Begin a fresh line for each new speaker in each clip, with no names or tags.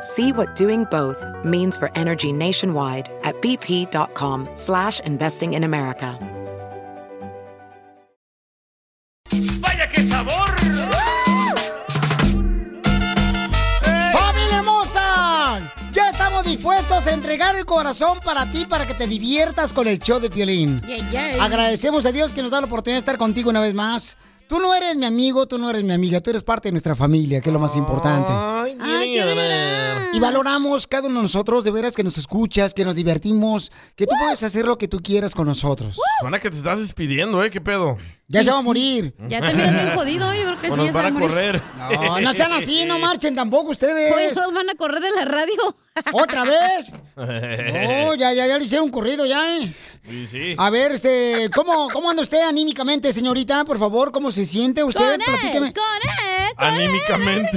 See what doing both means for energy nationwide at bp.com slash investing in America.
¡Vaya qué sabor!
¡Familia hermosa! Ya estamos dispuestos a entregar el corazón para ti, para que te diviertas con el show de violín. Agradecemos a Dios que nos da la oportunidad de estar contigo una vez más. Tú no eres mi amigo, tú no eres mi amiga, tú eres parte de nuestra familia, que es lo más importante.
Ah.
Y valoramos cada uno de nosotros, de veras que nos escuchas, que nos divertimos, que tú puedes hacer lo que tú quieras con nosotros.
Suena que te estás despidiendo, ¿eh? ¿Qué pedo?
Ya se va a morir.
Ya te miras bien jodido, ¿eh? yo creo que
O
sí.
nos
ya se
van
va
a
morir.
correr. Eh,
No, no sean así, no marchen tampoco
Oye,
ustedes.
Pues, todos van a correr de la radio.
¿Otra vez? No, ya, ya, ya le hicieron corrido ya, ¿eh?
Y sí.
A ver, este, ¿cómo, ¿cómo anda usted anímicamente, señorita? Por favor, ¿cómo se siente usted?
Con él,
Platíqueme.
con él,
Anímicamente.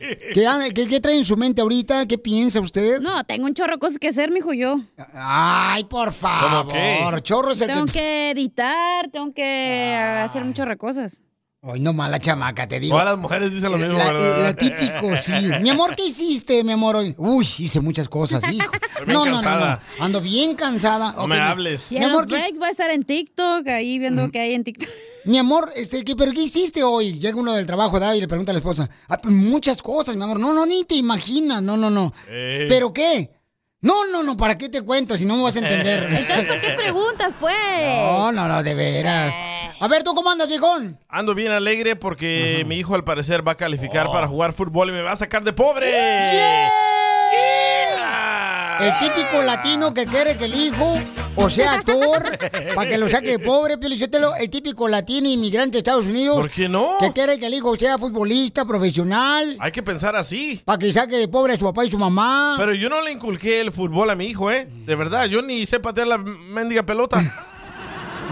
con él.
¿Qué, anda- qué- qué trae en su mente ahorita? ¿Qué piensa usted? Ah,
No, tengo un chorro de cosas que hacer, mijo, yo.
Ay, por favor.
qué?
Chorro es el
Tengo
que...
que editar, tengo que hacer un chorro de cosas.
Ay, no mala chamaca, te digo.
Todas las mujeres dicen lo mismo,
La-
¿verdad?
lo típico, sí. Mi amor, ¿qué hiciste, mi amor? hoy? Uy, hice muchas cosas, hijo.
bien
No, no, no, no.
cansada.
Ando bien cansada.
No
Ok,
me
mi-
hables.
Y
Mi
el
amor, ¿qué,
break va a estar en TikTok, ahí viendo qué hay en TikTok.
Mi amor, este, ¿qué, ¿pero qué hiciste hoy? Llega uno del trabajo, ¿da? Y le pregunta a la esposa. "Ah, pues muchas cosas, mi amor. No, no, ni te imaginas. No, no, no.
Ey.
¿Pero qué? No, no, no, ¿para qué te cuento si no me vas a entender?
Entonces, ¿para qué preguntas, pues?
no, no, no, de veras. A ver, ¿tú cómo andas, viejón?
Ando bien alegre porque mi hijo al parecer va a
Oh.
calificar para jugar fútbol y me va a sacar de pobre. Yeah.
El típico latino que quiere que el hijo o sea actor para que lo saque de pobre, Pio Lizotelo, el típico latino inmigrante de Estados Unidos
¿Por qué no?
que quiere que el hijo sea futbolista, profesional,
Hay que pensar así.
para que saque de pobre a su papá y su mamá.
Pero yo no le inculqué el fútbol a mi hijo, ¿eh? De verdad, yo ni sé patear la mendiga pelota.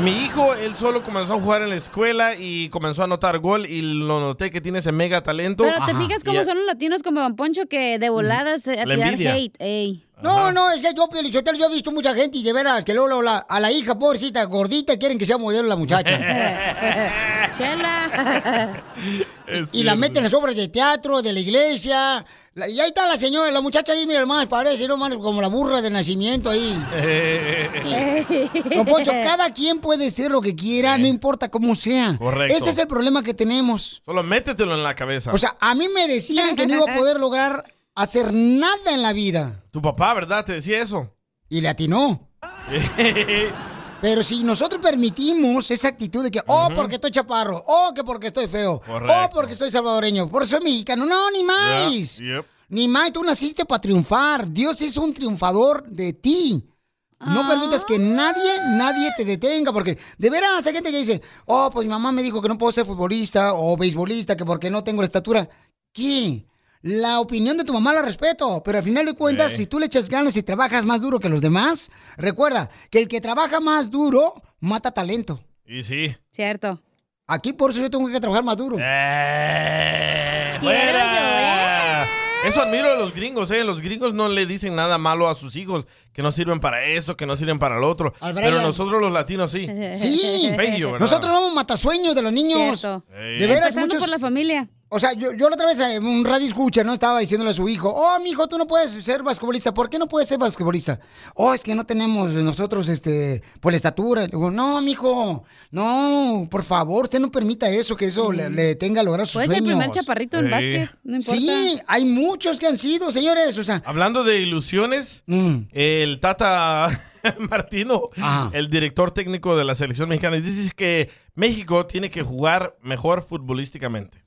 mi hijo, él solo comenzó a jugar en la escuela y comenzó a anotar gol y lo noté que tiene ese mega talento.
Pero te
Ajá.
fijas cómo
Y-
son los latinos como Don Poncho que de voladas eh, a
La
tirar
envidia.
hate, ey.
No, no, es que yo, Pio Lizotelo, yo he visto mucha gente y de veras que luego luego la- a la hija pobrecita gordita quieren que sea modelo la muchacha.
Chela.
y la meten en las obras de teatro, de la iglesia. La- y ahí está la señora, la muchacha ahí, mira, hermano, parece, no, hermano, como la burra de nacimiento ahí. Don Poncho, cada quien puede ser lo que quiera, no importa cómo sea.
Correcto.
Ese es el problema que tenemos.
Solo métetelo en la cabeza.
O sea, a mí me decían que no iba a poder lograr hacer nada en la vida.
tu papá, ¿verdad? Te decía eso.
Y le atinó. Pero si nosotros permitimos esa actitud de que, oh, porque estoy chaparro, oh, que porque estoy feo, oh,
Correcto.
porque soy salvadoreño, por eso soy mexicano, no, ni más.
Yeah, yep.
Ni más, tú naciste para triunfar. Dios es un triunfador de ti. No permitas que nadie, nadie te detenga, porque de veras hay gente que dice, oh, pues mi mamá me dijo que no puedo ser futbolista o beisbolista, que porque no tengo la estatura. ¿Qué? La opinión de tu mamá la respeto, pero al final de cuentas,
Sí.
si tú le echas ganas y trabajas más duro que los demás, recuerda que el que trabaja más duro mata talento.
Y sí.
Cierto.
Aquí por eso yo tengo que trabajar más duro.
Eh,
Quiero
¡Fuera!
llorar.
Eso admiro de los gringos, ¿eh? Los gringos no le dicen nada malo a sus hijos, que no sirven para esto, que no sirven para lo otro.
Al Brian.
Pero nosotros los latinos sí.
Sí,
Bello, ¿verdad?
nosotros vamos matasueños de los niños.
Cierto.
De veras,
Empezando
muchos...
por la familia.
O sea, yo, yo la otra vez eh, un radio escucha, ¿no? Estaba diciéndole a su hijo, oh, mi hijo, tú no puedes ser basquetbolista. ¿Por qué no puedes ser basquetbolista? Oh, es que no tenemos nosotros, este, por la estatura. Le digo, no, mi hijo, no, por favor, usted no permita eso, que eso le, le tenga a lograr sus
Puedes Mm. ser el
sueños.
primer chaparrito en
Sí.
básquet, no importa.
sí, hay muchos que han sido, señores, o sea,
Hablando de ilusiones,
mm,
el Tata Martino, el director técnico de la selección mexicana, dice que México tiene que jugar mejor futbolísticamente.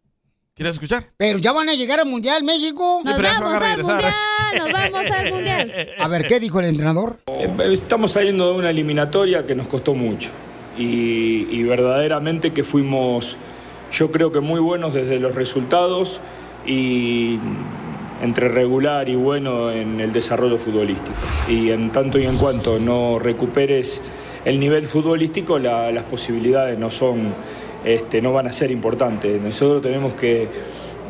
¿Quieres escuchar?
Pero ya van a llegar al Mundial México.
Sí, pero ya se van a regresar.
nos vamos al mundial.
A ver, ¿qué dijo el entrenador?
Eh, Estamos saliendo de una eliminatoria que nos costó mucho y, y verdaderamente que fuimos, yo creo que muy buenos desde los resultados y entre regular y bueno en el desarrollo futbolístico. Y en tanto y en cuanto no recuperes el nivel futbolístico, la- las posibilidades no son, este, no van a ser importantes. Nosotros tenemos que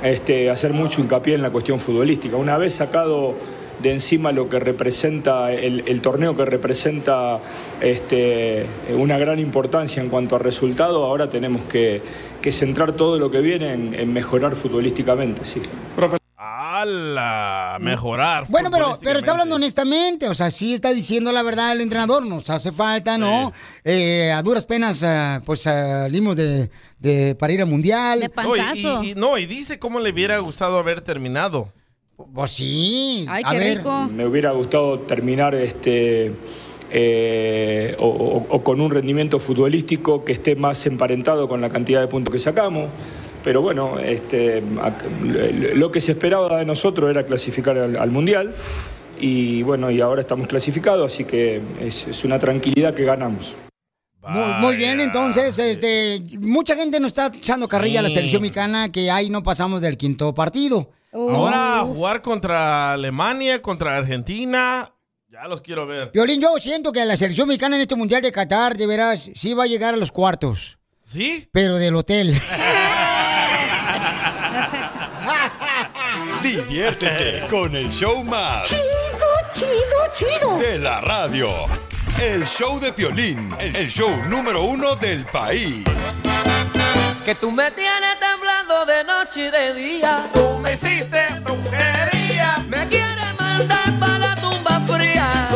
este, hacer mucho hincapié en la cuestión futbolística. Una vez sacado de encima lo que representa el, el torneo que representa este, una gran importancia en cuanto a resultado, ahora tenemos que, que centrar todo lo que viene en, en mejorar futbolísticamente. Sí.
¡Hala! Mejorar.
Bueno, pero, pero está hablando honestamente, o sea, sí está diciendo la verdad el entrenador, nos hace falta, ¿no? Eh, a duras penas, ah, pues salimos de, de- para ir al mundial.
No, y- y- y- no, y dice cómo le hubiera gustado haber terminado.
Pues sí.
Me hubiera gustado terminar este, eh, o, o- o con un rendimiento futbolístico que esté más emparentado con la cantidad de puntos que sacamos. Pero bueno, este, ac- lo- lo que se esperaba de nosotros era clasificar al, al Mundial. Y bueno, y ahora estamos clasificados, así que es- es una tranquilidad que ganamos.
Muy, muy bien, entonces, este, mucha gente nos está echando carrilla a la
Sí.
selección mexicana que ahí no pasamos del quinto partido. ¿no?
Ahora a jugar contra Alemania, contra Argentina. Ya los quiero ver.
Violín, yo siento que la selección mexicana en este mundial de Qatar, de veras, sí va a llegar a los cuartos.
¿Sí?
Pero del hotel.
Diviértete con el show más.
Chido, chido, chido.
De la radio. El show de Piolín, el show número uno del país.
Que tú me tienes temblando de noche y de día. Tú me hiciste brujería. Me quieres mandar para la tumba fría.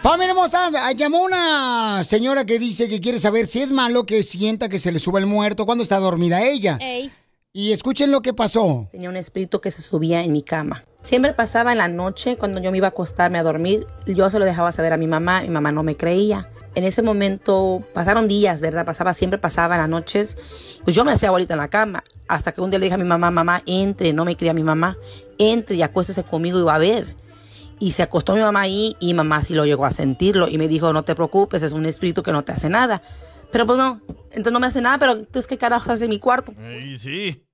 Familia hermosa, ah, llamó una señora que dice que quiere saber si es malo que sienta que se le suba el muerto cuando está dormida ella.
Eh.
Y escuchen lo que pasó.
Tenía un espíritu que se subía en mi cama. Siempre pasaba en la noche cuando yo me iba a acostarme a dormir. Yo se lo dejaba saber a mi mamá, mi mamá no me creía. En ese momento pasaron días, ¿verdad? Pasaba, siempre pasaba en las noches. Pues yo me hacía bolita en la cama. Hasta que un día le dije a mi mamá, mamá, entre, no me creía mi mamá. Entre y acuéstese conmigo y va a ver. Y se acostó mi mamá ahí y mamá sí lo llegó a sentirlo y me dijo, no te preocupes, es un espíritu que no te hace nada. Pero pues no, entonces no me hace nada, pero entonces qué carajo hace en mi cuarto.
Y sí.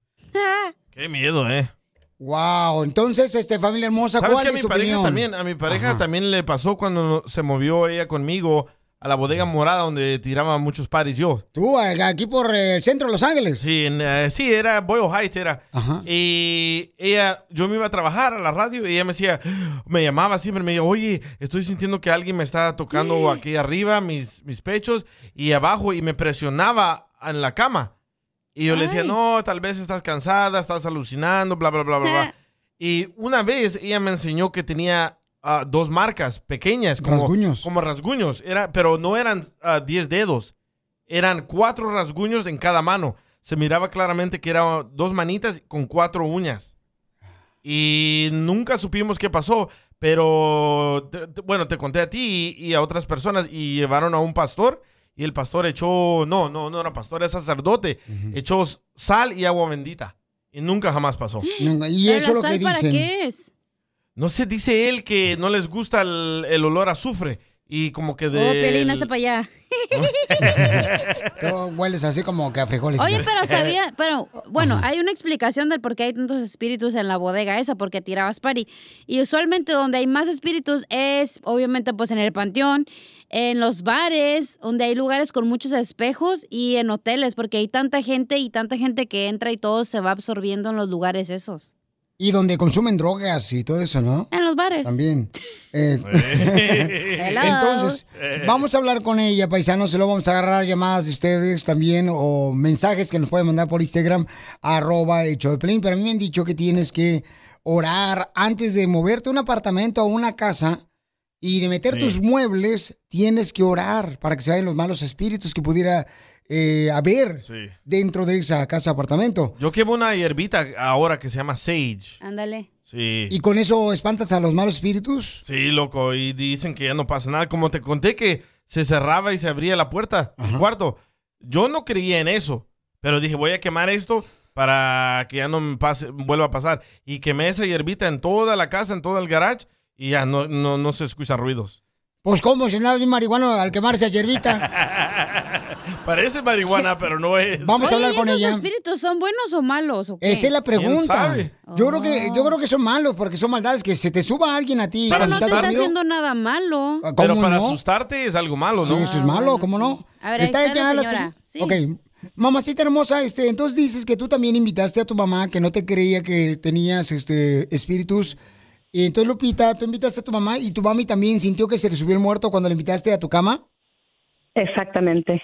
Qué miedo, ¿eh?
Wow, entonces, este familia hermosa,
¿Sabes
¿cuál
que a
es
mi
tu
pareja
opinión?
también, a mi pareja
Ajá.
también le pasó cuando se movió ella conmigo a la bodega morada donde tiraba muchos pares yo.
Tú, a- aquí por eh, el centro de Los Ángeles.
Sí, en, eh, sí, era Boyle Heights, era. Y ella, yo me iba a trabajar a la radio y ella me decía, me llamaba siempre, me decía, oye, estoy sintiendo que alguien me está tocando aquí arriba, mis, mis pechos y abajo, y me presionaba en la cama. Y yo le decía,
Ay.
no, tal vez estás cansada, estás alucinando, bla, bla, bla, bla, bla. Y una vez ella me enseñó que tenía ah, dos marcas pequeñas. Como, rasguños. Como rasguños, era, pero no eran ah, 10 dedos. Eran cuatro rasguños en cada mano. Se miraba claramente que eran dos manitas con cuatro uñas. Y nunca supimos qué pasó, pero te- te- bueno, te conté a ti y, y a otras personas y llevaron a un pastor y el pastor echó, no, no, no era pastor, era sacerdote, echó s- sal y agua bendita. Y nunca jamás pasó.
Y
¿Pero la sal ¿Para qué es?
No sé, dice él que no les gusta el, el olor a azufre y como que de...
Oh, Pelín, hace para allá.
Tú hueles así como que a frijoles.
Oye, pero sabía, pero bueno, hay una explicación del por qué hay tantos espíritus en la bodega esa, porque tirabas pari. Y usualmente donde hay más espíritus es, obviamente, pues en el panteón, en los bares, donde hay lugares con muchos espejos y en hoteles, porque hay tanta gente y tanta gente que entra y todo se va absorbiendo en los lugares esos.
Y donde consumen drogas y todo eso, ¿no?
En los bares.
También. Eh,
Hello. Eh.
entonces,
Eh.
vamos a hablar con ella, paisanos. Se lo vamos a agarrar llamadas de ustedes también o mensajes que nos pueden mandar por Instagram, arroba el show de Pelín. Pero a mí me han dicho que tienes que orar antes de moverte a un apartamento o una casa. y de meter
Sí.
tus muebles tienes que orar para que se vayan los malos espíritus que pudiera eh, haber
Sí.
dentro de esa casa apartamento.
Yo quemo una hierbita ahora que se llama Sage.
Ándale.
Sí.
¿Y con eso espantas a los malos espíritus?
Sí, loco, y dicen que ya no pasa nada. Como te conté que se cerraba y se abría la puerta del cuarto. Yo no creía en eso, pero dije, voy a quemar esto para que ya no me pase, vuelva a pasar. Y quemé esa hierbita en toda la casa, en todo el garage, y ya no, no, no se escuchan ruidos.
Pues cómo si nada de marihuano al quemarse a hierbita.
Parece marihuana, pero no es.
Vamos a
Oye,
hablar
¿y
con
esos
ella.
espíritus son buenos o malos? o qué?
Esa es la pregunta.
sabe?
Yo creo que yo
Oh.
creo que son malos porque son maldades que se te suba alguien a ti
Pero
cuando
no te
estás
está
dormido.
haciendo nada malo.
Pero
Ah, ¿Cómo
para
no?
asustarte es algo malo, ¿no?
Sí, eso es malo, ¿cómo no?
A ver, ahí está la
ya
señora.
se- Ok. Mamacita hermosa, este, entonces dices que tú también invitaste a tu mamá que no te creía que tenías este espíritus. Y entonces Lupita, tú invitaste a tu mamá y tu mami también sintió que se le subió el muerto cuando le invitaste a tu cama.
Exactamente.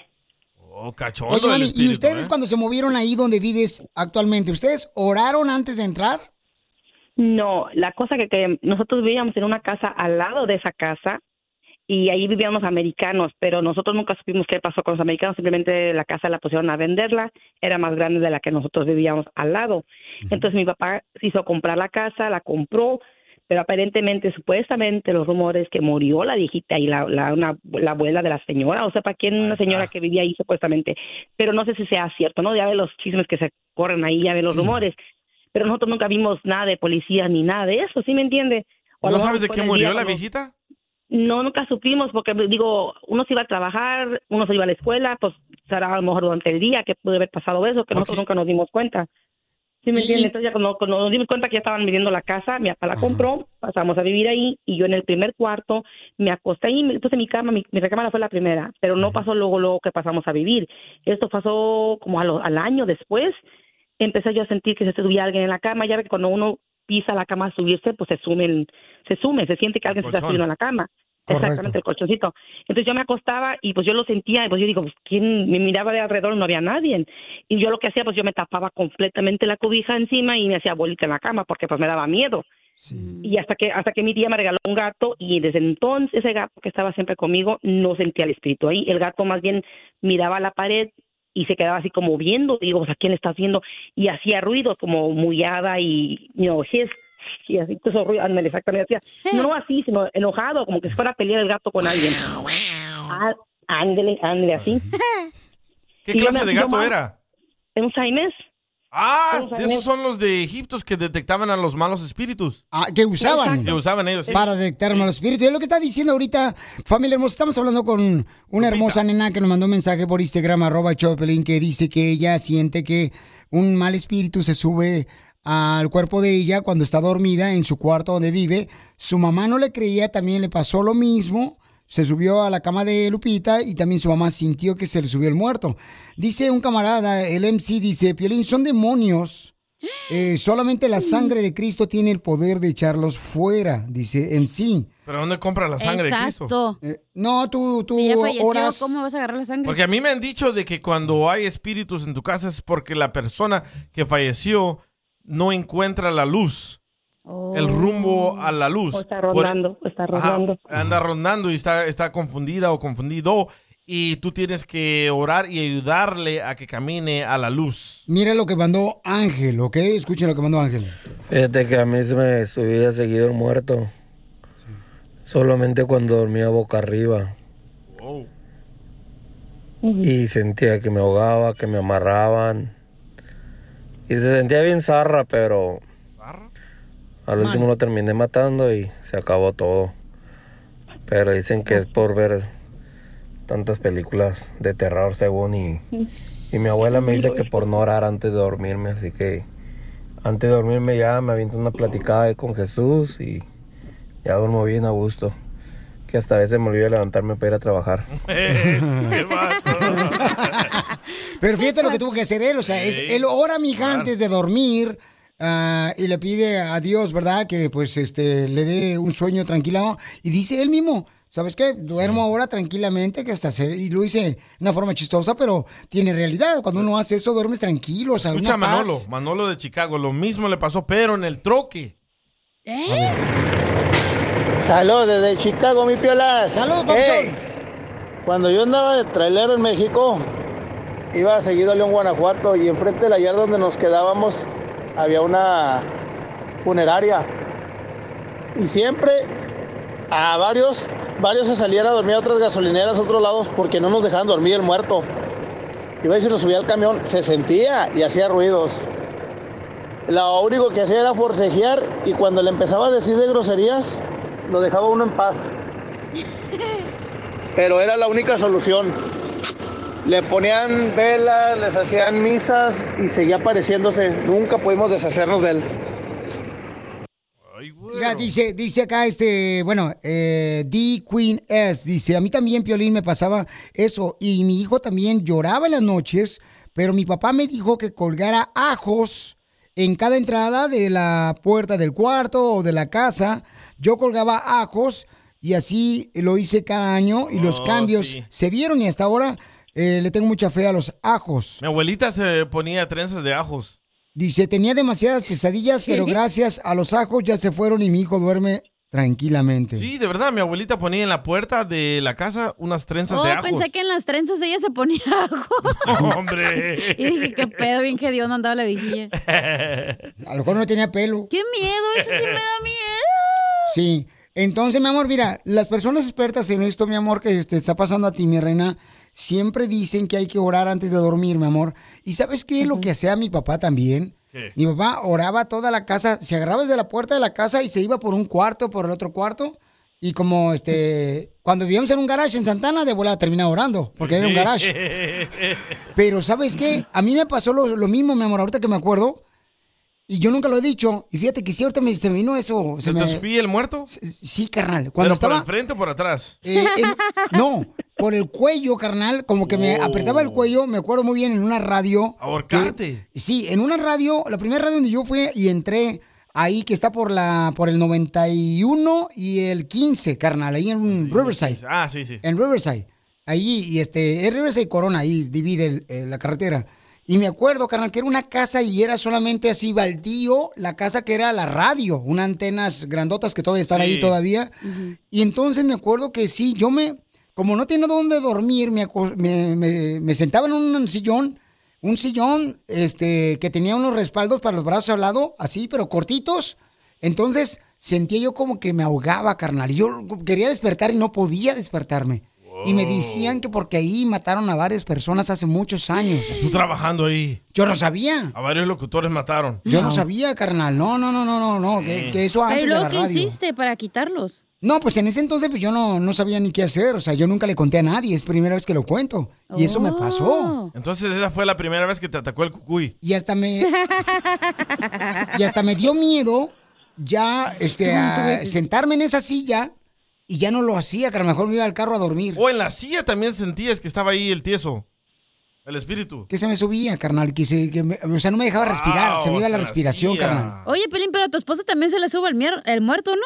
Oh, cachondo
Oye,
el
mami, ¿y
espíritu,
ustedes
¿eh?
cuando se movieron ahí donde vives actualmente, ustedes oraron antes de entrar?
No, la cosa que, que nosotros vivíamos en una casa al lado de esa casa y ahí vivían los americanos, pero nosotros nunca supimos qué pasó con los americanos, simplemente la casa la pusieron a venderla, era más grande de la que nosotros vivíamos al lado. Entonces mi papá hizo comprar la casa, la compró, pero aparentemente, supuestamente, los rumores que murió la viejita y la, la, una- la abuela de la señora, o sea, para quién una señora que vivía ahí supuestamente, pero no sé si sea cierto, ¿no? Ya ve los chismes que se corren ahí, ya ve los rumores, pero nosotros nunca vimos nada de policía ni nada de eso, ¿sí me entiende? O a
¿No
lo
sabes de
mejor
qué
con el
murió
día
la
cuando-
viejita?
No, nunca supimos, porque digo, uno se iba a trabajar, uno se iba a la escuela, pues será a lo mejor durante el día que pudo haber pasado eso, que nosotros nunca nos dimos cuenta. ¿Sí me entiendes? Entonces ya cuando, cuando nos dimos cuenta que ya estaban vendiendo la casa, mi papá la compró, pasamos a vivir ahí y yo en el primer cuarto me acosté ahí, me puse mi cama, mi, mi recámara fue la primera, pero no pasó luego, luego que pasamos a vivir. Esto pasó como a lo- al año después, empecé yo a sentir que se subía alguien en la cama, ya ve que cuando uno pisa la cama a subirse, pues se sume, el- se sume, se siente que alguien se está
colchón.
subiendo a la cama. Exactamente, el colchoncito. Entonces yo me acostaba y pues yo lo sentía, y pues yo digo, pues quién me miraba de alrededor, no había nadie. Y yo lo que hacía, pues yo me tapaba completamente la cobija encima y me hacía bolita en la cama porque pues me daba miedo. Y hasta que hasta que mi tía me regaló un gato y desde entonces ese gato que estaba siempre conmigo no sentía el espíritu ahí. El gato más bien miraba la pared y se quedaba así como viendo, digo, pues, ¿a quién le estás viendo? Y hacía ruidos como mullada y you know, hiss, y así, esos ruidos, ándale, exactamente, hacía, no así, sino enojado, como que se fuera a pelear el gato con alguien. Ah, ándale, ándale, así.
¿Qué
Y yo
clase
me-
de
yo
gato
ma-
era?
Un saimés.
Ah,
Un
de
saimés.
esos son los de Egiptos que detectaban a los malos espíritus.
Ah, que usaban. Exacto.
Que usaban ellos. sí.
Para detectar malos espíritus. Es lo que está diciendo ahorita, familia hermosa. Estamos hablando con una hermosa nena que nos mandó un mensaje por Instagram, arroba Chopelín, que dice que ella siente que un mal espíritu se sube al cuerpo de ella cuando está dormida en su cuarto donde vive. Su mamá no le creía, también le pasó lo mismo. Se subió a la cama de Lupita y también su mamá sintió que se le subió el muerto. Dice un camarada, el MC, dice, Piolín, son demonios. Eh, solamente
Mm.
la sangre de Cristo tiene el poder de echarlos fuera, dice MC.
¿Pero dónde compra la sangre de Cristo?
Eh, no, tú, tú
Si ya falleció,
oras.
¿cómo vas a agarrar la sangre?
Porque a mí me han dicho de que cuando hay espíritus en tu casa es porque la persona que falleció no encuentra la luz, el rumbo a la luz.
Oh. O está
Por- e-
rondando, o está
Ajá,
rondando.
anda rondando y está, está confundida o confundido y tú tienes que orar y ayudarle a que camine a la luz.
Mira lo que mandó Ángel, ¿ok? Escuchen lo que mandó Ángel.
Fíjate que a mí se me subía seguido el muerto. Solamente cuando dormía boca arriba. Y sentía que me ahogaba, que me amarraban. Y se sentía bien zarra, pero. Al último lo terminé matando y se acabó todo. Pero dicen que es por ver tantas películas de terror, según. Y, y mi abuela me dice que por no orar antes de dormirme, así que. Antes de dormirme ya me aviento una platicada ahí con Jesús y ya duermo bien a gusto. Que hasta a veces me olvido de levantarme para ir a trabajar.
Pero fíjate lo que tuvo que hacer él, o sea, es, él ora, mija, antes de dormir ah, y le pide a Dios, ¿verdad? Que pues este le dé un sueño tranquilo y dice él mismo, ¿sabes qué? Duermo ahora tranquilamente que hasta se y lo hice de una forma chistosa, pero tiene realidad, cuando uno hace eso duermes tranquilo, o sea,
Escucha a
una paz.
Manolo, Manolo de Chicago, lo mismo le pasó, pero en el troque.
Saludos desde Chicago, mi piola.
Saludos,
Ey,
papuchón.
Cuando yo andaba de trailero en México, iba seguido a León, Guanajuato, y enfrente de la yarda donde nos quedábamos había una funeraria. Y siempre a varios, varios se salían a dormir a otras gasolineras, a otros lados, porque no nos dejaban dormir el muerto. Iba y se nos subía al camión, se sentía y hacía ruidos. Lo único que hacía era forcejear y cuando le empezaba a decir de groserías, lo dejaba uno en paz. Pero era la única solución. Le ponían velas, les hacían misas y seguía apareciéndose. Nunca pudimos deshacernos de él.
Mira, dice, dice acá este, bueno, eh, D Queen S, dice, a mí también, Piolín, me pasaba eso, y mi hijo también lloraba en las noches, pero mi papá me dijo que colgara ajos en cada entrada de la puerta del cuarto o de la casa, yo colgaba ajos, y así lo hice cada año, y los
Oh,
cambios
sí.
se vieron, y hasta ahora eh, le tengo mucha fe a los ajos.
Mi abuelita se ponía trenzas de ajos.
Dice, tenía demasiadas pesadillas, pero gracias a los ajos ya se fueron y mi hijo duerme tranquilamente.
Sí, de verdad, mi abuelita ponía en la puerta de la casa unas trenzas
Oh,
de ajos.
pensé que en las trenzas ella se ponía ajo.
Hombre.
y dije, qué pedo, bien que Dios no andaba la vigía.
A lo mejor no tenía pelo.
Qué miedo, eso sí me da miedo.
Sí. Entonces, mi amor, mira, las personas expertas en esto, mi amor, que te está pasando a ti, mi reina, siempre dicen que hay que orar antes de dormir, mi amor. ¿Y sabes qué es lo que hacía mi papá también?
¿Qué?
Mi papá oraba toda la casa, se agarraba desde la puerta de la casa y se iba por un cuarto, por el otro cuarto. Y como este, cuando vivíamos en un garage en Santana, de volada terminaba orando, porque era un garage. Pero ¿sabes qué? A mí me pasó lo, lo mismo, mi amor, ahorita que me acuerdo. Y yo nunca lo he dicho. Y fíjate que sí, ahorita me- se me vino eso. Se
¿Se te
me...
subía el muerto?
Sí, carnal. Cuando
¿Pero por
estaba...
el frente o por atrás?
eh, en- no, por el cuello, carnal. Como que me
Oh.
apretaba el cuello. Me acuerdo muy bien en una radio.
Ahorcate.
que- sí, en una radio, la primera radio donde yo fui y entré... Ahí que está por la por el 91 y el 15, carnal, ahí en Riverside.
Ah, sí, sí.
En Riverside. Ahí, y este, es Riverside y Corona, ahí divide el- eh, la carretera. Y me acuerdo, carnal, que era una casa y era solamente así baldío, la casa que era la radio, unas antenas grandotas que todavía están ahí
Sí.
todavía. Y entonces me acuerdo que sí, yo me, como no tenía dónde dormir, me, acos- me- me- me sentaba en un sillón, un sillón este, que tenía unos respaldos para los brazos al lado, así, pero cortitos. Entonces sentía yo como que me ahogaba, carnal. Y Yo quería despertar y no podía despertarme. Y me decían que porque ahí mataron a varias personas hace muchos años.
Tú trabajando ahí.
Yo no sabía.
A varios locutores mataron.
Yo no sabía, carnal. No, no, no, no, no, no. Que,
Mm.
que eso antes
Pero luego,
de la
¿qué
radio.
hiciste para quitarlos?
No, pues en ese entonces pues, yo no, no sabía ni qué hacer. O sea, yo nunca le conté a nadie. Es primera vez que lo cuento. Y eso me
Oh.
pasó.
Entonces esa fue la primera vez que te atacó el cucuy.
Y hasta me. y hasta me dio miedo ya este, a sentarme en esa silla y ya no lo hacía, que a lo mejor me iba al carro a dormir.
O en la silla también sentías que estaba ahí el tieso. El espíritu.
Que se me subía, carnal. Que se, que me- o sea, no me dejaba respirar. se me iba la
hasta la
respiración,
silla.
carnal.
Oye, Pelín, pero a tu esposa también se le sube el, mier- el muerto, ¿no?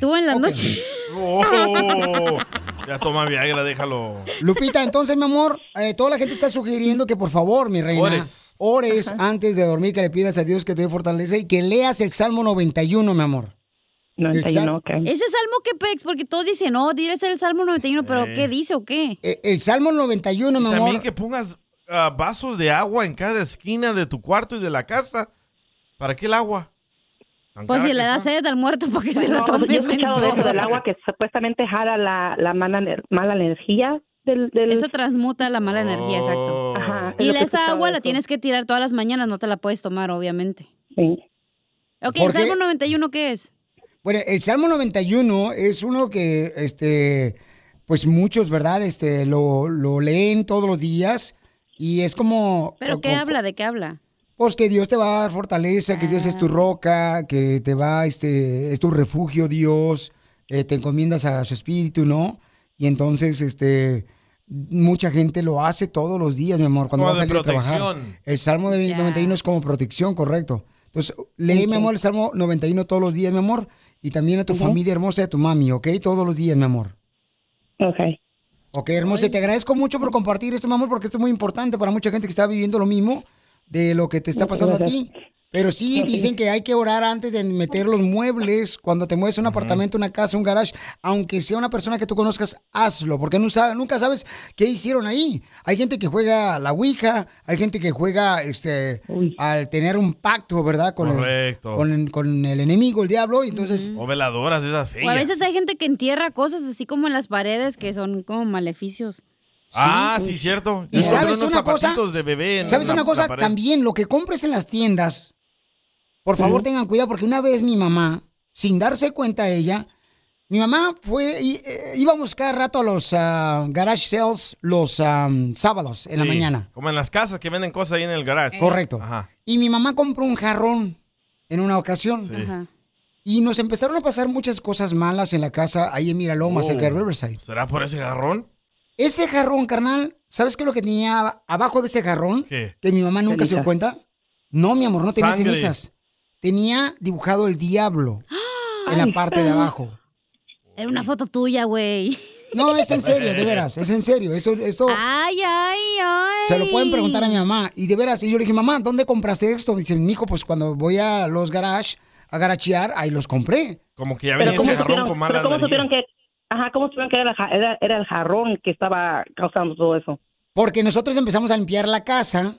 Tú en la noche.
Oh, ya toma Viagra, déjalo.
Lupita, entonces, mi amor, eh, toda la gente está sugiriendo que por favor, mi reina,
Ores.
ores, antes de dormir, que le pidas a Dios que te dé fortaleza y que leas el Salmo 91, mi amor. El, sal-
Ese salmo que pex, porque todos dicen, no, dile es el salmo 91, pero
Eh.
¿qué dice o qué?
Eh, el Salmo 91, mi
Y también
amor.
que pongas ah, vasos de agua en cada esquina de tu cuarto y de la casa. ¿Para qué el agua? Tan
Pues
cara
si
que
le da
está.
sed al muerto para que se lo
No,
tome.
yo he escuchado de
menso.
eso del agua que supuestamente jala la, la mala, ener- mala energía del, del...
Eso transmuta la mala energía,
Oh.
exacto.
Ajá, es
Y
lo que he
esa
escuchado
agua
de
la
eso.
tienes que tirar todas las mañanas, no te la puedes tomar, obviamente.
Sí.
Ok,
¿Por
¿el
qué?
Salmo 91 qué es?
Bueno, el Salmo 91 es uno que, este, pues muchos, ¿verdad? Este, lo, lo leen todos los días y es como...
¿Pero qué
como-
habla? ¿De qué habla?
Pues que Dios te va a dar fortaleza, que Dios es tu roca, que te va, este, es tu refugio Dios, eh, te encomiendas a su espíritu, ¿no? Y entonces, este, mucha gente lo hace todos los días, mi amor, cuando
Como
va a
de
salir a trabajar.
protección.
El Salmo de 91 es como protección, correcto. Entonces, lee, mi amor, el Salmo 91 todos los días, mi amor, y también a tu familia hermosa y a tu mami, ¿ok? Todos los días, mi amor.
Ok.
Ok, hermosa, y te agradezco mucho por compartir esto, mi amor, porque esto es muy importante para mucha gente que está viviendo lo mismo de lo que te está pasando a ti. Pero sí, dicen que hay que orar antes de meter los muebles. Cuando te mueves a un apartamento, una casa, un garage, aunque sea una persona que tú conozcas, hazlo, porque no sabe- nunca sabes qué hicieron ahí. Hay gente que juega a la Ouija, hay gente que juega este, al tener un pacto, ¿verdad? Con el,
Correcto.
con, el- con el enemigo, el diablo, y entonces...
O veladoras esas feas.
O a veces hay gente que entierra cosas así como en las paredes que son como maleficios.
ah,
pues,
sí, cierto.
¿Y
Yo encontré
sabes
unos
una cosa?
zapatitos de bebé en
¿Sabes
la-
una cosa?
la pared.
También lo que compres en las tiendas, por favor
Ujú.
tengan cuidado, porque una vez mi mamá, sin darse cuenta ella, mi mamá fue, y, eh, íbamos cada rato a los ah, garage sales los ah, sábados en la
Sí,
mañana.
Como en las casas que venden cosas ahí en el garage.
Correcto.
Ajá.
Y mi mamá compró un jarrón en una ocasión. Y nos empezaron a pasar muchas cosas malas en la casa, ahí en Miraloma, cerca de
Oh.
Riverside.
¿Será por ese garrón?
Ese jarrón, carnal, ¿sabes qué es lo que tenía ab- abajo de ese jarrón?
¿Qué?
Que mi mamá nunca se dio
Cenizas.
cuenta. No, mi amor, no tenía
Sangre.
cenizas. Tenía dibujado el diablo en la parte de abajo.
Era una foto tuya, güey.
No, es en serio, de veras, es en serio. Esto, esto
Ay, ay, ay.
se lo pueden preguntar a mi mamá. Y de veras, y yo le dije, mamá, ¿dónde compraste esto? Dice, mijo, pues cuando voy a los garage a garachear, ahí los compré.
Como que ya
Pero
venía
¿cómo
ese garrón
supieron- pero
con mala
cómo
energía.
supieron que, ajá, ¿cómo supieron que era, la ja- era- era el jarrón que estaba causando todo eso?
Porque nosotros empezamos a limpiar la casa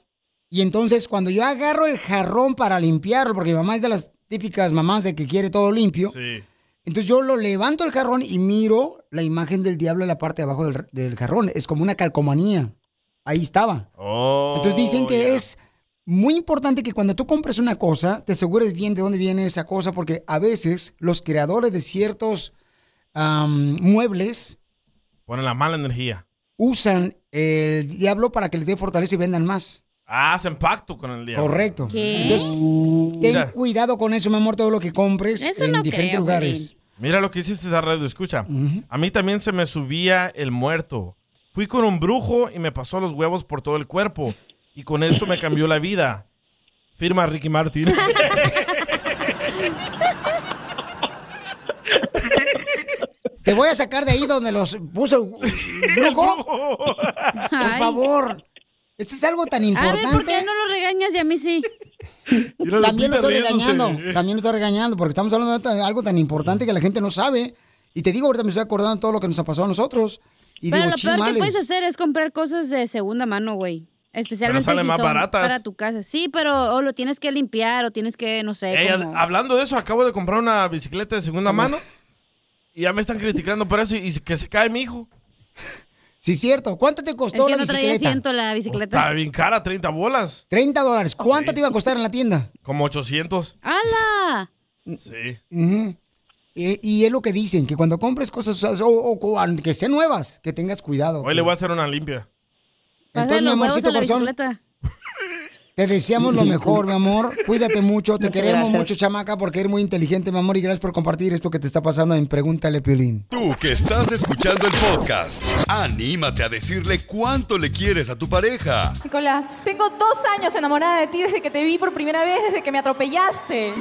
y entonces cuando yo agarro el jarrón para limpiarlo, porque mi mamá es de las típicas mamás de que quiere todo limpio, entonces yo lo levanto el jarrón y miro la imagen del diablo en la parte de abajo del, del jarrón. Es como una calcomanía. Ahí estaba.
Oh,
Entonces dicen que es muy importante que cuando tú compres una cosa, te asegures bien de dónde viene esa cosa, porque a veces los creadores de ciertos am, muebles
Ponen la mala energía.
usan el diablo para que les dé fortaleza y vendan más.
Ah, hacen pacto con el diablo.
Correcto.
¿Qué?
Entonces, ten
Mira.
cuidado con eso, mi amor, todo lo que compres
Eso
en
no
diferentes
creo,
lugares.
Mira lo que hiciste esa radio, escucha. A mí también se me subía el muerto. Fui con un brujo y me pasó los huevos por todo el cuerpo. Y con eso me cambió la vida. Firma Ricky Martin.
Te voy a sacar de ahí donde los puso el brujo. Por
Ay.
favor. Esto es algo tan
A ver, ¿por
importante.
qué no lo regañas y a mí sí?
También lo estoy regañando.
riéndose.
También lo estoy regañando porque estamos hablando de ta- algo tan importante que la gente no sabe. Y te digo, ahorita me estoy acordando de todo lo que nos ha pasado a nosotros. Y
Pero
digo,
lo peor que
"Chimales".
puedes hacer es comprar cosas de segunda mano, güey. Especialmente
salen
si
más
son
baratas.
para tu casa. Sí, pero o lo tienes que limpiar o tienes que, no sé,
Ey, ad-
como-
hablando de eso, acabo de comprar una bicicleta de segunda mano. Y ya me están criticando por eso y, y que se cae mi hijo.
Sí, cierto. ¿Cuánto te
Es
costó
que
la
no traía
bicicleta?
asiento la bicicleta.
Está bien cara, 30 bolas.
30 dólares. ¿Cuánto te iba a costar en la tienda?
Como 800.
¡Hala!
Ah,
Sí.
Ujú. Y, y es lo que dicen, que cuando compres cosas usadas, o, o cu- aunque sean nuevas, que tengas cuidado.
Hoy le voy a hacer una limpia.
Entonces, mi
los huevos
amorcito
a la
corazón,
bicicleta.
te deseamos lo mejor, mi amor. Cuídate mucho, te
Muchas
queremos
gracias.
mucho, chamaca, porque eres muy inteligente, mi amor, y gracias por compartir esto que te está pasando en Pregúntale, Piolín.
Tú que estás escuchando el podcast, anímate a decirle cuánto le quieres a tu pareja.
Nicolás, tengo dos años enamorada de ti desde que te vi por primera vez, desde que me atropellaste.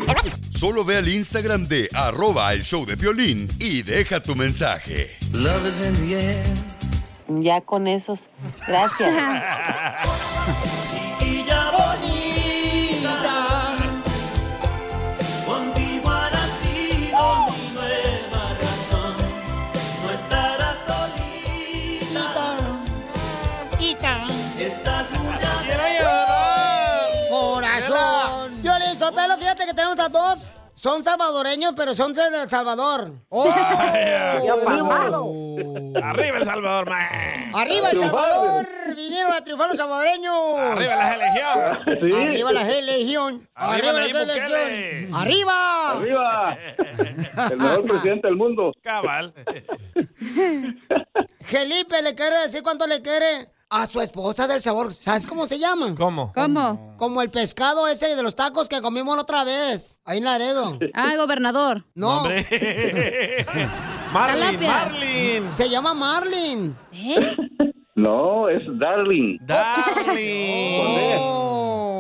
Solo ve al Instagram de arroba el show de violín y deja tu mensaje.
Ya con esos. Gracias.
Chiquilla bonita, contigo hará sido mi nueva razón. No estarás solita, estás muy
Corazón. Violín Sotelo, fíjate que tenemos a dos. Son salvadoreños, pero son de El Salvador. ¡Oh!
Arriba El Salvador, man.
¡Arriba El Salvador! ¡Vinieron a triunfar los salvadoreños!
Arriba la selección. Sí.
¡Arriba la selección!
Arriba
¡Arriba la
Nayib
selección! ¡Arriba!
¡Arriba! El mejor presidente del mundo.
Cabal.
Felipe le quiere decir cuánto le quiere a su esposa del sabor. ¿Sabes cómo se llama?
¿Cómo?
¿Cómo? Como el pescado ese de los tacos que comimos la otra vez. Ahí en Laredo.
Ah, gobernador.
No.
Hombre. Marlin,
Talapia.
Marlin.
Se llama Marlin.
No, es Darling.
Darling.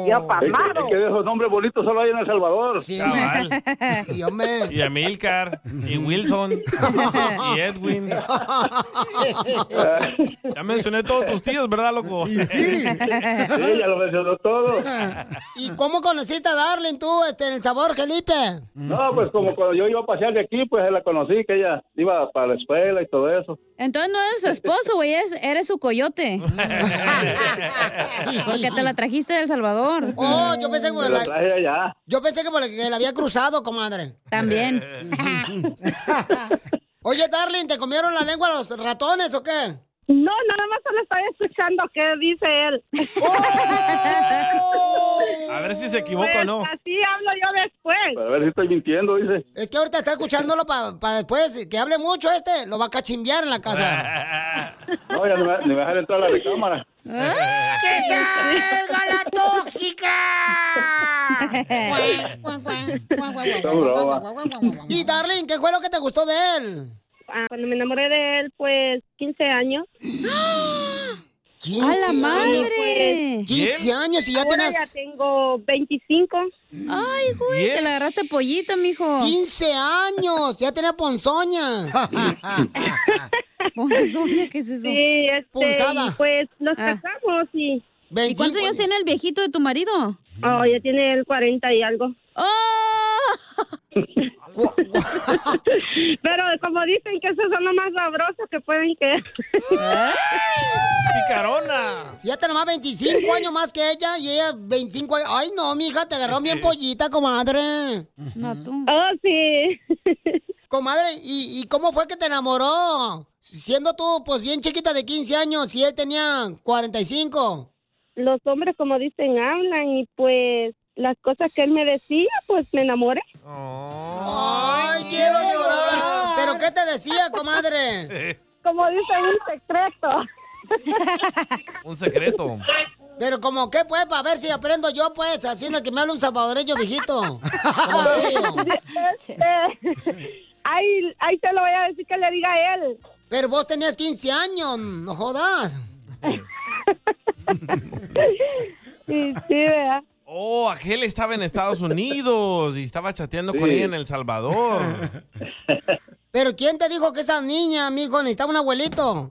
Yo Oh. Es que de esos nombres bonitos solo hay en El Salvador. Sí,
Cabal. Y Amilcar, y Wilson, y Edwin. Ya mencioné todos tus tíos, ¿verdad, loco?
Y sí.
Sí, ya lo mencionó todo.
¿Y cómo conociste a Darling tú este, en el sabor, Felipe?
No, pues como cuando yo iba a pasear de aquí, pues la conocí, que ella iba para la escuela y todo eso.
Entonces no eres su esposo, güey, eres, eres su coyote. Porque te la trajiste de El Salvador.
Oh, yo pensé que
Me la traje allá.
Yo pensé que por la que la había cruzado, comadre.
También.
Oye, Darling, ¿te comieron la lengua los ratones o qué?
No, nada más solo estoy escuchando qué dice él.
Oh.
A ver si se equivoca o no.
Así hablo yo después.
A ver si estoy mintiendo, dice.
Es que ahorita está escuchándolo para después, que hable mucho este, lo va a cachimbear en la casa.
No, ya ni me, ni me dejan entrar a la recámara.
¡Que salga la
Eh.
tóxica! y Darling, ¿qué fue lo que te gustó de él?
Ah, Cuando me enamoré de él, pues 15 años.
¡A la madre! 15 pues, años y ya
Ahora
tienes-
ya tengo 25.
Ay, güey, te la agarraste pollita, mijo.
15 años, ya tenía ponzoña.
Ponzoña, ¿qué es eso? Ah.
Sí, este, y pues nos casamos y...
¿Y cuántos años tiene el viejito de tu marido?
Oh, ya tiene el 40 y algo. Pero como dicen que esos son los más sabrosos que pueden que...
¿Eh? ¡Picarona!
Fíjate nomás, 25 Ah, años más que ella y ella 25 años. Ay, no, mija, te agarró bien pollita, comadre.
No, tú.
Oh, sí.
Comadre, ¿y, y cómo fue que te enamoró? Siendo tú, pues, bien chiquita de 15 años y él tenía 45.
Los hombres, como dicen, ¿ah? hablan y pues las cosas que él me decía, pues me enamoré.
Ay, quiero llorar. ¿Pero qué te decía, comadre?
Como dice un secreto.
Un secreto.
Pero como qué pues, para ver si aprendo yo pues, haciendo que me hable un salvadoreño viejito.
ahí, ahí te lo voy a decir que le diga a él.
Pero vos tenías 15 años, no jodas.
Sí, sí, ¿verdad?
Oh, aquel estaba en Estados Unidos y estaba chateando con ella en El Salvador.
Pero ¿quién te dijo que esa niña, mijo, necesitaba un abuelito?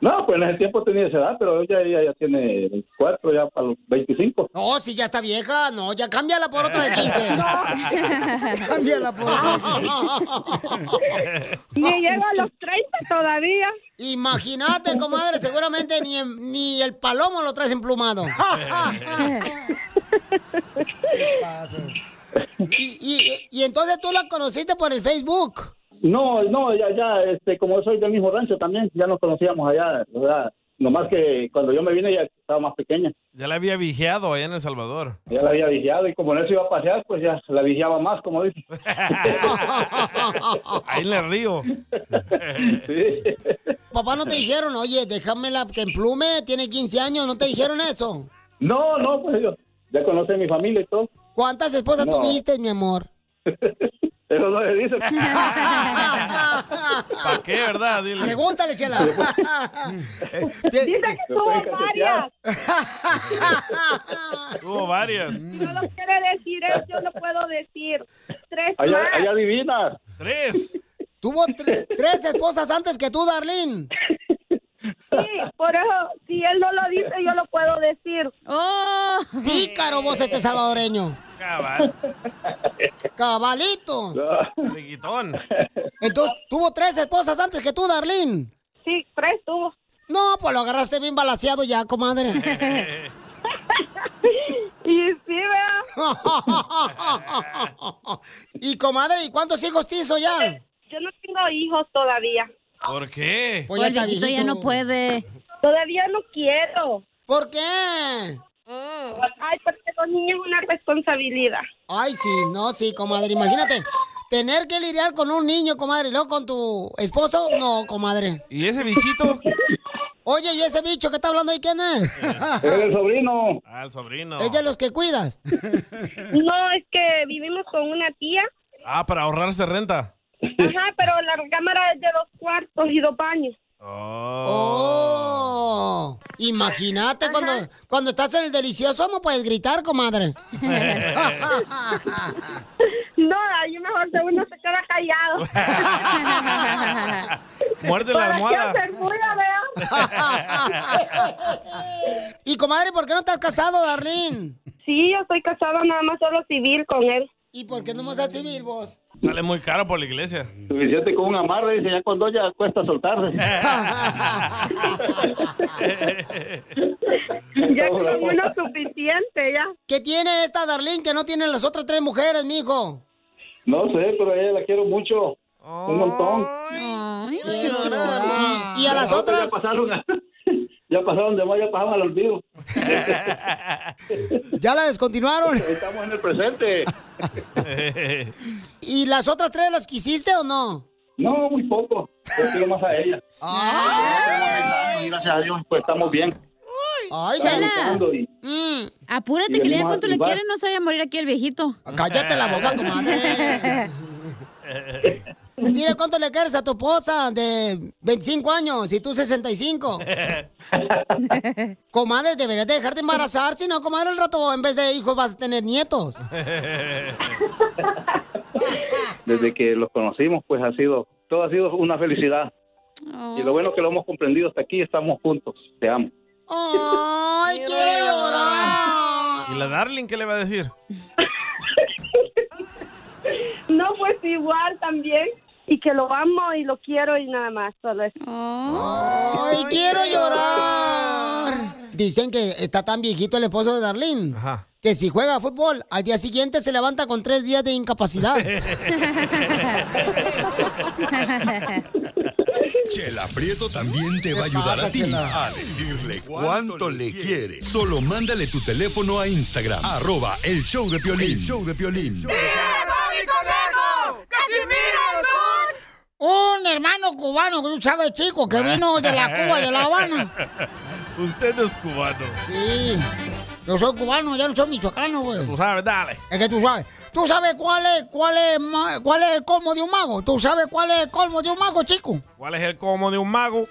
No, pues en ese tiempo tenía esa edad, pero ella, ella ya tiene 24, ya para los 25.
No, si ya está vieja, no, ya cámbiala por otra de 15. cámbiala por otra de 15.
Ni llego a los 30 todavía.
Imagínate, comadre, seguramente ni, en- ni el palomo lo traes emplumado. y, y, y entonces tú la conociste por el Facebook.
No, no, ya, ya, este, como soy del mismo rancho también, ya nos conocíamos allá, ¿verdad? Nomás que cuando yo me vine ya estaba más pequeña,
Ya la había vigiado allá en El Salvador.
ya la había vigiado y como en eso iba a pasear, pues ya la vigiaba más, como dice.
Ahí en el río.
Papá, ¿no te dijeron, oye, déjamela que emplume, tiene 15 años, no te dijeron eso?
No, no, pues yo ya conoce a mi familia y todo.
¿Cuántas esposas
No.
tuviste, mi amor?
Eso no se dice.
¿Para qué, verdad? Dile. pues.
Pregúntale, Chela.
Dice que tuvo varias.
Tuvo varias.
Si no lo quiere decir él, yo no puedo decir. Tres
Allá-
más.
allá
adivinas.
Tres.
Tuvo tre- tres esposas antes que tú, Darlene.
Sí, por eso, si él no lo dice, yo lo puedo decir.
¡Oh!
Pícaro vos este salvadoreño.
Cabal.
Cabalito.
Riquitón.
Entonces, tuvo tres esposas antes que tú, Darlene.
Sí, tres tuvo.
No, pues lo agarraste bien balaseado ya, comadre.
y sí, vea.
y comadre, ¿y cuántos hijos te hizo ya?
Yo no tengo hijos todavía.
¿Por qué?
Pues ya está viejito.
puede.
Todavía no quiero. Mm.
¿Por qué?
Ay, pues porque los niños es una responsabilidad.
Ay, sí, no, sí, comadre. Imagínate, tener que lidiar con un niño, comadre, y luego con tu esposo, no, comadre.
¿Y ese bichito?
Oye, ¿y ese bicho que está hablando ahí quién es?
el sobrino.
Ah, el sobrino.
¿Es de los que cuidas?
No, es que vivimos con una tía.
Ah, para ahorrarse renta.
Ajá, pero la cámara es de dos cuartos y dos baños.
Oh.
No, imagínate cuando, cuando estás en el delicioso no puedes gritar, comadre.
No, ahí mejor de uno se queda callado.
Muerde la
¿Para qué
almohada.
hacer bulla, vea?
y comadre, ¿por qué no estás casado, Darlene?
Sí, yo estoy casado nada más solo civil con él.
¿Y por qué no más civil vos?
Sale muy caro por la iglesia.
Suficiente con un amarre, dice, ya cuando ya cuesta soltarse.
Ya con uno suficiente, ya.
¿Qué tiene esta Darlene que no tienen las otras tres mujeres, mijo?
No sé, pero a ella la quiero mucho. Un montón.
Eh, Oh. Y, y a las otras,
Ya pasaron, a- ya pasaron de más, ya pasaron al olvido.
ya la descontinuaron.
Estamos en el presente.
¿Y las otras tres las quisiste o no?
No, muy poco. Yo quiero más a ella.
Ah.
Y Gracias a Dios, pues estamos bien.
Ay, Mm.
Estamos
Chela.
luchando y-
Apúrate,
Y
que le
venimos a
cuánto le
triunfar.
quieren, no se vaya a morir aquí el viejito.
Cállate la boca, comadre. Dile cuánto le quieres a tu esposa de 25 años y tú 65. Comadre, deberías de dejarte embarazar, si no, comadre, el rato en vez de hijos vas a tener nietos.
Desde que los conocimos, pues ha sido, todo ha sido una felicidad. Y lo bueno que lo hemos comprendido hasta aquí, estamos juntos. Te amo.
¡Ay, quiero llorar!
¿Y la Darling qué le va a decir?
No, pues igual también. Y que lo amo y lo quiero y nada más, solo eso.
¡Ay, quiero llorar! Dicen que está tan viejito el esposo de Darlene que si juega fútbol, al día siguiente se levanta con tres días de incapacidad.
Chela Prieto también te va a ayudar a ti a decirle cuánto le quiere. Solo mándale tu teléfono a Instagram, arroba el show de Piolín. show de Piolín.
Un hermano cubano, que tú sabes, chico, que vino de la Cuba, de La Habana.
Usted no es cubano.
Sí. Yo soy cubano, ya no soy michoacano, güey.
Tú sabes, dale.
Es que tú sabes. ¿Tú sabes cuál es, cuál es, ma- cuál es el colmo de un mago? ¿Tú sabes cuál es el colmo de un mago, chico?
¿Cuál es el como de un mago?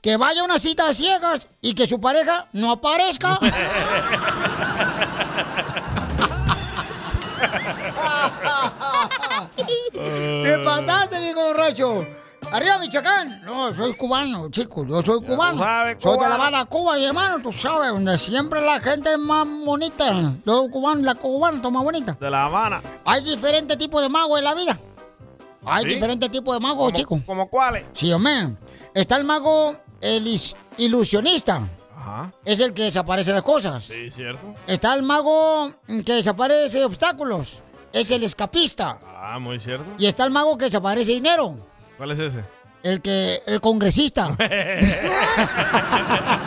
Que vaya a una cita a ciegas y que su pareja no aparezca. ¿Te pasaste, viejo borracho? Arriba, Michoacán. No, soy cubano, chico. Yo soy cubano.
sabes,
soy de La
cubano.
Habana, Cuba, mi hermano. Tú sabes, donde siempre la gente es más bonita. Los cubanos, la cubana es más bonita.
De La Habana.
Hay diferentes tipos de magos en la vida. Hay
¿Sí?
diferentes tipos de magos,
¿Cómo-
chico.
¿Cómo cuáles?
Sí, hombre. Está el mago el is- ilusionista.
Ajá.
Es el que desaparece las cosas.
Sí, cierto.
Está el mago que desaparece obstáculos. Es el escapista.
Ah, muy cierto.
Y está el mago que desaparece dinero.
¿Cuál es ese?
El que, el congresista.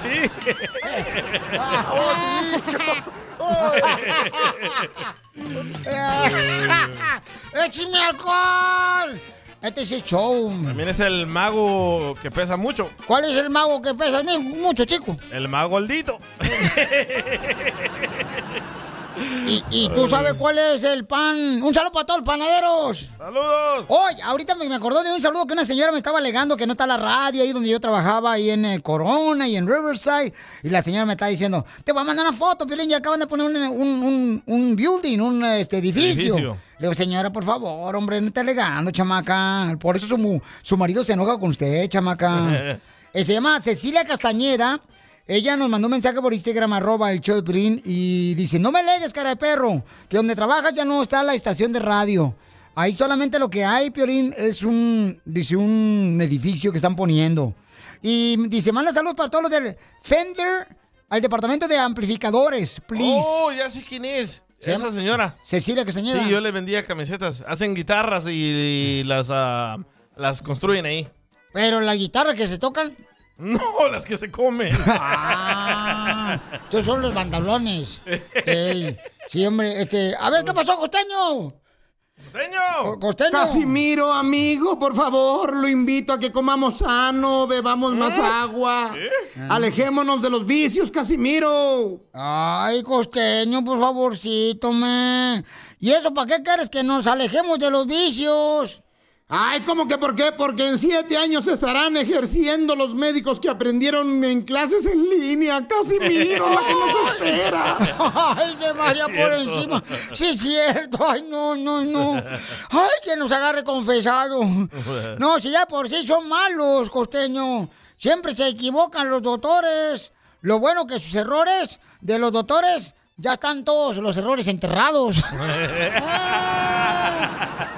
Sí, sí.
É.
¡Échame alcohol! Este es el show.
También es el mago que pesa mucho.
¿Cuál es el mago que pesa mi- mucho, chico?
El mago gordito.
Y, y tú sabes cuál es el pan. Un saludo para todos los panaderos.
¡Saludos!
Hoy, ahorita me me acordó de un saludo que una señora me estaba alegando que no está la radio ahí donde yo trabajaba, ahí en eh, Corona y en Riverside. Y la señora me está diciendo: Te voy a mandar una foto, Piolín, ya acaban de poner un, un- un- un building, un este, edificio.
Edificio.
Le digo, señora, por favor, hombre, no está alegando, chamaca. Por eso su, mu- su marido se enoja con usted, chamaca. Eh, se llama Cecilia Castañeda. Ella nos mandó un mensaje por Instagram, arroba el show de Piolín, y dice, no me legues, cara de perro, que donde trabajas ya no está la estación de radio. Ahí solamente lo que hay, Piolín, es un, dice, un edificio que están poniendo. Y dice, manda saludos para todos los del Fender, al departamento de amplificadores, please.
Oh, ya sé quién es.
Se
Esa
llama-
señora.
Cecilia Castañeda.
Sí, yo le vendía camisetas. Hacen guitarras y, y las, ah, las construyen ahí.
Pero las guitarras que se tocan,
No, las que se comen.
estos Ah, son los pantalones. Ey, Sí, hombre, este, a ver, ¿qué pasó, costeño?
¡Costeño!
¡Costeño!
Casimiro, amigo, por favor, lo invito a que comamos sano, bebamos más agua. Alejémonos de los vicios, Casimiro.
Ay, costeño, por favorcito, me. ¿Y eso para qué quieres que nos alejemos de los vicios?
Ay, ¿cómo que por qué? Porque en siete años estarán ejerciendo los médicos que aprendieron en clases en línea. Casi miro la que nos espera.
Ay, de María
Es cierto.
por encima. Sí, es cierto. Ay, no, no, no. Ay, que nos agarre confesado. No, si ya por sí son malos, costeño. Siempre se equivocan los doctores. Lo bueno que sus errores de los doctores ya están todos los errores enterrados.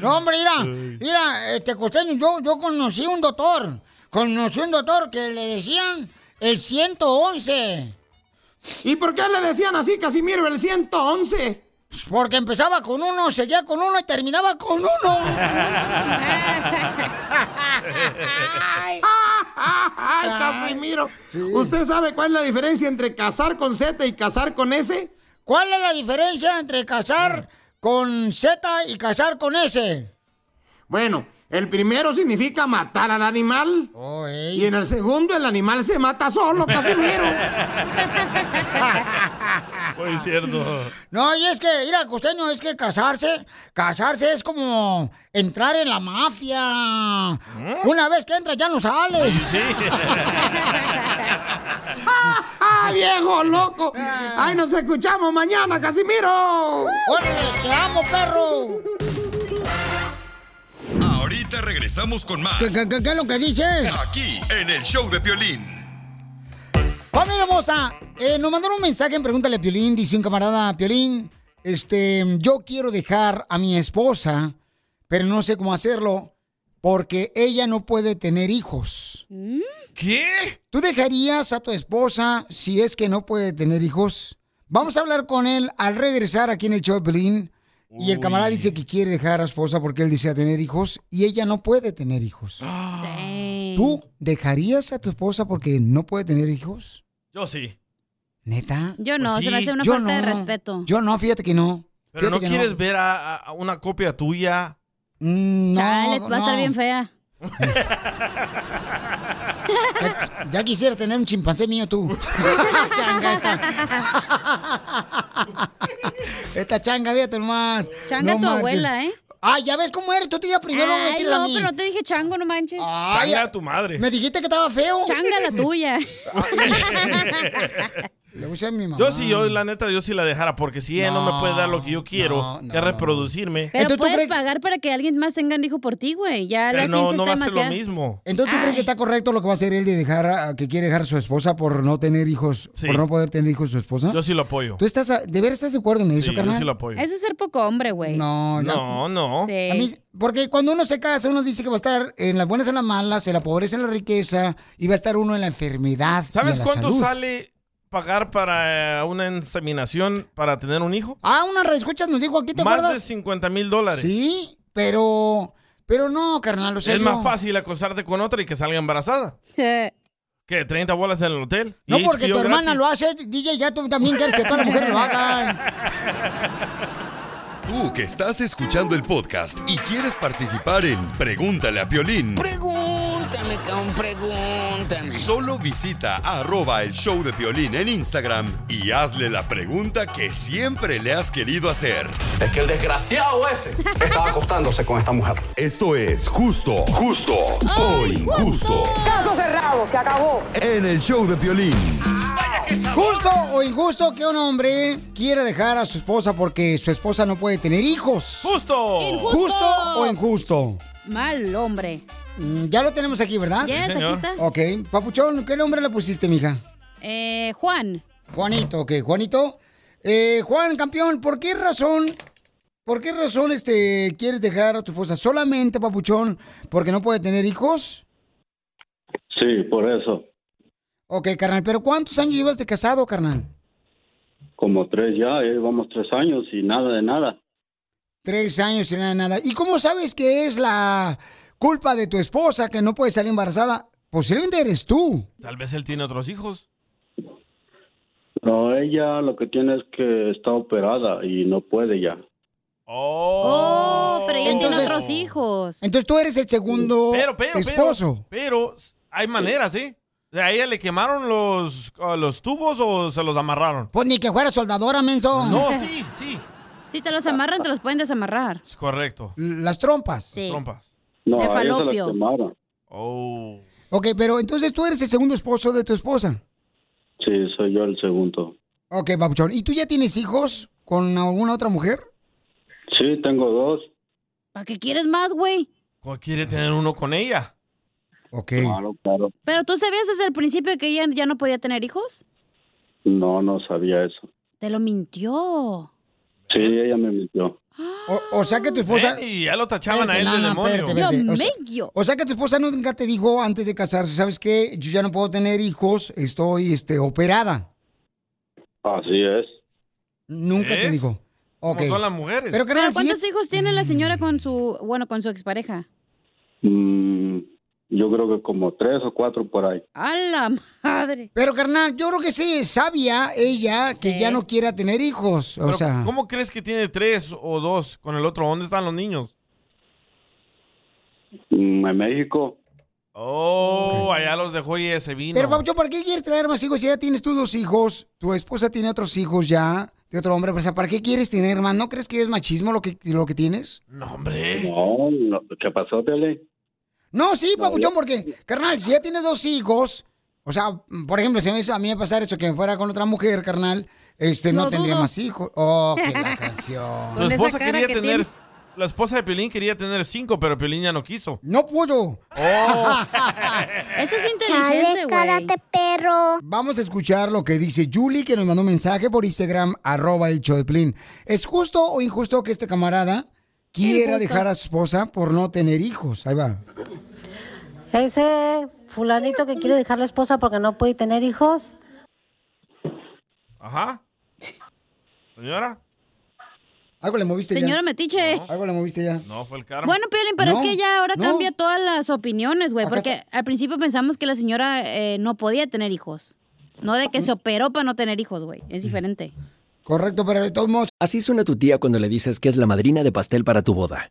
No, hombre, mira, mira, este costeño, yo, yo conocí un doctor. Conocí un doctor que le decían el 111.
¿Y por qué le decían así, Casimiro, el 111?
Pues Porque empezaba con uno, seguía con uno y terminaba con uno.
¡Ay, Ah, Casimiro! ¿Usted sabe cuál es la diferencia entre casar con Z y casar con S?
¿Cuál es la diferencia entre casar con Z y casar con S?
Bueno, el primero significa matar al animal.
Oh,
y en el segundo, el animal se mata solo, Casimiro.
Muy cierto.
No, y es que, mira, costeño, es que casarse, casarse es como entrar en la mafia.
¿Eh?
Una vez que entras ya no sales.
¡Ah, viejo loco! ¡Ay, nos escuchamos mañana, Casimiro!
¡Órale, te amo, perro!
Ahorita regresamos con más.
¿Qué, qué, qué- qué es lo que dices?
Aquí, en el show de Piolín.
Familia hermosa, eh, nos mandaron un mensaje en Pregúntale a Piolín. Dice un camarada, Piolín, este, yo quiero dejar a mi esposa, pero no sé cómo hacerlo porque ella no puede tener hijos.
¿Qué?
¿Tú dejarías a tu esposa si es que no puede tener hijos? Vamos a hablar con él al regresar aquí en el show de Piolín. Y el camarada dice que quiere dejar a su esposa porque él desea tener hijos y ella no puede tener hijos. ¿Tú dejarías a tu esposa porque no puede tener hijos?
Yo sí.
¿Neta?
Yo no,
Pues
se me
sí.
hace una
Yo
falta de
no.
respeto.
Yo no, fíjate que no.
Pero
Fíjate
no
que
quieres ver a, a- a una copia tuya.
Mm, No,
Chale, va a estar
no.
bien fea.
Ya quisiera tener un chimpancé mío tú. changa esta. esta changa, fíjate nomás.
Changa tu abuela, ¿eh?
Ay, ya ves cómo eres, tú te ibas primero a
Ay,
vestir a
no,
mí.
pero no te dije chango, no manches.
Ay, Changa
tu madre.
Me dijiste que estaba feo.
Changa la tuya.
Le gusta a mi mamá.
Yo sí, yo la neta, yo sí la dejara, porque si ella no, me puede dar lo que yo quiero, que es reproducirme.
Pero puedes pagar para que alguien más tenga un hijo por ti, güey. Ya la
Pero no,
ciencia
no va a
está
ser lo
demasiado.
mismo.
Entonces, ¿tú crees que está correcto lo que va a hacer él de dejar, a- que quiere dejar a su esposa por no tener hijos,
Sí.
por no poder tener hijos su esposa?
Yo sí lo apoyo.
¿Tú estás, a- de veras estás de acuerdo en eso,
Sí, yo
carnal?
sí lo apoyo.
Ese es ser poco hombre, güey.
No, ya-
No, no.
A mí- porque cuando uno se casa, uno dice que va a estar en las buenas, en las malas, en la pobreza, en la riqueza, y va a estar uno en la enfermedad. y en
¿Sabes
la
cuánto
salud.
sale pagar para eh, una inseminación para tener un hijo?
Ah, una reescucha nos dijo aquí, ¿te
Más de
acuerdas?
50 mil dólares.
Sí, pero. Pero no, carnal, o sea,
es
yo-
más fácil acostarte con otra y que salga embarazada. ¿Qué? ¿30 bolas en el hotel?
No,
¿Y
porque
HBO
tu hermana
gratis?
lo hace, DJ, ya tú también quieres que todas las mujeres lo hagan.
Tú que estás escuchando el podcast y quieres participar en Pregúntale a Piolín.
Pregúntame, con pregúntame.
Solo visita arroba el show de Piolín en Instagram y hazle la pregunta que siempre le has querido hacer. Es que el desgraciado ese estaba acostándose con esta mujer. Esto es justo, justo o injusto.
Caso cerrado, se acabó.
En el show de Piolín.
Justo o injusto que un hombre quiera dejar a su esposa porque su esposa no puede tener hijos.
Justo.
Injusto.
Justo o injusto.
Mal hombre.
Mm, Ya lo tenemos aquí, ¿verdad?
Yes, Sí, aquí señor. está.
Ok, Papuchón, ¿qué nombre le pusiste, mija?
Eh, Juan.
Juanito, ok, Juanito. Eh, Juan, campeón, ¿por qué razón, por qué razón este, quieres dejar a tu esposa solamente, Papuchón, porque no puede tener hijos?
Sí, por eso,
Ok, carnal, pero ¿cuántos años llevas de casado, carnal?
como tres ya, eh, vamos tres años y nada de nada.
Tres años y nada, de nada. ¿Y cómo sabes que es la culpa de tu esposa que no puede salir embarazada? Posiblemente eres tú.
Tal vez él tiene otros hijos.
No, ella lo que tiene es que está operada y no puede ya.
Oh, pero ella
Entonces-
tiene otros hijos.
Entonces tú eres el segundo
Pero, pero,
esposo.
Pero, pero hay maneras, ¿eh? O sea, ¿A ella le quemaron los, uh, los tubos o se los amarraron?
Pues ni que fuera soldadora, menso.
No, sí, sí.
Si te los amarran, te los pueden desamarrar.
Es correcto.
Las trompas.
Sí.
Trompas.
No,
De
a ella se
falopio.
la quemaron.
Oh.
Ok, pero entonces tú eres el segundo esposo de tu esposa.
Sí, soy yo el segundo.
Ok, Papuchón. ¿Y tú ya tienes hijos con alguna otra mujer?
Sí, tengo dos.
¿Para qué quieres más, güey?
¿Cuál quiere tener uno con ella?
Ok.
Claro, claro.
¿Pero tú sabías desde el principio que ella ya no podía tener hijos?
No, no sabía eso.
Te lo mintió.
Sí, ella me mintió.
O, o sea que tu esposa...
Ven, y ya lo tachaban a él
Espérate,
de
no, no,
demonio.
espérate, espérate. O sea- O sea que tu esposa nunca te dijo antes de casarse, ¿sabes qué? Yo ya no puedo tener hijos, estoy este, operada.
Así es.
Nunca te
¿Ves?
dijo.
Como
Ok.
son las mujeres.
Pero,
¿Pero
carnal,
cuántos hijos tiene la señora con su, bueno, con su expareja?
Mm, yo creo que como tres o cuatro por ahí.
A la madre.
Pero carnal, yo creo que sí, sabía ella que ya no quiera tener hijos. O
Pero,
sea,
¿Cómo crees que tiene tres o dos con el otro? ¿Dónde están los niños?
Mm, en México.
Oh, allá los dejó y se vino.
pero Papuchón, ¿para qué quieres tener más hijos? Si ya tienes tú dos hijos, tu esposa tiene otros hijos ya, de otro hombre. O sea, ¿para qué quieres tener más? ¿No crees que es machismo lo que, lo que tienes?
No, hombre.
No, no, ¿qué pasó, Piolín?
No, sí,
No,
Papuchón,
yo-
porque, carnal, si ya tienes dos hijos, o sea, por ejemplo, si me hizo- a mí me pasara eso que me fuera con otra mujer, carnal, este, no,
Lo
tendría
dudo.
más hijos. Oh, qué la canción.
Tu esposa quería tener. La esposa de Piolín quería tener cinco, pero Piolín ya no quiso.
No pudo.
Oh.
Eso es
inteligente, güey.
perro.
Vamos a escuchar lo que dice Julie, que nos mandó un mensaje por Instagram, arroba el show de Piolín. ¿Es justo o injusto que este camarada quiera
Injusto.
dejar a su esposa por no tener hijos? Ahí va.
Ese fulanito que quiere dejar la esposa porque no puede tener hijos.
Ajá. Señora.
Algo le moviste ya.
Señora Metiche.
Algo le moviste ya.
No, fue el karma.
Bueno, Piolín, pero
No,
es que ya ahora
no.
cambia todas las opiniones, güey,
Acá
porque
está.
al principio pensamos que la señora eh, no podía tener hijos. No de que se operó para no tener hijos, güey. Es diferente.
Correcto, pero de todos modos.
Así suena tu tía cuando le dices que es la madrina de pastel para tu boda.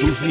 ¿Tus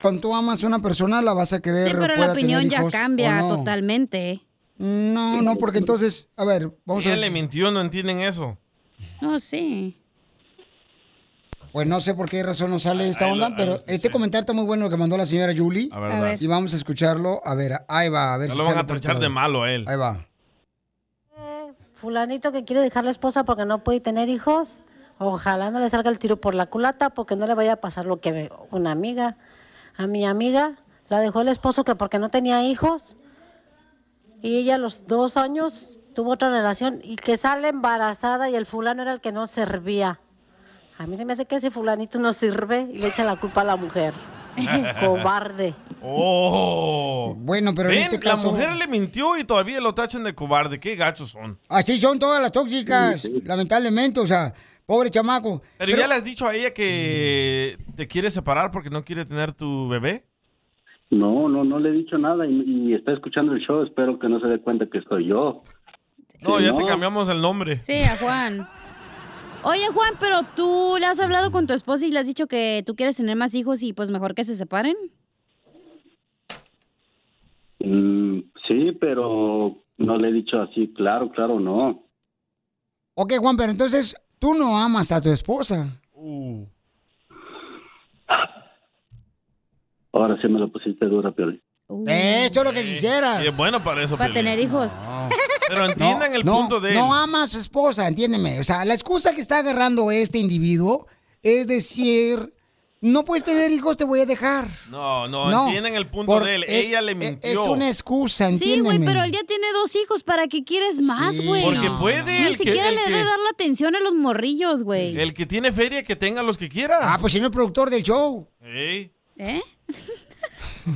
Cuando tú amas a una persona, la vas a querer.
Sí, pero la
pueda tener
opinión ya
hijos o
cambia
no.
totalmente.
No, no, porque entonces, a ver, vamos a
Ella
ver.
le
si-
mintió, no entienden eso.
No, sí.
Pues no sé por qué razón no sale esta
Ah, Ahí
onda,
lo- ahí lo
pero este comentario está muy bueno que mandó la señora Julie.
A ver, A ver.
Y vamos a escucharlo. A ver, ahí va, a ver
Ya
si
lo van
sale
a
por este
tachar de
lado.
malo a él.
Ahí va.
Fulanito que quiere dejar la esposa porque no puede tener hijos. Ojalá no le salga el tiro por la culata porque no le vaya a pasar lo que me- una amiga. A mi amiga la dejó el esposo que porque no tenía hijos. Y ella a los dos años tuvo otra relación y que sale embarazada y el fulano era el que no servía. A mí se me hace que ese fulanito no sirve y le echa la culpa a la mujer. Cobarde.
Oh.
Bueno, pero en este caso-
La mujer le mintió y todavía lo tachan de cobarde. Qué gachos son.
Así son todas las tóxicas, lamentablemente, o sea, pobre chamaco.
Pero, ya le has dicho a ella que te quiere separar porque no quiere tener tu bebé.
No, no, no le he dicho nada y, y está escuchando el show. Espero que no se dé cuenta que soy yo.
No,
Que
ya te cambiamos el nombre.
Sí, a Juan. Oye, Juan, pero tú le has hablado con tu esposa y le has dicho que tú quieres tener más hijos y pues mejor que se separen.
Mm, sí, pero no le he dicho así. Claro, claro, no.
Ok, Juan, pero entonces tú no amas a tu esposa. Uh.
Ahora sí me lo pusiste dura, Piolín.
Eso es lo que quisieras.
Y es bueno para eso.
Para
Piolín.
Ah. tener hijos.
Pero entiendan el
no,
punto de él.
No ama a su esposa, entiéndeme. O sea, la excusa que está agarrando este individuo es decir no puedes tener hijos, te voy a dejar.
No, no,
No,
entienden el punto
por-
de él.
es-
Ella le
es-
mintió.
es una excusa,
Sí, güey,
entiéndeme.
pero él ya tiene dos hijos. ¿Para qué quieres más,
Sí,
güey?
Porque puede,
Ni
el que-
siquiera
el
le
que-
debe dar la atención a los morrillos, güey.
El que tiene feria, que tenga los que quiera.
Ah, pues si no es productor del show.
Ey.
¿Eh?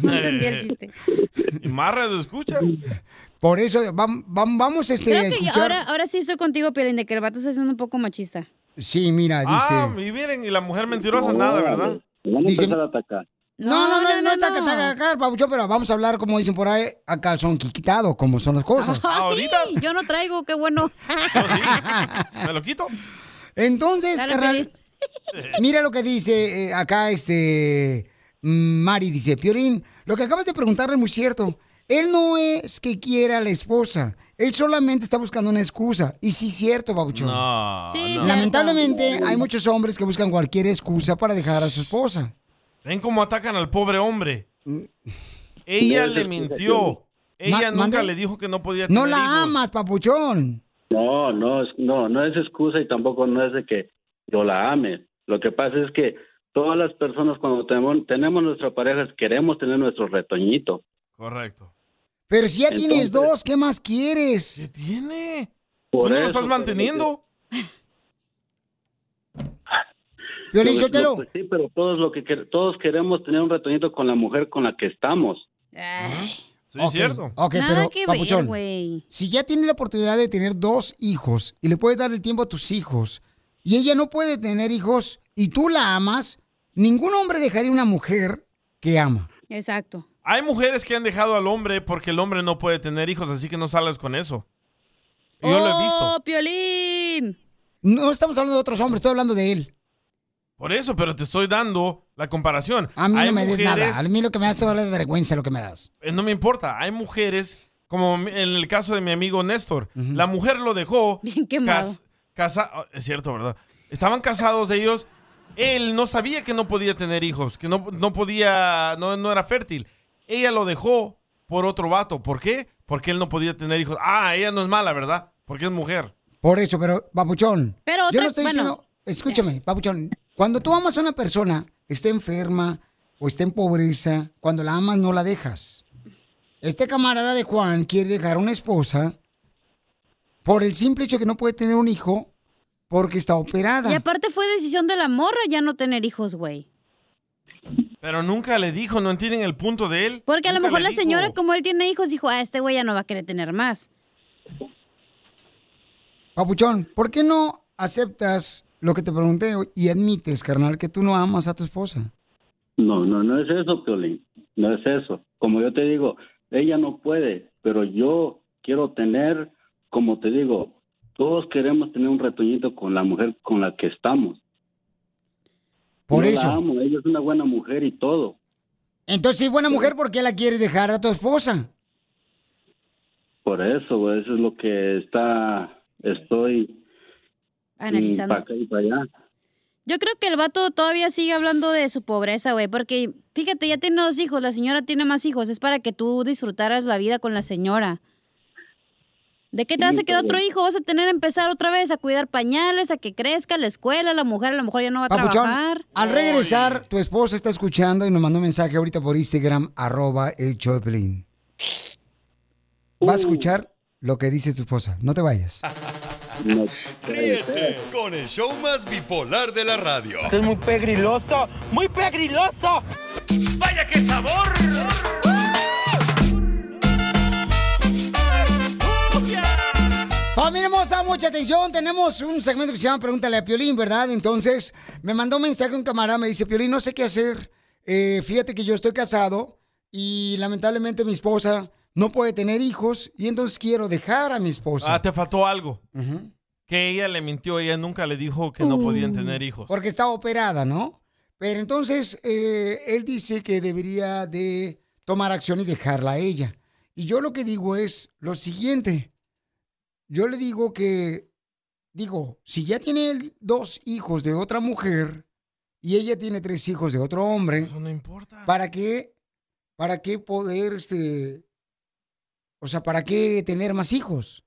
No entendí el chiste.
Y Marra lo escucha.
Por eso vam- vam- vamos este,
Creo
a
que yo-
escuchar.
ahora, ahora sí estoy contigo, Piolín, de que el vato está siendo un poco machista.
Sí, mira, dice.
Ah, y miren, y la mujer mentirosa
No,
nada, ¿verdad?
a Dice- empezar
a atacar.
No, no, no, no, está que está acá, papuchón, pero vamos a hablar, como dicen por ahí, a calzón quitado, como son las cosas.
Ah,
Ay, Yo no traigo, qué bueno.
¿Me lo quito?
Entonces,
Dale,
carnal, mira lo que dice eh, acá este mm, Mari, dice, Piorín, lo que acabas de preguntar es muy cierto. Él no es que quiera a la esposa, él solamente está buscando una excusa. Y sí, cierto, babuchón.
No.
Ah,
no.
Lamentablemente hay muchos hombres que buscan cualquier excusa para dejar a su esposa.
Ven cómo atacan al pobre hombre. Ella
No,
le
no,
mintió. Ella
Ma-
nunca
mande-
le dijo que no podía tener
No la
hijos.
amas, papuchón.
No, no, es- no, no es excusa y tampoco no es de que yo la ame. Lo que pasa es que todas las personas cuando tenemos, tenemos nuestra pareja queremos tener nuestro retoñito.
Correcto.
Pero si ya tienes
Entonces-
dos, ¿qué más quieres? ¿Qué
tiene?
Por
¿Tú no lo
eso,
estás
pero-
manteniendo?
Pues, no, pues sí, pero todos lo que quer- todos queremos tener un retoñito con la mujer con la que estamos.
Sí,
Ok, Ok,
Nada
pero,
que Ah, ver,
papuchón,
güey.
si ya tienes la oportunidad de tener dos hijos y le puedes dar el tiempo a tus hijos y ella no puede tener hijos y tú la amas, ningún hombre dejaría una mujer que ama.
Exacto.
Hay mujeres que han dejado al hombre porque el hombre no puede tener hijos, así que no salgas con eso. Yo lo he visto.
¡Oh, Piolín!
No estamos hablando de otros hombres, estoy hablando de él.
Por eso, pero te estoy dando la comparación.
A mí
Hay
no me des
mujeres-
nada. A mí lo que me das te vale vergüenza lo que me das.
Eh, No me importa. Hay mujeres, como mi- en el caso de mi amigo Néstor, la mujer lo dejó. Bien
quemado.
es cierto, ¿verdad? Estaban casados ellos. Él no sabía que no podía tener hijos, que no, no podía, no, no era fértil. Ella lo dejó por otro vato. ¿Por qué? Porque él no podía tener hijos. Ah, ella no es mala, ¿verdad? Porque es mujer.
Por eso, pero, papuchón.
Pero
yo
otra-
no estoy
bueno.
diciendo. Escúchame, papuchón. Cuando tú amas a una persona, está enferma o está en pobreza, cuando la amas no la dejas. Este camarada de Juan quiere dejar a una esposa por el simple hecho que no puede tener un hijo porque está operada.
Y aparte fue decisión de la morra ya no tener hijos, güey.
Pero nunca le dijo, no entienden el punto de
Pues,
él.
Porque a lo
Nunca
mejor
le
la
dijo.
señora, como él tiene hijos, dijo, ah, este güey ya no va a querer tener más.
Papuchón, ¿por qué no aceptas lo que te pregunté y admites, carnal, que tú no amas a tu esposa?
No, no, no es eso, Piolín. No es eso. Como yo te digo, ella no puede, pero yo quiero tener, como te digo, todos queremos tener un retoñito con la mujer con la que estamos.
Por
Yo
eso.
La amo, ella es una buena mujer y todo.
Entonces, si es buena mujer, ¿por qué la quieres dejar a tu esposa?
Por eso, güey, eso es lo que está, estoy
Analizando.
Para acá y para allá.
Yo creo que el vato todavía sigue hablando de su pobreza, güey, porque fíjate, ya tiene dos hijos, la señora tiene más hijos, es para que tú disfrutaras la vida con la señora. ¿De qué te vas a
Sí,
quedar otro
pero-
hijo? Vas a tener que empezar otra vez a cuidar pañales, a que crezca, la escuela, la mujer a lo mejor ya no va a
Papuchón,
trabajar.
al regresar, tu esposa está escuchando y nos mandó un mensaje ahorita por Instagram, arroba el Choplin. Va a escuchar lo que dice tu esposa. No te vayas.
Ríete con el show más bipolar de la radio.
Esto es muy pegriloso, muy pegriloso. ¡Vaya qué sabor!
Familia hermosa, mucha atención. Tenemos un segmento que se llama Pregúntale a Piolín, ¿verdad? Entonces, me mandó un mensaje un camarada, me dice, Piolín, no sé qué hacer. Eh, fíjate que yo estoy casado y lamentablemente mi esposa no puede tener hijos y entonces quiero dejar a mi esposa.
Ah, te faltó algo. Que ella le mintió, ella nunca le dijo que no
Uh.
podían tener hijos.
Porque estaba operada, ¿no? Pero entonces eh, él dice que debería de tomar acción y dejarla a ella. Y yo lo que digo es lo siguiente. Yo le digo que, digo, si ya tiene él dos hijos de otra mujer y ella tiene tres hijos de otro hombre, eso
no importa.
¿Para qué? ¿Para qué poder, este, o sea, para qué tener más hijos?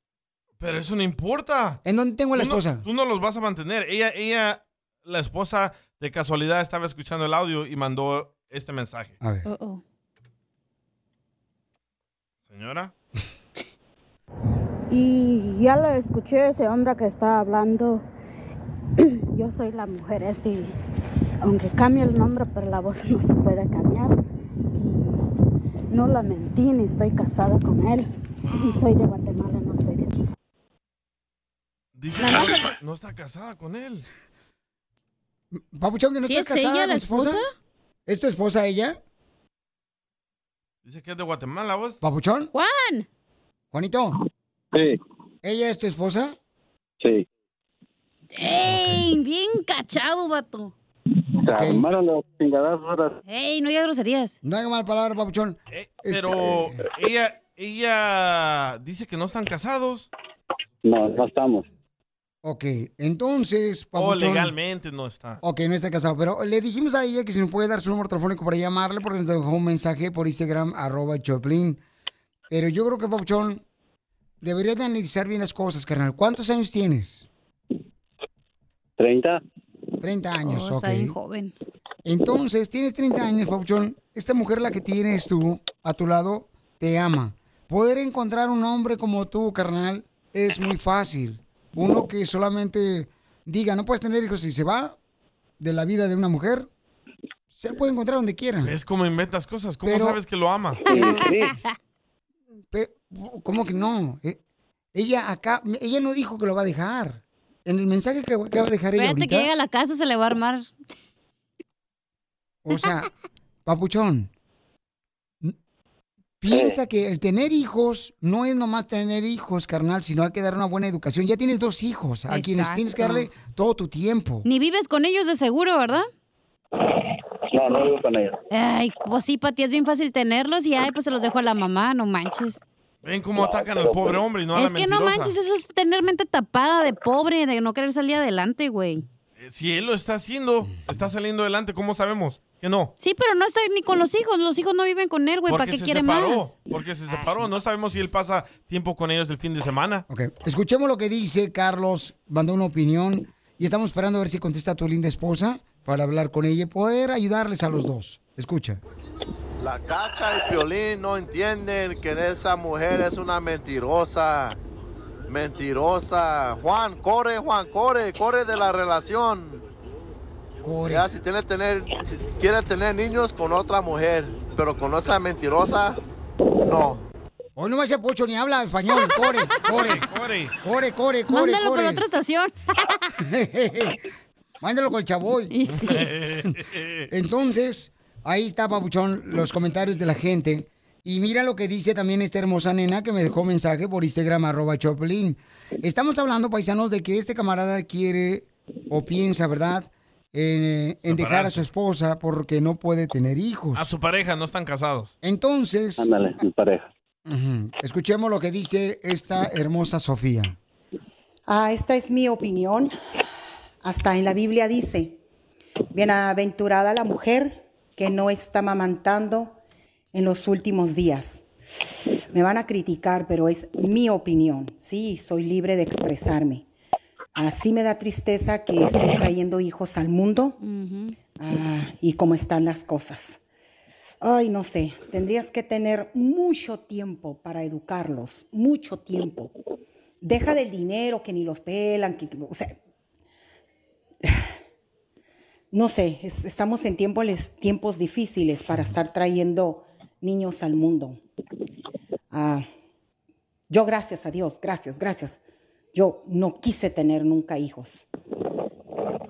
Pero eso no importa.
¿En dónde tengo a la
Tú no-
esposa?
tú no los vas a mantener. Ella, ella, la esposa de casualidad estaba escuchando el audio y mandó este mensaje.
A ver.
Señora.
Y ya lo escuché ese hombre que está hablando. Yo soy la mujer ese, y aunque cambie el nombre, pero la voz no se puede cambiar. Y no la mentí, ni estoy casada con él. Y soy de Guatemala, no soy de aquí.
Dice
Nada
que
más-
no está casada con él.
Papuchón, que no
¿Sí
está
es
casada
ella
con
la
tu esposa.
esposa?
¿Es tu esposa ella?
Dice que es de Guatemala, vos.
¿Papuchón?
Juan.
Juanito,
Sí,
¿ella es tu esposa?
sí.
¡Ey! Bien cachado, vato.
Se armaron los chingadas horas.
¡Ey! No digas groserías.
No haga mal palabra, papuchón. Este,
Pero
eh,
ella, ella dice que no están casados.
No, no estamos.
Ok, entonces,
O
papuchón.
Oh, legalmente no está.
Ok, no está casado, pero le dijimos a ella que si nos puede dar su número telefónico para llamarle porque nos dejó un mensaje por Instagram, arroba el Choplin. Pero yo creo que, Papuchón, deberías de analizar bien las cosas, carnal. ¿Cuántos años tienes?
30.
30 años,
Oh,
ok.
está bien joven.
Entonces, tienes 30 años, Papuchón. Esta mujer, la que tienes tú a tu lado, te ama. Poder encontrar un hombre como tú, carnal, es muy fácil. Uno que solamente diga, no puedes tener hijos y se va de la vida de una mujer, se puede encontrar donde quiera.
Es como inventas cosas. ¿Cómo
Pero-
sabes que lo ama?
Pe- ¿Cómo que no? Eh, Ella acá, ella no dijo que lo va a dejar. En el mensaje que acaba de dejar ella
Espérate que llega
ahorita,
a la casa, se le va a armar.
o sea, Papuchón, n- piensa que el tener hijos no es nomás tener hijos, carnal, sino hay que dar una buena educación. Ya tienes dos hijos a quienes tienes que darle
Exacto.
todo tu tiempo.
Ni vives con ellos de seguro, ¿verdad?
No, no vivo con ella.
Ay, pues sí, Pati, es bien fácil tenerlos y ay, pues se los dejo a la mamá, no manches.
Ven cómo atacan al pobre
pues,
hombre y no a la
es que no
mentirosa.
manches, eso es tener mente tapada de pobre, de no querer salir adelante, güey.
Eh, Si él lo está haciendo, está saliendo adelante, ¿cómo sabemos que no?
Sí, pero no está ni con los hijos, los hijos no viven con él, güey, ¿para
porque
qué
se
quiere
separó,
más?
porque se separó. No sabemos si él pasa tiempo con ellos el fin de semana.
Ok, escuchemos lo que dice Carlos, mandó una opinión y estamos esperando a ver si contesta tu linda esposa para hablar con ella y poder ayudarles a los dos. Escucha.
La cacha y Piolín no entienden que esa mujer es una mentirosa. Mentirosa. Juan, corre, Juan, corre, corre de la relación. Ya, si, tiene tener, si quiere tener niños con otra mujer, pero con esa mentirosa, no.
Hoy no me hace pocho ni habla español. Core, core,
core,
core, core, core.
Mándalo por
core.
la otra estación.
Mándalo con el chaboy. Entonces, ahí está, Papuchón, los comentarios de la gente. Y mira lo que dice también esta hermosa nena que me dejó mensaje por Instagram, arroba Choplin. Estamos hablando, paisanos, de que este camarada quiere o piensa, ¿verdad?, en, en dejar a su esposa porque no puede tener hijos.
A su pareja, no están casados.
Entonces,
mi pareja.
ujú, escuchemos lo que dice esta hermosa Sofía.
Ah, esta es mi opinión. Hasta en la Biblia dice, bienaventurada la mujer que no está mamantando en los últimos días. Me van a criticar, pero es mi opinión. Sí, soy libre de expresarme. Así me da tristeza que estén trayendo hijos al mundo ah, y cómo están las cosas. Ay, no sé, tendrías que tener mucho tiempo para educarlos, mucho tiempo. Deja del dinero que ni los pelan, que, o sea, no sé, es- estamos en tiempo- les- tiempos difíciles para estar trayendo niños al mundo. Ah, yo gracias a Dios, gracias, gracias. Yo no quise tener nunca hijos.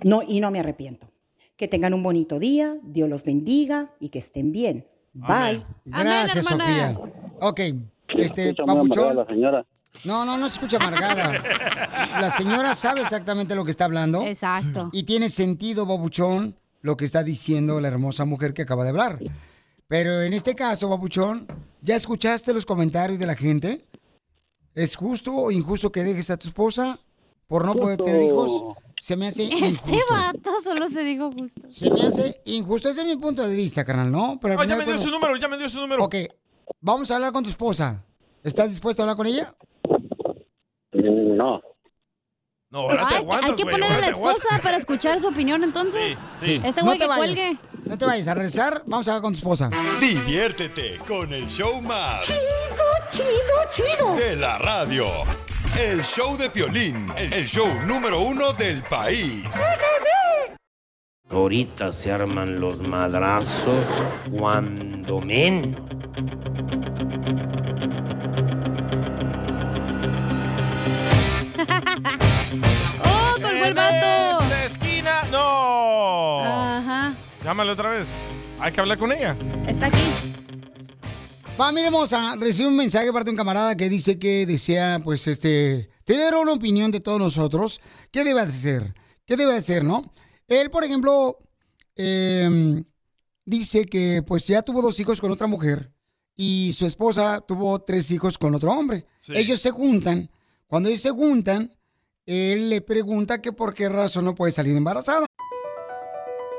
No, y no me arrepiento. Que tengan un bonito día, Dios los bendiga y que estén bien. Bye.
Gracias, Sofía. Ok, este,
Escucha, muy
Papuchón.
amargada la
señora.
No, no, no se escucha amargada. La señora sabe exactamente lo que está hablando.
Exacto.
Y tiene sentido, Babuchón, lo que está diciendo la hermosa mujer que acaba de hablar. Pero en este caso, Babuchón, ¿ya escuchaste los comentarios de la gente? ¿Es justo o injusto que dejes a tu esposa por no poder tener hijos? Se me hace
Este
injusto.
vato solo se dijo justo.
Se me hace injusto. Ese es mi punto de vista, carnal, ¿no? Pero al
Ay, Ah, ya
final
me
de
dio su
cuentas-
número, ya me dio su número.
Ok, vamos a hablar con tu
Eh,
esposa. ¿Estás dispuesto a hablar con ella?
No.
No, ahora te
Ay,
aguantas,
hay que
güey,
poner a
ahora
la
te aguantas.
esposa para escuchar su opinión entonces.
Sí, sí.
Este
No
güey
te
que
vayas.
cuelgue.
No te vayas a regresar, vamos a hablar con tu esposa.
Diviértete con el show más.
Chido, chido, chido.
De la radio. El show de Piolín, el el show número uno del país.
Ahorita se arman los madrazos cuando men.
¡Oh, colgó el vato!
¡En esta esquina! ¡No!
Ajá.
Llámale otra vez. Hay que hablar con ella.
Está aquí.
Familia hermosa, recibí un mensaje de parte de un camarada que dice que desea, pues, este, tener una opinión de todos nosotros. ¿Qué debe hacer? ¿Qué debe hacer, no? Él, por ejemplo, eh, dice que, pues, ya tuvo dos hijos con otra mujer y su esposa tuvo tres hijos con otro hombre. Ellos se juntan. Cuando ellos se juntan, él le pregunta que por qué razón no puede salir embarazada.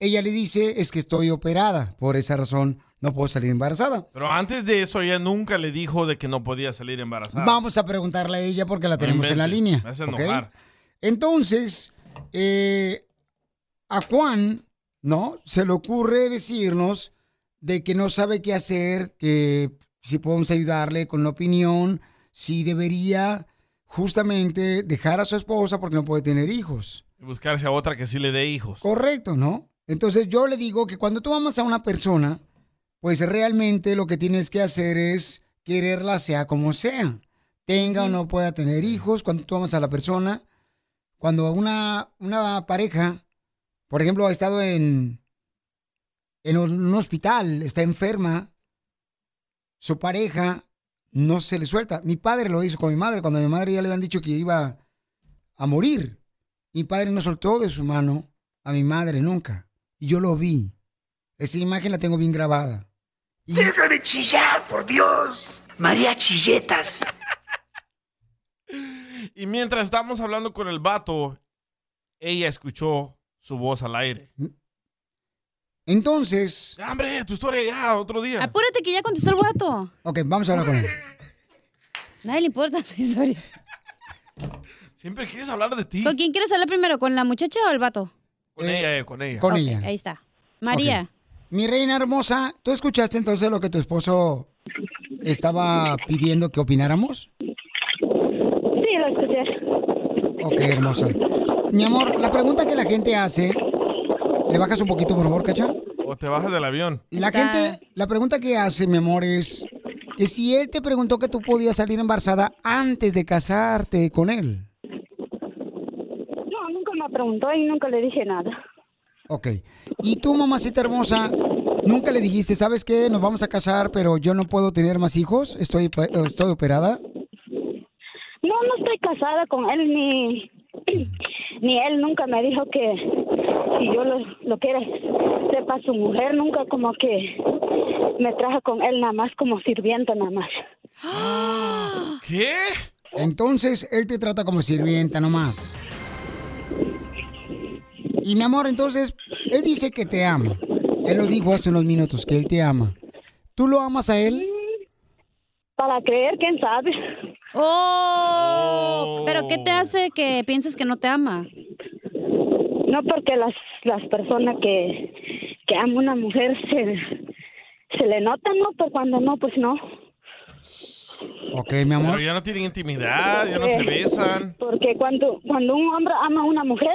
Ella le dice, es que estoy operada, por esa razón no puedo salir embarazada.
Pero antes de eso, ella nunca le dijo de que no podía salir embarazada.
Vamos a preguntarle a ella porque la tenemos en la
Ah. inventes,
línea.
me hace
¿ok?
enojar.
Entonces, eh, a Juan, ¿no? Se le ocurre decirnos de que no sabe qué hacer, que si podemos ayudarle con una opinión, si debería justamente dejar a su esposa porque no puede tener hijos.
Y buscarse a otra que sí le dé hijos.
Correcto, ¿no? Entonces yo le digo que cuando tú amas a una persona, pues realmente lo que tienes que hacer es quererla sea como sea. Tenga o no pueda tener hijos, cuando tú amas a la persona, cuando una, una pareja, por ejemplo, ha estado en, en un hospital, está enferma, su pareja no se le suelta. Mi padre lo hizo con mi madre, cuando a mi madre ya le habían dicho que iba a morir. Mi padre no soltó de su mano a mi madre nunca. Y yo lo vi. Esa imagen la tengo bien grabada.
¡Deja de chillar, por Dios! María Chilletas.
Y mientras estábamos hablando con el vato, ella escuchó su voz al aire.
Entonces...
Ya, hombre, tu historia ya, otro día.
Apúrate que ya contestó el guato.
Ok, vamos a hablar con él.
Nadie le importa tu historia.
Siempre quieres hablar de ti.
¿Con quién quieres hablar primero? ¿Con la muchacha o el vato?
Con ella, eh, con ella.
Con
Ok,
ella.
Ahí está. María.
Mi reina hermosa, ¿tú escuchaste entonces lo que tu esposo estaba pidiendo que opináramos?
Sí, lo escuché.
Ok, hermosa. Mi amor, la pregunta que la gente hace... ¿Le bajas un poquito, por favor, Cacha?
O te bajas del avión.
La gente, la pregunta que hace, mi amor, es que si él te preguntó que tú podías salir embarazada antes de casarte con él.
No, nunca me preguntó y nunca le dije nada.
Ok. Y tú, mamacita hermosa, nunca le dijiste, ¿sabes qué? Nos vamos a casar, pero yo no puedo tener más hijos. Estoy, pa- estoy operada.
No, no estoy casada con él ni ni él nunca me dijo que si yo lo, lo quiera sepa su mujer nunca como que me trajo con él nada más como sirvienta nada más.
¿Qué?
Entonces, él te trata como sirvienta nomás. Y mi amor, entonces, él dice que te ama. Él lo dijo hace unos minutos, que él te ama. ¿Tú lo amas a él?
Para creer, quién sabe.
Oh, pero ¿qué te hace que pienses que no te ama?
No porque las las personas que que ama una mujer se se le nota no, pero cuando no pues no.
Ok, mi amor.
Pero ya no tienen intimidad, ya no se
Eh,
besan.
Porque cuando, cuando un hombre ama a una mujer,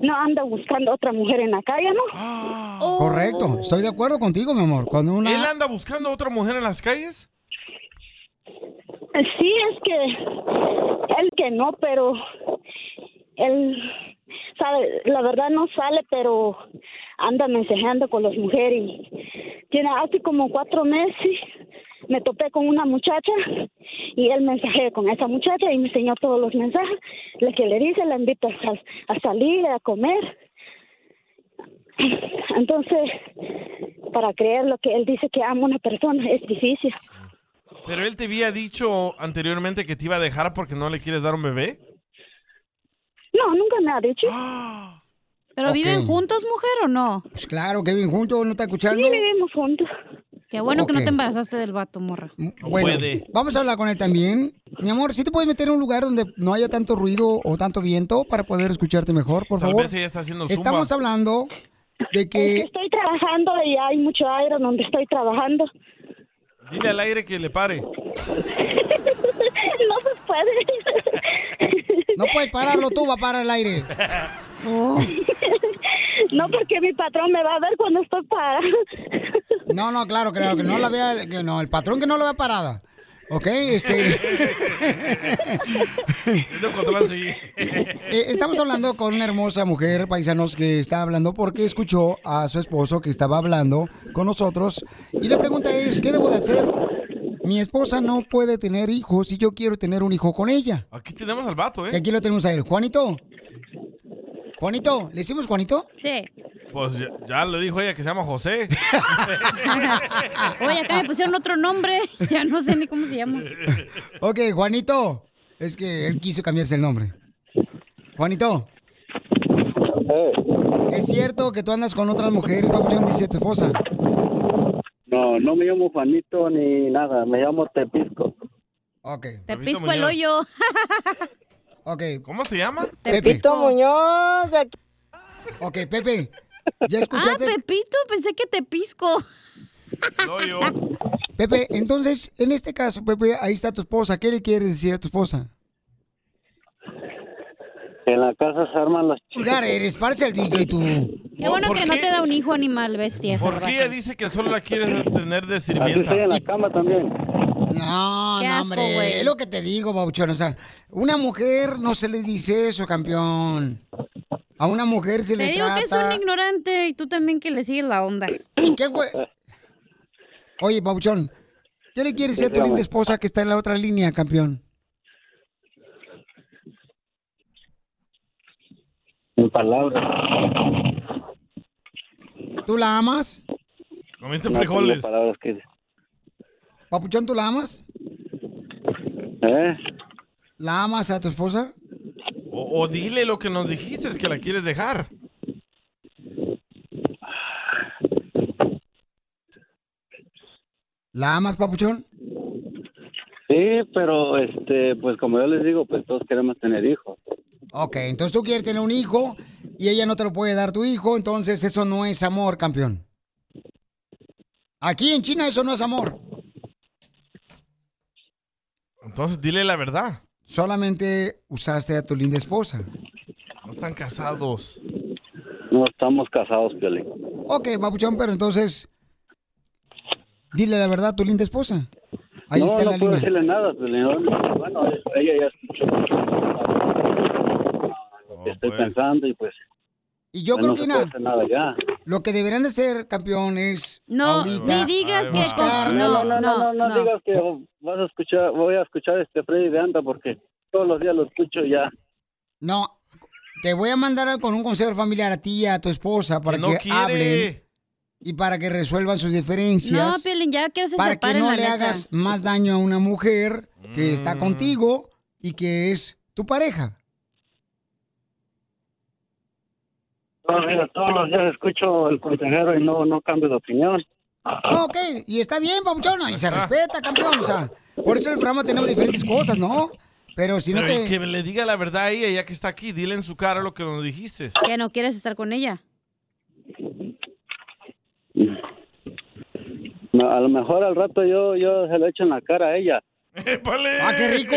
no anda buscando otra mujer en la calle, ¿no?
Oh.
Correcto. Estoy de acuerdo contigo, mi amor. Cuando una.
¿Él anda buscando a otra mujer en las calles?
Sí, es que él que no, pero él sabe, la verdad no sale, pero anda mensajeando con las mujeres. y Tiene hace como cuatro meses me topé con una muchacha y él mensajé con esa muchacha y me enseñó todos los mensajes, la que le dice, la invita a, sal- a salir, a comer. Entonces, para creer lo que él dice que ama a una persona es difícil.
¿Pero él te había dicho anteriormente que te iba a dejar porque no le quieres dar un bebé?
No, nunca me ha dicho.
¿Pero viven
Ok.
juntos, mujer, o no?
Pues claro, que bien juntos, ¿no está escuchando?
Sí,
vivimos juntos.
Qué bueno que no
Ok.
te embarazaste del vato, morra.
Bueno, vamos a hablar con él también. Mi amor, ¿sí te puedes meter en un lugar donde no haya tanto ruido o tanto viento para poder escucharte mejor, por
Tal
favor?
vez ella está haciendo zumba.
Estamos hablando de que...
Estoy trabajando y hay mucho aire donde estoy trabajando.
Dile al aire que le pare.
no se puede.
No puedes pararlo tú, va a parar el aire.
No, porque mi patrón me va a ver cuando estoy parada.
No, no, claro, claro, que no la vea, que no, el patrón que no la vea parada. Ok, este...
No controlan seguir.
Eh, estamos hablando con una hermosa mujer, paisanos, que está hablando porque escuchó a su esposo que estaba hablando con nosotros. Y la pregunta es, ¿qué debo de hacer? Mi esposa no puede tener hijos y yo quiero tener un hijo con ella.
Aquí tenemos al vato,
Y
¿eh?
aquí lo tenemos a él. Juanito. Juanito, ¿le hicimos Juanito?
Sí.
Pues ya, ya le dijo ella que se llama José.
Oye, acá me pusieron otro nombre. Ya no sé ni cómo se llama.
Ok, Juanito. Es que él quiso cambiarse el nombre. Juanito. ¿Es cierto que tú andas con otras mujeres, papuchón? Dice tu esposa.
No, no me llamo Juanito ni nada, me llamo Tepisco.
Ok.
Te pisco el hoyo.
Ok.
¿Cómo se llama?
Pepito
Muñoz. Ok, Pepe. ¿Ya escuchaste?
Ah, Pepito, pensé que te pisco.
Pepe, entonces, en este caso, Pepe, ahí está tu esposa. ¿Qué le quieres decir a tu esposa?
En la casa se arman las
Vulgar eres, parce al DJ tú.
Qué bueno
¿Por
que
qué?
no te da un hijo animal, bestia. esa
¿Por qué
raja.
ella dice que solo la quieres tener de sirvienta?
estoy en la
cama también.
No,
Qué
no,
asco,
hombre.
güey.
Es lo que te digo, Bauchón. O sea, una mujer no se le dice eso, campeón. A una mujer se
Te
le
digo que es un
trata.
ignorante y tú también que le sigues la onda.
qué güey? Oye, Bauchón, ¿qué le quieres decir a tu
Dígame.
linda esposa que está en la otra línea, campeón?
Sin palabras.
¿Tú la amas?
Comiste
No
frijoles.
tengo palabras que...
Papuchón, ¿tú la amas?
¿Eh?
¿La amas a tu esposa?
O, o dile lo que nos dijiste, es que la quieres dejar.
¿La amas, Papuchón?
Sí, pero este, pues como yo les digo, pues todos queremos tener hijos.
Ok, entonces tú quieres tener un hijo y ella no te lo puede dar tu hijo, entonces eso no es amor, campeón. Aquí en China eso no es amor.
Entonces dile la verdad.
Solamente usaste a tu linda esposa.
No están casados.
No estamos casados, Piolín.
Ok, papuchón, pero entonces dile la verdad a tu linda esposa. Ahí
no,
está
no
la
puedo
línea.
decirle nada, Piolín. Bueno, Bueno, ella ya escuchó
Oh,
lo que estoy pensando y pues...
Y yo
pues,
creo
no
que
se
na-
puede hacer nada ya.
Lo que deberán de ser, campeón, es
No,
ahorita
ni digas Ahí que va.
buscar-
con- No, no, no,
No, no,
no.
digas que vas a escuchar, voy a escuchar este Freddy de Anda porque todos los días lo escucho ya.
No, te voy a mandar con un consejo familiar a ti y a tu esposa para
Que no
que,
quiere.
hablen y para que resuelvan sus diferencias.
No, Pielín, ya que se
para que
separen,
no
la
le
neta.
hagas más daño a una mujer que
Mm.
está contigo y que es tu pareja.
Todos, los días- todos los días escucho el consejero y no, no cambio de opinión.
Ok, y está bien, papuchona, y se respeta, campeón. O sea, por eso en el programa tenemos diferentes cosas, ¿no? Pero si no
Pero y
te.
que le diga la verdad a ella, ya que está aquí, dile en su cara lo que nos dijiste.
Que no quieres estar con ella.
No, a lo mejor al rato yo, yo se lo echo en la cara a ella.
¡Ah, qué rico!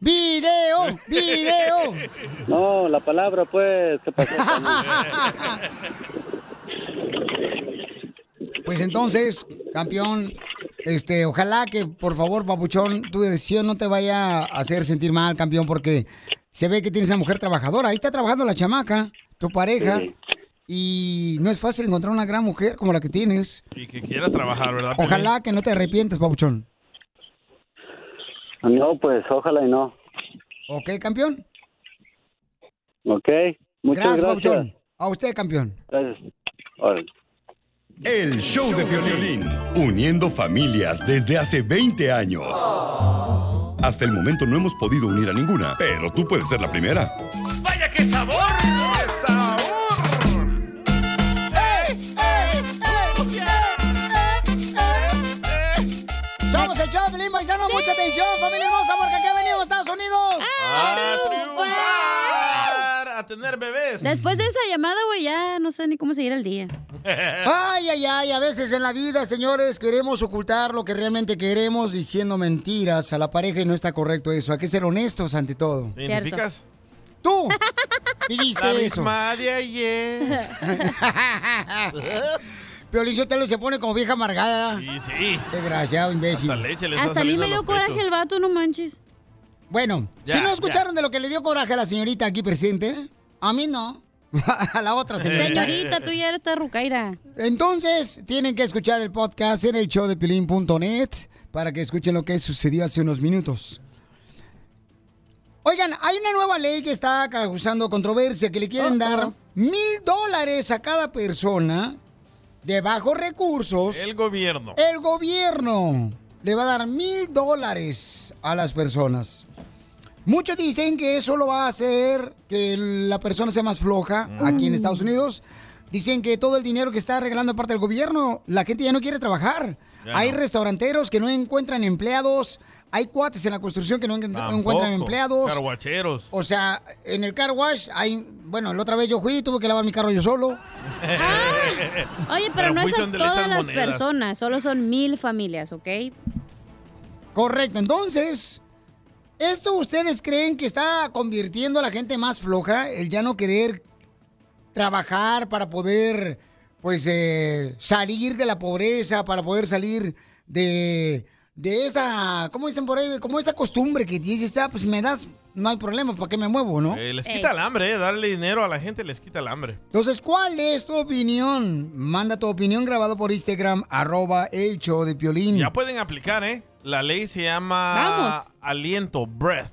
¡Video! ¡Video!
No, la palabra, pues, ¿qué pasó?
Pues entonces, campeón, este, ojalá que por favor, papuchón, tu decisión no te vaya a hacer sentir mal, campeón, porque se ve que tienes una mujer trabajadora. Ahí está trabajando la chamaca, tu pareja.
Sí.
Y no es fácil encontrar una gran mujer como la que tienes.
Y que quiera trabajar, ¿verdad? Piolín?
Ojalá que no te arrepientes, papuchón.
No, pues, ojalá y no.
¿Ok, campeón?
¿Ok? Muchas
gracias,
gracias.
papuchón. A usted, campeón.
Gracias. Órale.
El show de violín, uniendo familias desde hace 20 años. Hasta el momento no hemos podido unir a ninguna, pero tú puedes ser la primera.
¡Vaya qué sabor! ¡Qué sabor!
Somos el show, de Pelín Paisano. Mucha atención, familia hermosa, porque aquí venimos, Estados Unidos.
Ah,
¡A triunfar! ¡A tener bebés!
Después de esa llamada, güey, ya no sé ni cómo seguir el día.
Eh.
Ay, ay, ay, a veces en la vida, señores, queremos ocultar lo que realmente queremos diciendo mentiras a la pareja y no está correcto eso. Hay que ser honestos ante todo.
¿Te identificas?
Tú viviste
La
eso.
misma de ayer.
Piolín Sotelo se pone como vieja amargada.
Sí, sí.
Desgraciado, imbécil.
Hasta leche le está
Hasta a mí
saliendo
me
a
dio
los
coraje
pechos.
el vato, no manches.
Bueno,
Ya,
si no
ya.
escucharon de lo que le dio coraje a la señorita aquí presente, a mí no. a la otra señorita.
Señorita, tú ya eres rucaira.
Entonces, tienen que escuchar el podcast en el show de Pilín.net para que escuchen lo que sucedió hace unos minutos. Oigan, hay una nueva ley que está causando controversia, que le quieren dar mil dólares a cada persona de bajos recursos.
El gobierno.
El gobierno le va a dar mil dólares a las personas. Muchos dicen que eso lo va a hacer que la persona sea más floja aquí en Estados Unidos. Dicen que todo el dinero que está regalando parte del gobierno, la gente ya no quiere trabajar.
Ya
hay
no.
restauranteros que no encuentran empleados, hay cuates en la construcción que no encuent- no encuentran
Tampoco.
empleados.
Carguacheros.
O sea, en el car wash hay, bueno, la otra vez yo fui, tuve que lavar mi carro yo solo.
Ah. Oye, pero, no es
fuiste
a
donde le
todas
echan
las
monedas.
personas, solo son mil familias, ¿ok?
Correcto, entonces, ¿esto ustedes creen que está convirtiendo a la gente más floja? El ya no querer trabajar para poder, pues, eh, salir de la pobreza, para poder salir de, de esa, ¿cómo dicen por ahí? Como esa costumbre que dices, ah, pues me das, no hay problema, ¿para qué me muevo, no?
Eh, les quita el hambre, eh. Darle dinero a la gente les quita el hambre.
Entonces, ¿cuál es tu opinión? Manda tu opinión grabado por Instagram, arroba el show de Piolín.
Ya pueden aplicar, ¿eh? La ley se llama
Mm. Vamos.
aliento, breath.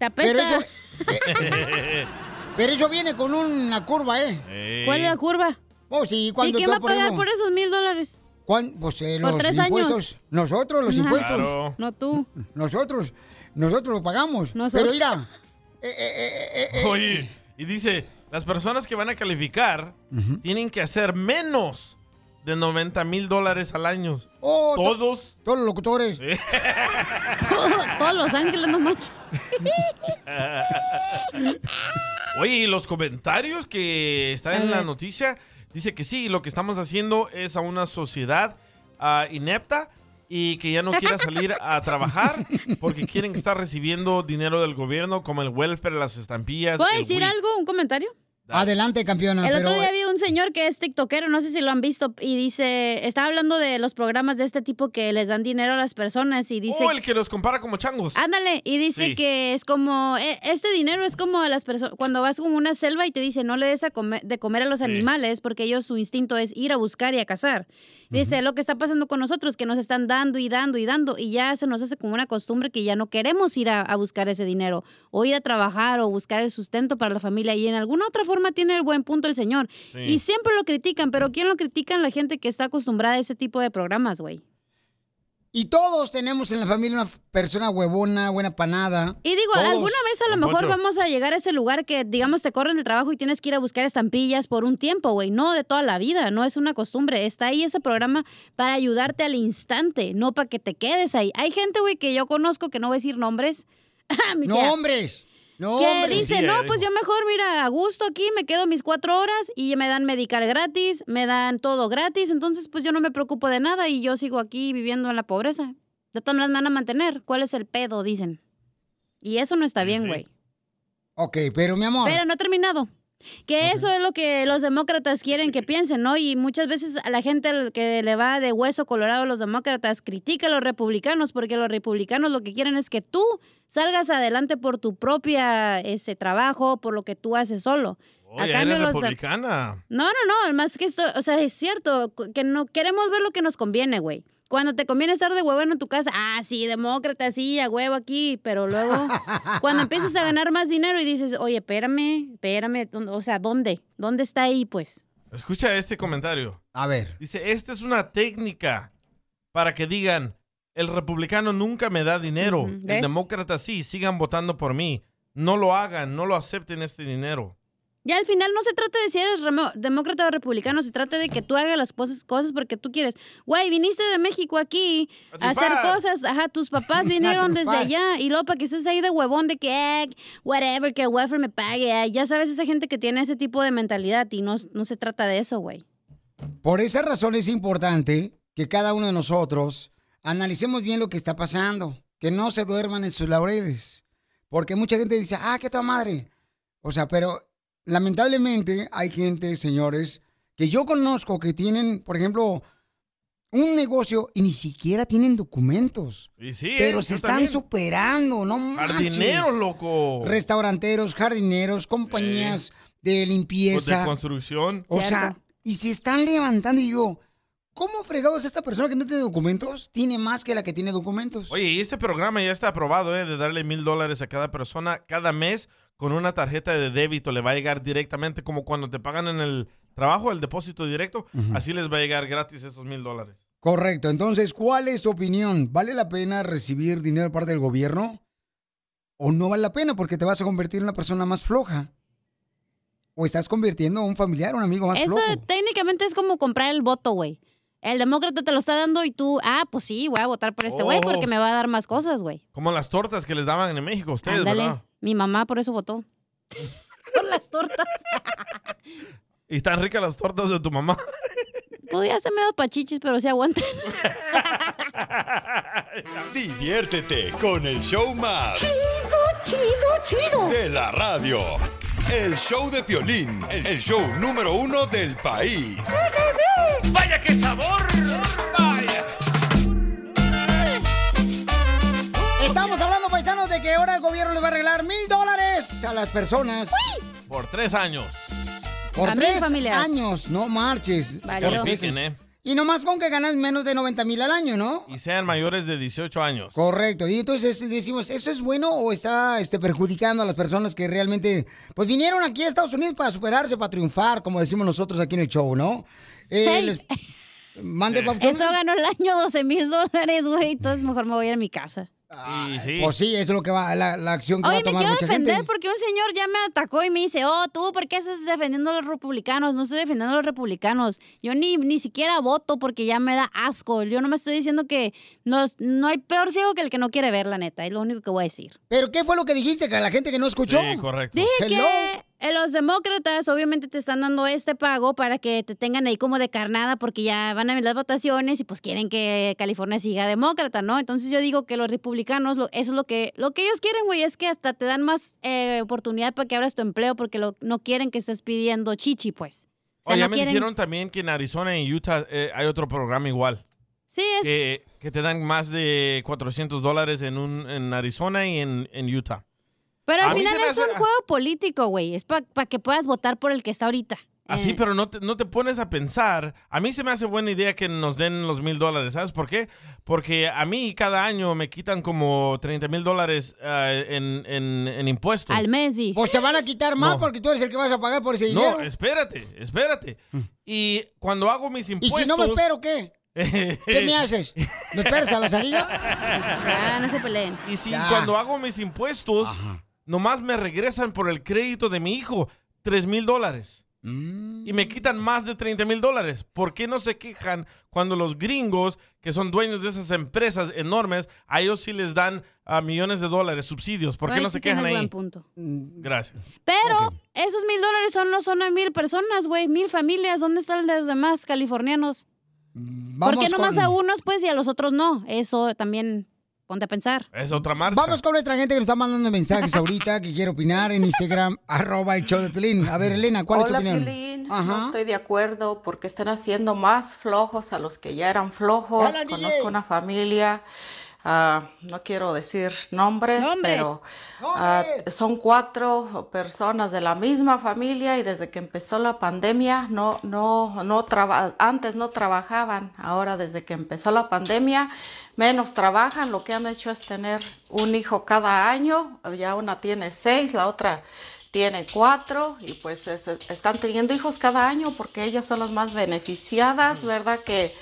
Te
Pero
apesta.
eso- eh, Pero eso viene con una curva, ¿eh?
Ey.
¿Cuál es la curva?
Oh, sí, cuando
¿Y quién
tú,
va a
por
pagar
ejemplo-
por esos mil dólares?
¿Cuán- Pues eh,
Por
los
tres años.
impuestos. Nosotros, los
Ajá.
impuestos.
Claro. No tú.
Nosotros, nosotros lo pagamos.
Nosotros.
Pero mira, eh,
Oye, y dice, las personas que van a calificar tienen que hacer menos de 90 mil dólares al año.
oh, to-
Todos.
todos los locutores.
Todos los ángeles no manches.
Oye, y los comentarios que están en la noticia dice que sí, lo que estamos haciendo es a una sociedad ah, inepta y que ya no quiera salir a trabajar porque quieren estar recibiendo dinero del gobierno como el welfare, las estampillas.
¿Puedo
el
decir
WIC.
algo? ¿Un comentario?
Adelante, campeona.
El
pero eh,
otro día vi un señor que es tiktokero, no sé si lo han visto, y dice, estaba hablando de los programas de este tipo que les dan dinero a las personas y dice... Ah,
O Oh, el que los compara como changos.
Ándale, y dice
Sí.
que es como, e- este dinero es como a las personas, cuando vas con una selva y te dice no le des a come- de comer a los animales porque ellos su instinto es ir a buscar y a cazar. Dice, lo que está pasando con nosotros, que nos están dando y dando y dando y ya se nos hace como una costumbre que ya no queremos ir a, a buscar ese dinero o ir a trabajar o buscar el sustento para la familia y en alguna otra forma tiene el buen punto el señor.
Sí.
Y siempre lo critican, pero ¿quién lo critican? La gente que está acostumbrada a ese tipo de programas, güey.
Y todos tenemos en la familia una persona huevona, buena panada.
Y digo,
Todos.
alguna vez a lo
Don
mejor
Poncho.
vamos a llegar a ese lugar que, digamos, te corren del trabajo y tienes que ir a buscar estampillas por un tiempo, güey. No de toda la vida, no es una costumbre. Está ahí ese programa para ayudarte al instante, no para que te quedes ahí. Hay gente, güey, que yo conozco que no voy a decir nombres. Ah, Mi tía.
Nombres.
que
Nombres.
dice,
Tía,
no,
eh, dijo.
pues yo mejor, mira, a gusto aquí, me quedo mis cuatro horas y me dan medical gratis, me dan todo gratis, entonces pues yo no me preocupo de nada y yo sigo aquí viviendo en la pobreza. De todas maneras me van a mantener. ¿Cuál es el pedo? Dicen. Y eso no está bien, güey.
Ok, pero mi amor.
Pero no ha terminado. Que eso es lo que los demócratas quieren que piensen, ¿no? Y muchas veces a la gente al que le va de hueso colorado a los demócratas critica a los republicanos porque los republicanos lo que quieren es que tú salgas adelante por tu propia ese trabajo, por lo que tú haces solo.
Oye, eres
los de-
republicana.
No, no, no, más que esto, o sea, es cierto que no queremos ver lo que nos conviene, güey. Cuando te conviene estar de huevón en tu casa, ah, sí, demócrata, sí, a huevo aquí, pero luego cuando empiezas a ganar más dinero y dices, oye, espérame, espérame, ¿dó- o sea, ¿dónde? ¿Dónde está ahí, pues?
Escucha este comentario.
A ver.
Dice, esta es una técnica para que digan, el republicano nunca me da dinero, el
¿ves?
demócrata sí, sigan votando por mí. No lo hagan, no lo acepten este dinero.
Ya al final no se trata de si eres remo- demócrata o republicano, se trata de que tú hagas las cosas, cosas porque tú quieres. Güey, viniste de México aquí
A
a, hacer
triunfar.
cosas. Ajá, tus papás
A
vinieron desde
triunfar.
allá y luego para que estés ahí de huevón de que, eh, whatever, que el welfare me pague. ay, Ya sabes, esa gente que tiene ese tipo de mentalidad y no, no se trata de eso, güey.
Por esa razón es importante que cada uno de nosotros analicemos bien lo que está pasando, que no se duerman en sus laureles, porque mucha gente dice, ah, qué toda madre. O sea, pero lamentablemente hay gente, señores, que yo conozco que tienen, por ejemplo, un negocio y ni siquiera tienen documentos.
Y sí,
pero
¿eh?
se
Yo
están
también.
superando, no manches.
Jardineros, loco.
Restauranteros, jardineros, compañías de
Los Pues de
limpieza.
construcción.
O sea, y se están levantando y yo, ¿cómo fregados esta persona que no tiene documentos tiene más que la que tiene documentos?
Oye, y este programa ya está aprobado, ¿eh? De darle mil dólares a cada persona cada mes con una tarjeta de débito. Le va a llegar directamente, como cuando te pagan en el trabajo, el depósito directo. Así les va a llegar gratis esos mil dólares.
Correcto, entonces, ¿cuál es tu opinión? ¿Vale la pena recibir dinero de parte del gobierno? ¿O no vale la pena porque te vas a convertir en una persona más floja? ¿O estás convirtiendo a un familiar, un amigo más
Eso
flojo?
técnicamente es como comprar el voto, güey. El demócrata te lo está dando y tú, ah, pues sí, voy a votar por este güey
Oh.
porque me va a dar más cosas, güey.
Como las tortas que les daban en México a ustedes,
Ándale.
¿verdad?
Mi mamá por eso votó. por las tortas.
Y están ricas las tortas de tu mamá.
Podía ser medio pachichis, pero sí aguantan.
Diviértete con el show más.
Chido, chido, chido.
De la radio. El show de Piolín. El show número uno del país.
Vaya qué sabor. Vaya.
Estamos hablando, paisanos, de que ahora el gobierno le va a arreglar mil dólares a las personas
Por tres años.
por
A mil
tres
familias.
años. No marches.
Valió. Qué difícil, ¿eh?
Y nomás con que ganas menos de 90 mil al año, ¿no?
Y sean mayores de 18 años.
Correcto. Y entonces decimos, ¿eso es bueno o está este, perjudicando a las personas que realmente pues vinieron aquí a Estados Unidos para superarse, para triunfar, como decimos nosotros aquí en el show, ¿no? Eh,
Hey.
les- Mande
Eso ganó el año 12 mil dólares, güey. Entonces mejor me voy a, ir a mi casa.
Pues sí, eso es lo que va, la, la acción que
Oye,
va a
me
tomar
quiero
mucha
defender
gente.
porque un señor ya me atacó y me dice, oh, tú, ¿por qué estás defendiendo a los republicanos? No estoy defendiendo a los republicanos. Yo ni, ni siquiera voto porque ya me da asco. Yo no me estoy diciendo que no, no hay peor ciego que el que no quiere ver, la neta. Es lo único que voy a decir.
¿Pero qué fue lo que dijiste que la gente que no escuchó?
Sí, correcto.
Dije
Pues, Hello.
que eh, los demócratas obviamente te están dando este pago para que te tengan ahí como de carnada porque ya van a venir las votaciones y pues quieren que California siga demócrata, ¿no? Entonces yo digo que los republicanos, lo- eso es lo que, lo que ellos quieren, güey, es que hasta te dan más eh, oportunidad para que abras tu empleo porque lo- no quieren que estés pidiendo chichi, pues. O sea,
Oye, ya
no
me
quieren-
dijeron también que en Arizona y Utah eh, hay otro programa igual.
Sí, es...
Que, que te dan más de 400 dólares en, un, en Arizona y en, en Utah.
Pero
A
al
mí
final
se me
es
hace-
un juego político, güey, es para que puedas votar por el que está ahorita. Eh.
Así, pero no te, no te pones a pensar. A mí se me hace buena idea que nos den los mil dólares. ¿Sabes por qué? Porque a mí cada año me quitan como 30 mil dólares ah, en, en- en impuestos.
Al mes, sí.
Pues te van a quitar más
No.
porque tú eres el que vas a pagar por ese dinero. Mm.
No, espérate, espérate. Y cuando hago mis
y
impuestos...
si no me espero, ¿qué? ¿Qué me haces? ¿Me esperas a la salida?
Ah, no se peleen.
Y si cuando hago mis impuestos, nomás me regresan por el crédito de mi hijo 3 mil dólares. Y me quitan más de 30 mil dólares. ¿Por qué no se quejan cuando los gringos, que son dueños de esas empresas enormes, a ellos sí les dan a millones de dólares, subsidios? ¿Por qué
Ay,
no
sí
se
tienes
quejan ahí?
buen punto.
Mm.
Gracias.
Pero esos mil dólares son, no son a mil personas, güey, mil familias. ¿Dónde están los demás californianos? ¿Por qué
Mm, Vamos
nomás
con-
a unos pues y a los otros no? Eso también ponte a pensar.
Es otra marcha.
Vamos con nuestra gente que nos está mandando mensajes ahorita, que quiere opinar en Instagram, arroba el show de Pelín. A ver, Elena, ¿cuál
Hola,
es tu opinión?
Piolín.
Ajá.
No estoy de acuerdo porque están haciendo más flojos a los que ya eran flojos.
Hola, DJ.
Conozco una familia, ah, no quiero decir nombres,
Nombres.
pero ah, son cuatro personas de la misma familia y desde que empezó la pandemia no, no, no traba- antes no trabajaban. Ahora desde que empezó la pandemia menos trabajan. Lo que han hecho es tener un hijo cada año. Ya una tiene seis, la otra tiene cuatro y pues es- están teniendo hijos cada año porque ellas son las más beneficiadas, ¿verdad? Que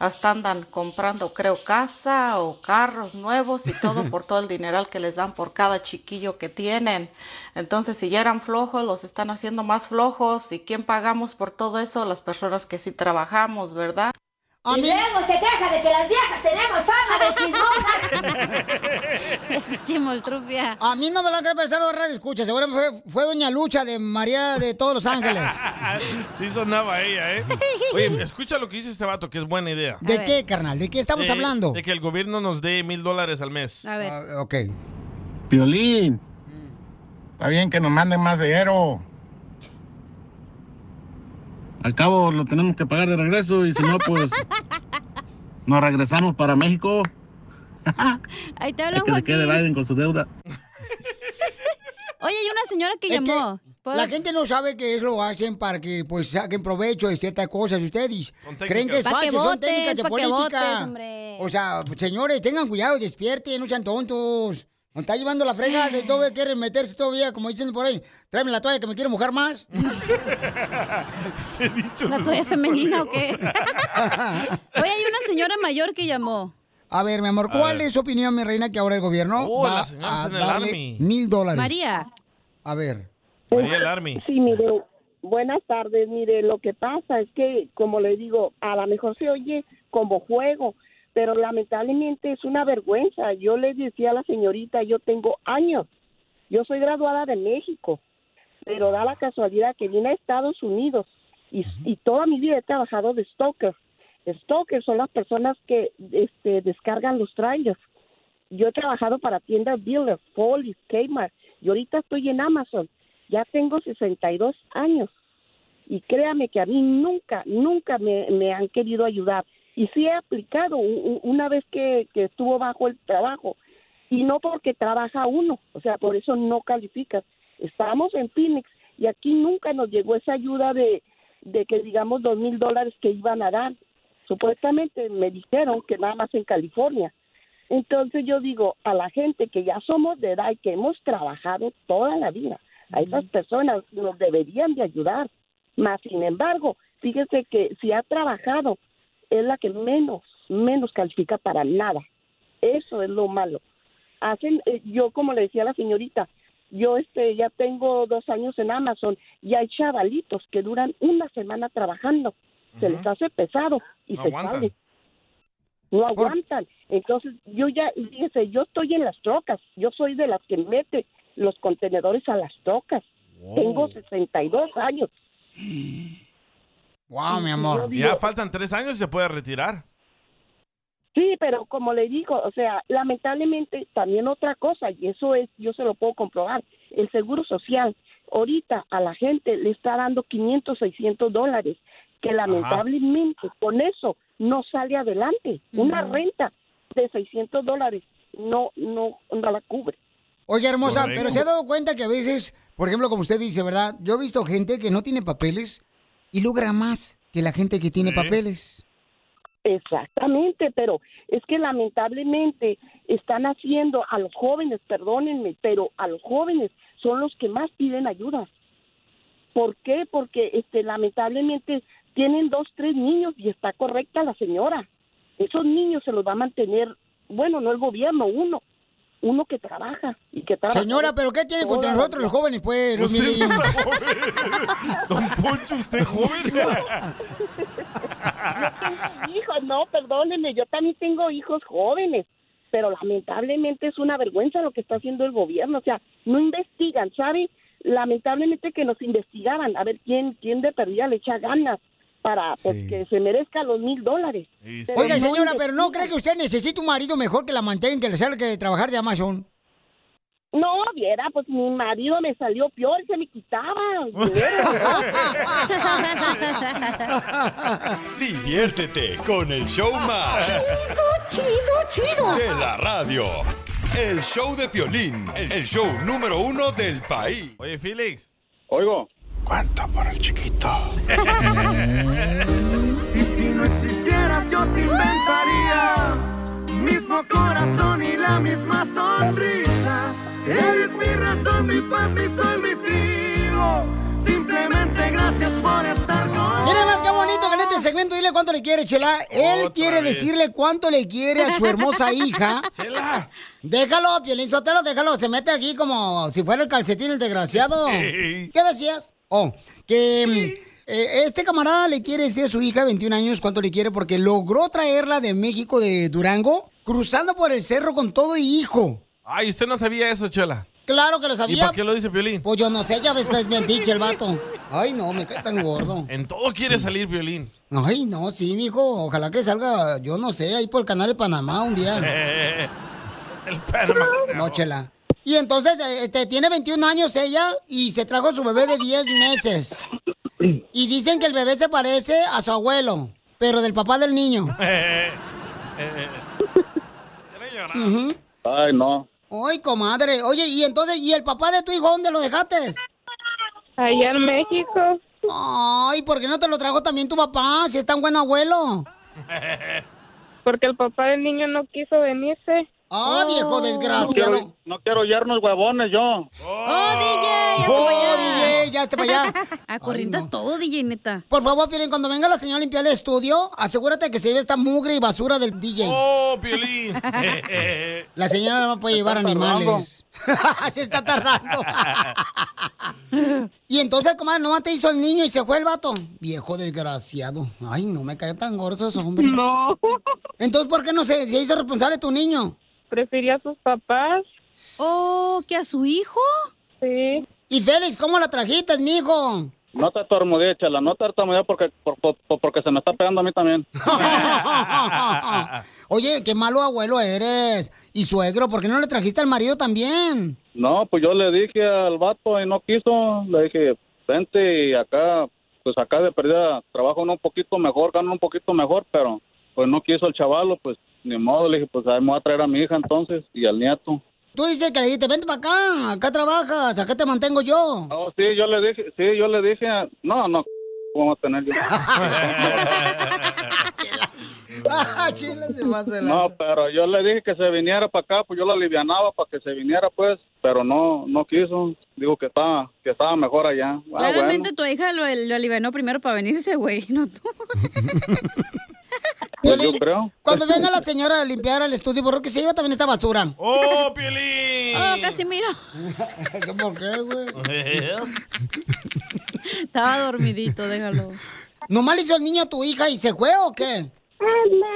hasta andan comprando, creo, casa o carros nuevos y todo por todo el dineral que les dan por cada chiquillo que tienen. Entonces, si ya eran flojos, los están haciendo más flojos. ¿Y quién pagamos por todo eso? Las personas que sí trabajamos, ¿verdad?
Y luego se queja de que las viejas tenemos fama de chismosas.
Es chimoltrufia. A mí no me la creo pensar en radio escucha. Seguramente fue, fue Doña Lucha de María de todos los ángeles.
Sí sonaba ella, ¿eh? Oye, escucha lo que dice este vato, que es buena idea.
¿De qué, carnal? ¿De qué estamos
De-
hablando?
De que el gobierno nos dé mil dólares al mes.
A ver.
ok.
Piolín. Está bien que nos manden más dinero. Al cabo lo tenemos que pagar de regreso y si no, pues nos regresamos para México.
Ahí te
Hay
hablan,
que se
Joaquín.
quede Biden con su deuda.
Oye, hay una señora que
Es que
llamó. ¿Puedo-
La gente no sabe que eso lo hacen para que pues saquen provecho de ciertas cosas. Y Ustedes creen que es
Pa' que
fácil, son
votes,
técnicas de
pa' que votes,
política.
hombre.
o sea, señores, tengan cuidado, despierten, no sean tontos. Nos está llevando la frega de todo, quieren meterse todavía, como dicen por ahí. Tráeme la toalla que me quiero mojar más.
¿La toalla femenina o qué? Oye, hay una señora mayor que llamó.
A ver, mi amor,
A
¿cuál
ver.
es su opinión, mi reina, que ahora el gobierno
Oh,
va
la señora
a
está en el
darle
Army.
mil dólares?
María.
A ver.
María el Army.
Sí, mire, buenas tardes. Mire, lo que pasa es que, como le digo, a lo mejor se oye como juego, pero lamentablemente es una vergüenza. Yo le decía a la señorita, yo tengo años, yo soy graduada de México, pero da la casualidad que vine a Estados Unidos y, y toda mi vida he trabajado de stalker. Stalker son las personas que este, descargan los trailers. Yo he trabajado para tiendas dealers, Follies, Kmart, y ahorita estoy en Amazon. Ya tengo 62 años. Y créame que a mí nunca, nunca me, me han querido ayudar. Y sí he aplicado u- u- una vez que, que estuvo bajo el trabajo. Y no porque trabaja uno, o sea, por eso no calificas. Estamos en Phoenix y aquí nunca nos llegó esa ayuda de, de que digamos dos mil dólares que iban a dar. Supuestamente me dijeron que nada más en California. Entonces yo digo a la gente que ya somos de edad y que hemos trabajado toda la vida, a esas personas nos deberían de ayudar. Mas sin embargo, fíjese que si ha trabajado es la que menos, menos califica para nada. Eso es lo malo. Hacen, eh, yo como le decía a la señorita, yo este ya tengo dos años en Amazon y hay chavalitos que duran una semana trabajando. Se les hace pesado y
No
se
aguantan.
salen. No aguantan. Entonces yo ya, fíjese, yo estoy en las trocas. Yo soy de las que mete los contenedores a las trocas. Tengo 62 años.
Wow, mi amor.
Ya faltan tres años y se puede retirar.
Sí, pero como le digo, o sea, lamentablemente también otra cosa, y eso es, yo se lo puedo comprobar, el Seguro Social ahorita a la gente le está dando 500, 600 dólares, que lamentablemente con eso no sale adelante. Una
Ujú.
renta de 600 dólares no, no, no la cubre.
Oye, hermosa,
Correcto.
pero se ha dado cuenta que a veces, por ejemplo, como usted dice, ¿verdad? Yo he visto gente que no tiene papeles y logra más que la gente que tiene
Sí.
papeles.
Exactamente, pero es que lamentablemente están haciendo a los jóvenes, perdónenme, pero a los jóvenes son los que más piden ayuda. ¿Por qué? Porque este, lamentablemente tienen dos, tres niños y está correcta la señora. Esos niños se los va a mantener, bueno, no el gobierno, uno, uno que trabaja y que trabaja.
Señora, ¿pero qué tiene contra
toda la
nosotros los
vida.
jóvenes, pues? Don
Usted
Miguelín?
Don Poncho, usted joven.
hijos, no, perdónenme, yo también tengo hijos jóvenes, pero lamentablemente es una vergüenza lo que está haciendo el gobierno, o sea, no investigan, ¿sabe? Lamentablemente que nos investigaran, a ver quién, quién de perdida le echa ganas, para pues, que se merezca los mil dólares. Pero
Oiga,
no
señora,
investigan.
pero ¿no cree que usted necesita un marido mejor que la mantenga, que le salga que trabajar de Amazon?
No, viera, pues mi marido me salió peor, se me quitaba.
Diviértete con el show más.
Chido, chido, chido.
De la radio. El show de Piolín, el el show número uno del país.
Oye, Félix.
Oigo.
y si no existieras yo te inventaría mismo corazón y la misma sonrisa. Eres mi razón, mi paz, mi sol, mi trigo. Simplemente gracias por estar con.
Mira más qué bonito que en este segmento dile cuánto le quiere, Chela. Él quiere
vez.
decirle cuánto le quiere a su hermosa hija.
Chela.
Déjalo, Piolín Sotelo, déjalo. Se mete aquí como si fuera el calcetín el desgraciado.
Sí.
¿Qué decías? Oh, que mm, eh, este camarada le quiere decir a su hija, 21 años, cuánto le quiere porque logró traerla de México, de Durango, cruzando por el cerro con todo y hijo.
Ay, usted no sabía eso, Chela.
Claro que lo
¿Y
sabía.
por qué lo dice Piolín?
Pues yo no sé, ya ves que es mentiche el vato. Ay, no, me cae tan gordo.
En todo quiere salir Piolín.
Ay, no, sí, mijo. Ojalá que salga, yo no sé, ahí por el canal de Panamá un día.
El Panamá.
No, chela. Y entonces, eh, este, tiene 21 años ella y se trajo su bebé de 10 meses. Y dicen que el bebé se parece a su abuelo, pero del papá del niño. Ujú.
Ay, no.
Ay, comadre. Oye, y entonces, ¿y el papá de tu hijo dónde lo dejaste?
Allá en México.
Ay, ¿por qué no te lo trajo también tu papá, si es tan buen abuelo?
Porque el papá del niño no quiso venirse. Oh.
Ah, viejo
desgraciado.
No quiero, no quiero yernos huevones yo.
¡Oh, DJ! ¡Ya está para allá!
Acorrientas todo, DJ, neta.
Por favor, Piolín, cuando venga la señora a limpiar el estudio, asegúrate que se lleve esta mugre y basura del DJ.
¡Oh, Piolín!
La señora no puede llevar
Se está tardando.
animales. se está tardando. y entonces, comadre, nomás te hizo el niño y se fue el vato. Viejo desgraciado. Ay, no me cae tan gordo esos hombres.
No.
Entonces, ¿por qué no se, se hizo responsable tu niño?
Prefería a sus papás.
Oh, ¿que a su hijo?
Sí.
Y Félix, ¿cómo la trajiste, mijo?
No te atormudé, chela, no te atormudé porque, por- por- por- porque se me está pegando a mí también.
Oye, qué malo abuelo eres. Y suegro, ¿por qué no le trajiste al marido también?
No, pues yo le dije al vato y no quiso. Le dije, vente y acá, pues acá de perdida trabajo uno un poquito mejor, gano un poquito mejor, pero pues no quiso el chavalo, pues ni modo. Le dije, pues ahí me voy a traer a mi hija entonces y al nieto.
Tú dices que le dijiste, vente para acá, acá trabajas, acá te mantengo yo.
No, sí, yo le dije, sí, yo le dije, no, no, vamos a tener yo.
Ah, chila se va a hacer la-
No, pero yo le dije que se viniera para acá, pues yo la alivianaba para que se viniera, pues, pero no, no quiso. Digo que estaba, que estaba mejor allá. Ah, bueno.
Claramente tu hija lo, lo alivianó primero para venirse, güey, no tú.
Pues yo creo.
Cuando venga la señora a limpiar el estudio, por favor, que se lleva también esta basura.
¡Oh, Piolín!
Oh, Casimiro.
¿Por qué, güey?
Estaba dormidito, déjalo.
¿Nomás le hizo el niño a tu hija y se fue o qué?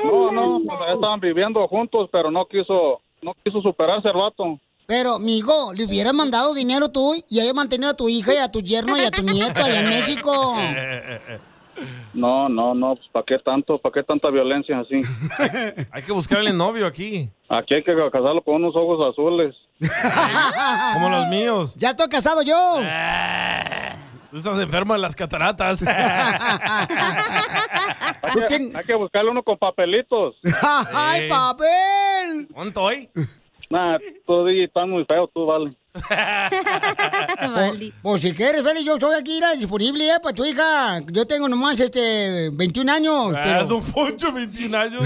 No, no, pues ahí estaban viviendo juntos, pero no quiso, no quiso superarse el vato.
Pero, migo, le hubieras mandado dinero tú y haya mantenido a tu hija y a tu yerno y a tu nieto allá en México.
No, no, no, pues ¿para qué tanto? ¿Para qué tanta violencia así?
Hay que buscarle novio aquí.
Aquí hay que casarlo con unos ojos azules.
Como los míos.
Ah.
Ah.
Ya estoy casado yo.
Tú estás enfermo de las cataratas.
Hay que, hay que buscarle uno con papelitos.
¡Ay, papel!
¿Cuánto hoy?
Nah, tú, DJ, estás muy feo, tú, vale.
Pues, pues, si quieres, Félix, yo estoy aquí mira, disponible eh, para tu hija. Yo tengo nomás este 21 años.
Ah,
pero-
don Poncho, 21 años.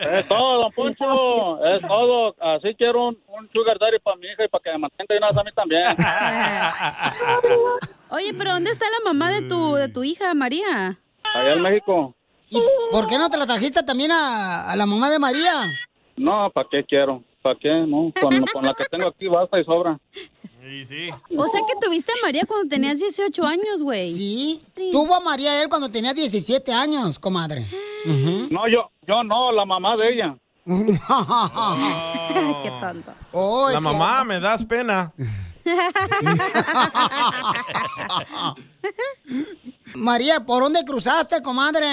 Es todo, don Poncho, es todo. Así quiero un, un sugar daddy para mi hija y para que me mantenga de una vez a mí también.
Oye, pero ¿dónde está la mamá de tu, de tu hija, María?
Allá en México.
¿Y por qué no te la trajiste también a, a la mamá de María?
No, ¿para qué quiero? ¿Para qué? No, con, con la que tengo aquí basta y sobra.
Sí, sí.
O sea que tuviste a María cuando tenías 18 años, güey.
Sí. Tuvo a María él cuando tenía 17 años, comadre.
No, yo, yo no, la mamá de ella.
Ah.
Qué tonto.
Oh,
La
es
mamá, me das pena.
María, ¿por dónde cruzaste, comadre?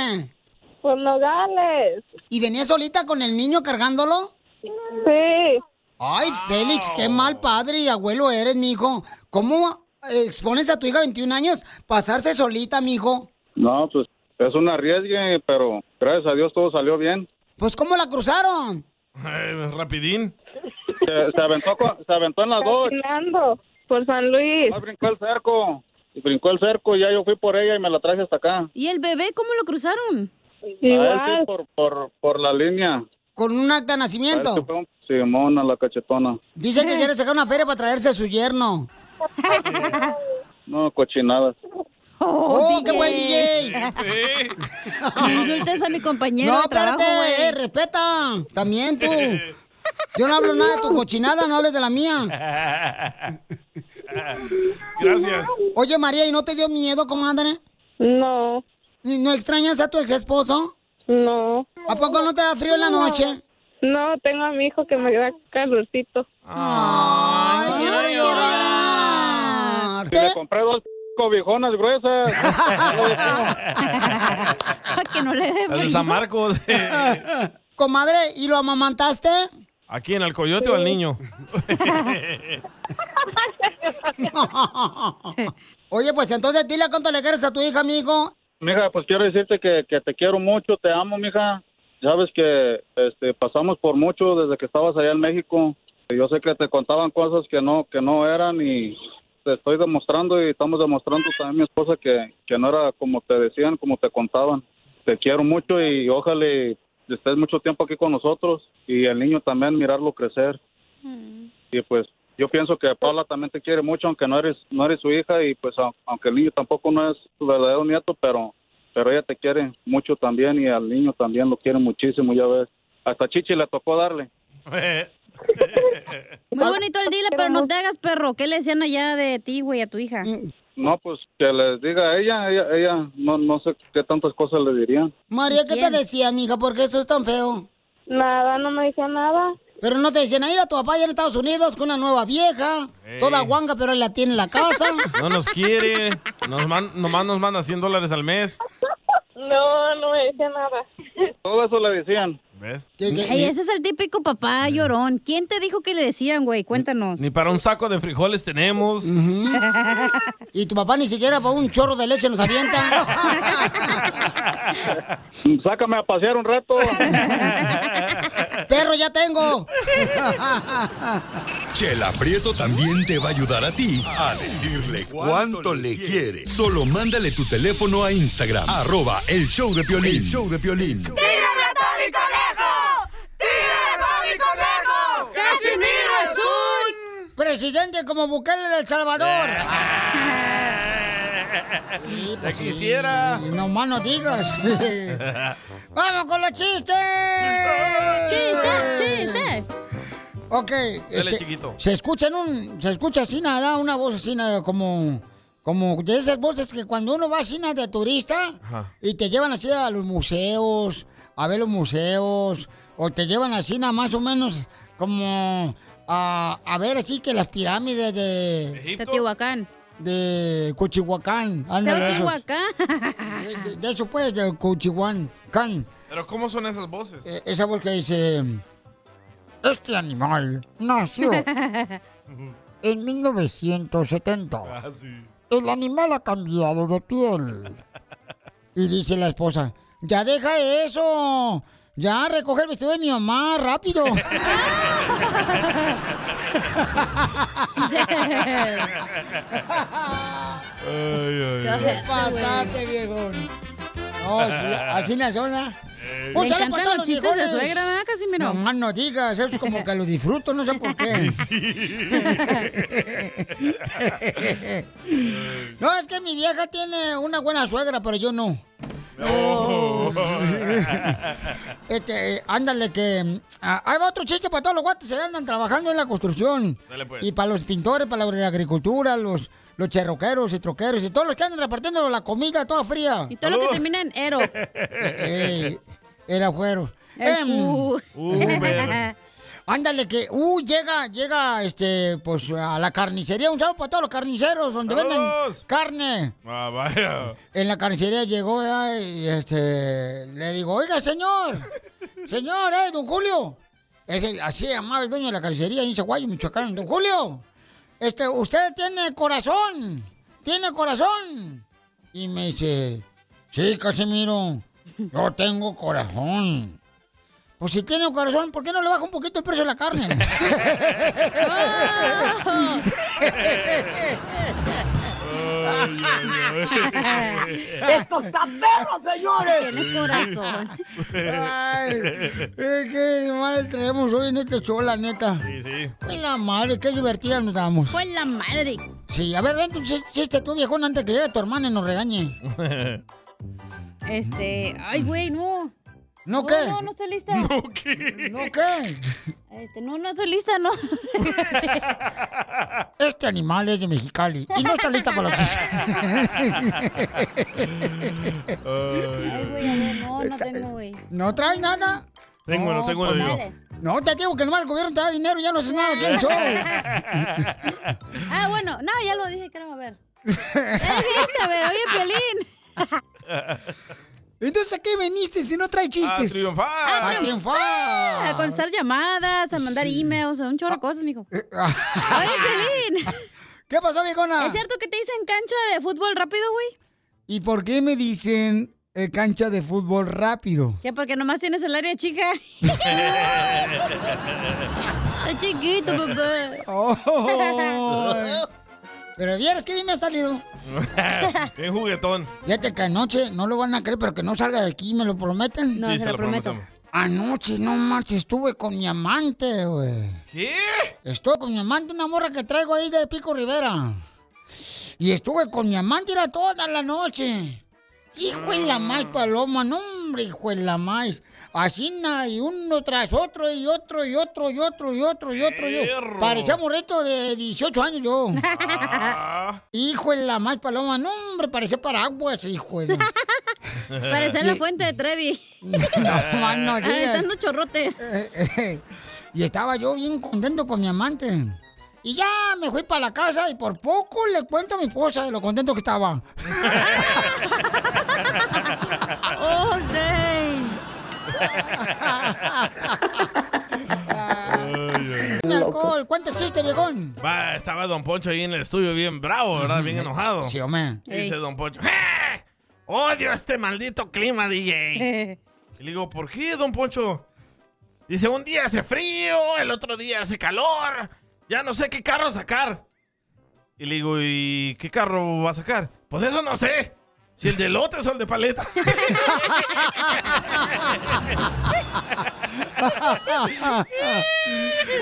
Por Nogales.
¿Y venías solita con el niño cargándolo?
Sí.
Ay, Félix, qué mal padre y abuelo eres, mijo. ¿Cómo expones a tu hija de 21 años pasarse solita, mijo?
No, pues es un arriesgue, pero gracias a Dios todo salió bien.
Pues, ¿cómo la cruzaron?
Eh, rapidín.
Se, se aventó, con- se aventó en las dos.
Caminando por San Luis.
Ahí Ah, brincó el cerco. Y brincó el cerco y ya yo fui por ella y me la traje hasta acá.
¿Y el bebé cómo lo cruzaron?
A él sí, Ah, por, por, por la línea.
Con un acta de
A él sí
nacimiento.
fue un Simona, la cachetona.
Dice que quiere sacar una feria para traerse a su yerno.
No, cochinadas.
¡Oh, qué buen DJ!
No insultes a mi compañero
No,
de trabajo,
espérate, eh,
güey.
respeta. También tú. Yo no hablo nada de tu cochinada, no hables de la mía.
Gracias.
Oye, María, ¿y no te dio miedo, comadre?
No.
¿No extrañas a tu ex esposo?
No.
¿A poco no te da frío en la noche?
No, tengo a mi hijo que me da calorcito.
Ay, quiero
Y le compré dos cobijonas gruesas.
que no le dé
A de San Marcos.
Comadre, ¿y lo amamantaste?
¿Aquí en el coyote o al niño?
Oye, pues entonces dile cuánto le quieres a tu hija, amigo.
Mija, pues quiero decirte que, que te quiero mucho, te amo, mija. Sabes que este, pasamos por mucho desde que estabas allá en México. Yo sé que te contaban cosas que no, que no eran y te estoy demostrando y estamos demostrando también mi esposa que, que no era como te decían, como te contaban. Te quiero mucho y ojalá y estés mucho tiempo aquí con nosotros y el niño también mirarlo crecer. Y pues yo pienso que Paula también te quiere mucho, aunque no eres no eres su hija y pues au- aunque el niño tampoco no es tu verdadero nieto, pero pero ella te quiere mucho también y al niño también lo quiere muchísimo, ya ves. Hasta Chichi le tocó darle.
Muy bonito el dile, pero no te hagas perro. ¿Qué le decían allá de ti, güey, a tu hija?
No, pues que les diga a ella, ella, ella no, no sé qué tantas cosas le dirían.
María, ¿qué te decían, mija? ¿Por qué eso es tan feo?
Nada, no me decían nada.
Pero no te decían, a ir a tu papá allá en Estados Unidos con una nueva vieja,
Ey.
toda guanga, pero él la tiene en la casa.
No nos quiere. Nos man- nomás nos manda 100 dólares al mes.
No, no me decían nada.
Todo eso le decían.
¿Ves?
Ey, ese es el típico papá llorón. ¿Quién te dijo que le decían, güey? Cuéntanos.
Ni para un saco de frijoles tenemos.
Y tu papá ni siquiera para un chorro de leche nos avienta.
Sácame a pasear un rato.
Perro, ya tengo.
Chela Prieto también te va a ayudar a ti a decirle cuánto le quiere. Solo mándale tu teléfono a Instagram, arroba el show de Piolín. El show de Piolín.
¡Casimiro es
un presidente como Bukele del Salvador. Sí, pues sí. No más no digas. ¡Vamos con los chistes! ¡Chistes!
¡Chistes!
Ok.
Dale,
este,
chiquito.
Se escucha en un. Se escucha así nada, una voz así nada, como. Como de esas voces que cuando uno va así nada de turista
Ajá.
y te llevan así a los museos, a ver los museos, o te llevan así nada más o menos como a, a ver así que las pirámides de...
¿Egipto? Teotihuacán.
De Cuchihuacán. ándale, esos.
Teotihuacán.
De, de eso pues, de Cuchihuacán.
Pero ¿cómo son esas voces?
Esa voz que dice... Este animal nació en 1970.
Ah, sí.
El animal ha cambiado de piel. Y dice la esposa, ya deja eso. Ya recoge el vestido de mi mamá, rápido.
Ah.
¿Qué pasaste, viejo? No, sí, así en la zona.
Eh.
Le encantan los chistes de suegra, ¿verdad, Casimiro?
No, más no digas, eso es como que lo disfruto, no sé por qué. No, es que mi vieja tiene una buena suegra, pero yo no. Este, eh, ándale que... mm, ah, ahí va otro chiste para todos los guates, se andan trabajando en la construcción.
Dale, pues.
Y para los pintores, para los de agricultura, los, los cherroqueros y troqueros y todos los que andan repartiendo la comida toda fría.
Y todo lo que termina en ero.
Ey, el agujero.
El
Em.
Uh,
cu. Uber.
Ándale que, uh, llega, llega, este, pues a la carnicería, un saludo para todos los carniceros donde venden carne.
Ah, vaya.
En la carnicería llegó ¿verdad? y este, le digo, oiga, señor, señor, eh, don Julio. Es el, así se llamaba el dueño de la carnicería en Chaguayo, Michoacán. Don Julio, este, usted tiene corazón, tiene corazón. Y me dice, sí, Casimiro, yo tengo corazón. Pues si tiene corazón, ¿por qué no le baja un poquito el precio de la carne?
¡Esto está perro, señores! Tiene corazón.
Ay, es que mal traemos hoy en este show, la neta.
Sí, sí.
Ay, la madre, qué divertida nos damos.
Fue la madre.
Sí, a ver, vente un chis- chiste tú, viejón, antes que llegue tu hermana y nos regañe.
Este. Ay, güey, no.
¿No qué?
No, no estoy lista.
¿No
qué?
¿No qué?
Este, no, no estoy lista, no.
Este animal es de Mexicali y no está lista para lo que
Ay, güey, a ver, no, no tengo, güey.
eh, ¿No trae nada?
Tengo uno, tengo uno
pues
yo.
dale. No, te digo que nomás el gobierno te da dinero, ya no haces nada aquí en el show.
Ah, bueno, no, ya lo dije, quiero ver. Ya dijiste, güey, oye, Piolín.
Entonces, ¿a qué veniste si no trae chistes?
A triunfar. A
A
triunfar.
triunfar. Ah.
A contestar llamadas, a mandar emails, a un chorro de cosas, mijo. Oye, Piolín.
Eh, ¿Qué pasó, viejona?
¿Es cierto que te dicen cancha de fútbol rápido, güey?
¿Y por qué me dicen eh, cancha de fútbol rápido?
Que porque nomás tienes el área chica. Está chiquito, papá.
Oh. Pero vieras que bien me ha salido.
Bien juguetón.
Fíjate que anoche, no lo van a creer, pero que no salga de aquí, ¿me lo prometen?
No, Sí, se se lo lo prometo. prometemos.
Anoche, no marches, estuve con mi amante, güey.
¿Qué?
Estuve con mi amante, una morra que traigo ahí de Pico Rivera. Y estuve con mi amante, era toda la noche. Hijo de la más paloma, no hombre, hijo de la más. Así na, y uno tras otro, y otro, y otro, y otro, y otro, y otro. y
Perro.
otro. Parecía morrito de 18 años yo. Hijo de la más paloma, no hombre, parecía paraguas, hijo de la...
Parecía en la fuente de Trevi.
No, más Ah, no digas.
Aventando chorrotes.
Eh, Y estaba yo bien contento con mi amante. Y ya me fui para la casa y por poco le cuento a mi esposa de lo contento que estaba.
¡Oh, dang!
Mi alcohol, cuenta el chiste, viejón.
Va, estaba Don Poncho ahí en el estudio bien bravo, ¿verdad? Bien enojado.
Sí, hombre.
Y Dice Don Poncho, ¡Eh! ¡Odio este maldito clima, DJ! y le digo, ¿por qué, Don Poncho? Dice, un día hace frío, el otro día hace calor, ya no sé qué carro sacar. Y le digo, ¿y qué carro va a sacar? Pues eso no sé. Si el de lotes o el de paletas.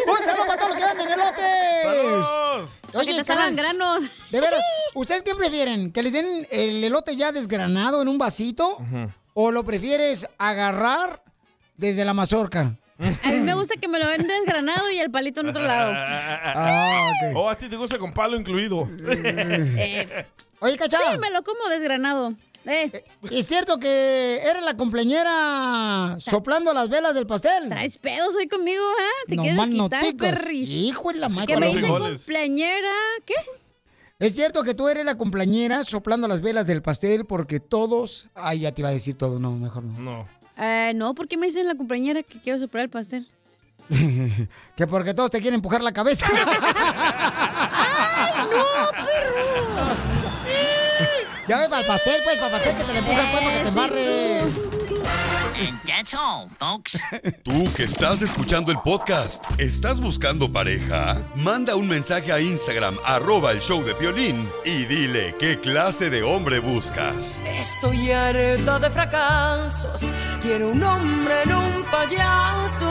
¡Un saludo para todos los que venden elotes!
¡Saludos!
Porque te salgan granos.
De veras, ¿ustedes qué prefieren? ¿Que les den el elote ya desgranado en un vasito? ¿O lo prefieres agarrar desde la mazorca?
A mí me gusta que me lo ven desgranado y el palito en otro lado.
Ah, ok.
Oh, a ti te gusta con palo incluido.
Eh,
Oye, Cacha.
Sí, me lo como desgranado.
Eh, ¿Es cierto que eres la cumpleañera soplando las velas del pastel?
Traes pedos hoy conmigo, ¿eh? Te
No
quieres
más
quitar,
noticas.
perris.
Hijo de la madre.
Que me dicen
Frijoles.
cumpleañera. ¿Qué?
¿Es cierto que tú eres la cumpleañera soplando las velas del pastel porque todos... Ay, ya te iba a decir todo, no, mejor no.
No.
Eh, no, ¿por qué me dicen la cumpleañera que quiero soplar el pastel?
que porque todos te quieren empujar la cabeza. ya ve para el pastel, pues, para el pastel que te la empujan, pues, para que te embarres.
And that's all, folks.
Tú que estás escuchando el podcast, ¿estás buscando pareja? Manda un mensaje a Instagram, arroba el show de violín, y dile qué clase de hombre buscas.
Estoy harta de fracasos. Quiero un hombre en un payaso.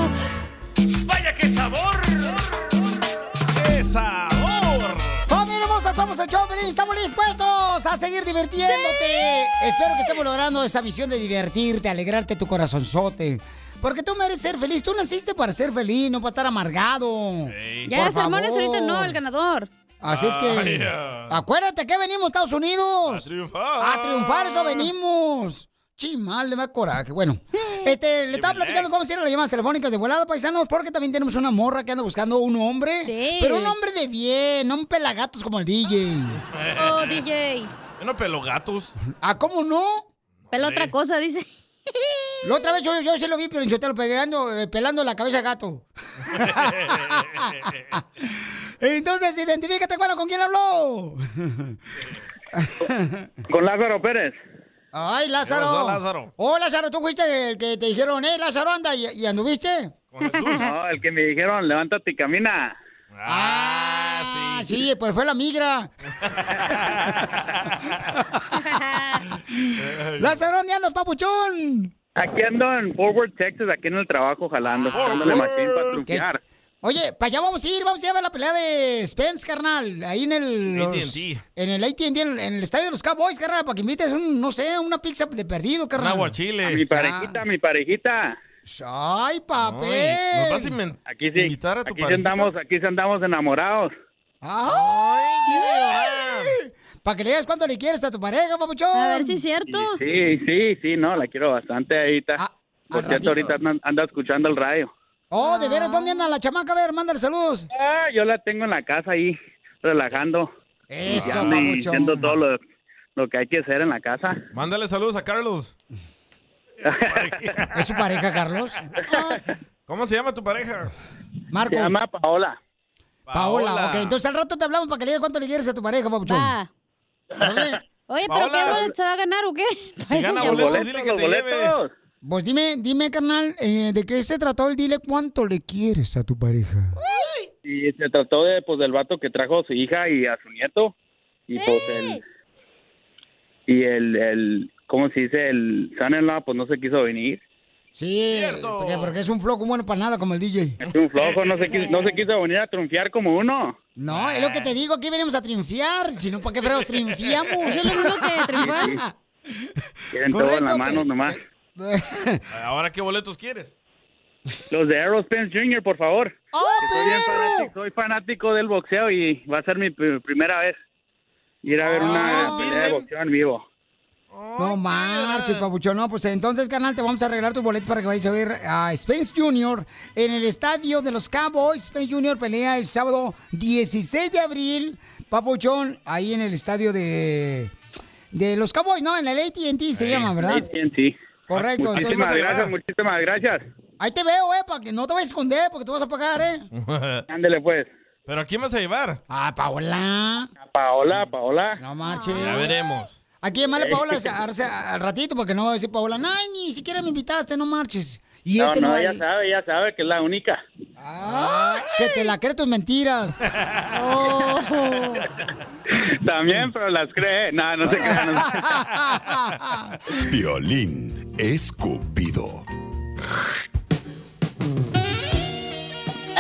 ¡Vaya qué sabor!
¡Qué sabor!
¡Familia hermosa! Somos el show, feliz. Estamos dispuestos a seguir divirtiéndote. Espero que estemos logrando esa visión de divertirte, alegrarte tu corazonzote. Porque tú mereces ser feliz. Tú naciste para ser feliz, no para estar amargado.
Ya,
Por
sermones
favor.
ahorita no, el ganador.
Así es que.
Vaya.
Acuérdate que venimos a Estados Unidos.
A triunfar.
A triunfar, eso venimos. Chimal, le da coraje. Bueno, este, le estaba
eh.
platicando cómo hicieron las llamadas telefónicas de volada, paisanos, porque también tenemos una morra que anda buscando un hombre. Pero un hombre de bien, no un pelagatos como el DJ.
Oh, DJ.
Yo no pelo gatos.
¿Ah, cómo no?
Pela otra cosa, dice.
La otra vez yo, yo sí lo vi, pero yo te lo pegando, eh, pelando la cabeza a gato. Entonces, identifícate, bueno, ¿con quién habló?
Con Lázaro Pérez.
Ay, Lázaro.
pasó, Lázaro?
Oh, Lázaro, tú fuiste el que te dijeron, eh, Lázaro, anda, y, y anduviste.
No, el que me dijeron, levántate y camina.
Ah, sí, pues fue la migra. Lázaro, ¿dónde andas, papuchón?
Aquí ando en Forward, Texas, aquí en el trabajo jalando.
Ah,
Dándole machín para truquear.
Oye, para allá vamos a ir, vamos a ir a ver la pelea de Spence, carnal. Ahí en el. los-
AT&T.
En el ATT, en el- en el estadio de los Cowboys, carnal, para que invites un, no sé, una pizza de perdido, carnal.
A mi parejita, a mi parejita.
Ay, papel. Ay,
aquí sí, aquí sí andamos, aquí sí andamos enamorados.
Para que le digas cuánto le quieres a tu pareja, papuchón. A ver si es cierto.
Sí, sí, sí, no, la quiero bastante ahorita.
Ah,
Por cierto, ahorita anda, anda escuchando el radio.
Oh, de veras, ¿dónde anda la chamaca? A ver, mándale saludos.
Ah, yo la tengo en la casa ahí, relajando.
Eso,
Limpiando y
babuchón.
Haciendo todo lo, lo que hay que hacer en la casa.
Mándale saludos a Carlos.
¿Es su pareja, Carlos?
¿Cómo se llama tu pareja?
Marcos.
Se llama Paola.
Paola. ok. Entonces al rato te hablamos para que le digas cuánto le quieres a tu pareja, papuchón.
Va. Oye, ¿pero
Paola,
qué boleto se va a ganar o qué? Parece llamó.
Pues dime, dime, carnal, eh, ¿de qué se trató el dile cuánto le quieres a tu pareja?
Y se trató de, pues, del vato que trajo a su hija y a su nieto. Y pues el. Y el, el ¿cómo se dice? El son-in-law, pues no se quiso venir.
Sí, porque, porque es un floco bueno para nada como el DJ.
Es un flojo, no se quiso, no se quiso venir a triunfiar como uno.
No, es lo que te digo, aquí venimos a triunfiar, si no, ¿para qué fregados triunfiamos? Eso es lo mismo que triunfar.
Quieren todo en
Correcto,
la mano
pero-
nomás.
¿Ahora qué boletos quieres?
Los de Aerospace Jr., por favor.
¡Oh,
Que soy, bien fanático, soy fanático del boxeo y va a ser mi pr- primera vez ir a ver
Ah,
una pelea de boxeo en vivo.
No marches, papuchón. No, pues entonces, carnal, te vamos a arreglar tu boleto para que vayas a ver a Spence Jr. en el estadio de los Cowboys. Spence Jr. pelea el sábado 16 de abril, papuchón, ahí en el estadio de, de los Cowboys, ¿no? En el AT&T se llama, ¿verdad?
Sí.
Correcto,
Muchísimas
entonces- ah.
gracias, muchísimas gracias.
Ahí te veo, eh, para que no te vayas a esconder porque te vas a pagar, eh.
Ándele pues.
¿Pero a quién vas a llevar?
A Paola.
Paola, Paola.
No marches.
Ya veremos.
Aquí llamarle a Paola al, al ratito porque no va a decir Paola, ay, ni siquiera me invitaste, no marches. Y
No,
este no,
no,
hay-
ya sabe, ya sabe que es la única.
Ah, que te la cree tus mentiras. Oh.
También, pero las cree. No, no se crean.
Violín escupido.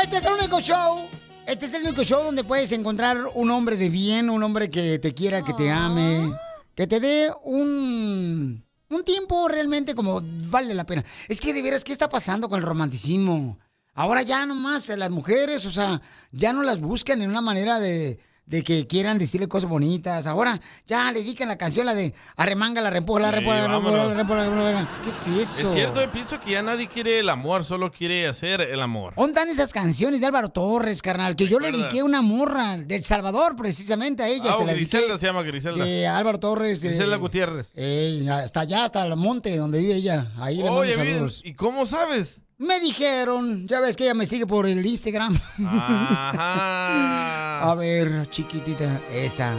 Este es el único show. Este es el único show donde puedes encontrar un hombre de bien, un hombre que te quiera, que te ame,
Ah.
que te dé un, un tiempo realmente como vale la pena. Es que de veras, ¿qué está pasando con el romanticismo? Ahora ya nomás a las mujeres, o sea, ya no las buscan en una manera de, de que quieran decirle cosas bonitas. Ahora ya le dedican la canción, la de arremanga, la rempuja, la
Sí,
rempuja, la rempuja,
vámonos.
la rempuja, la rempuja. ¿Qué es eso?
Es cierto, he visto que ya nadie quiere el amor, solo quiere hacer el amor.
¿Dónde están esas canciones de Álvaro Torres, carnal? Que yo le
¿Recuerdas?
dediqué una morra del Salvador, precisamente a ella.
Ah,
se la dediqué
Griselda se llama Griselda.
de eh, Álvaro Torres. de-
Griselda Gutiérrez.
Ey, hasta allá, hasta el monte donde vive ella. Ahí le mando
Oye, bien,
saludos.
¿y cómo sabes?
Me dijeron, ya ves que ella me sigue por el Instagram.
Ajá.
A ver, chiquitita, esa.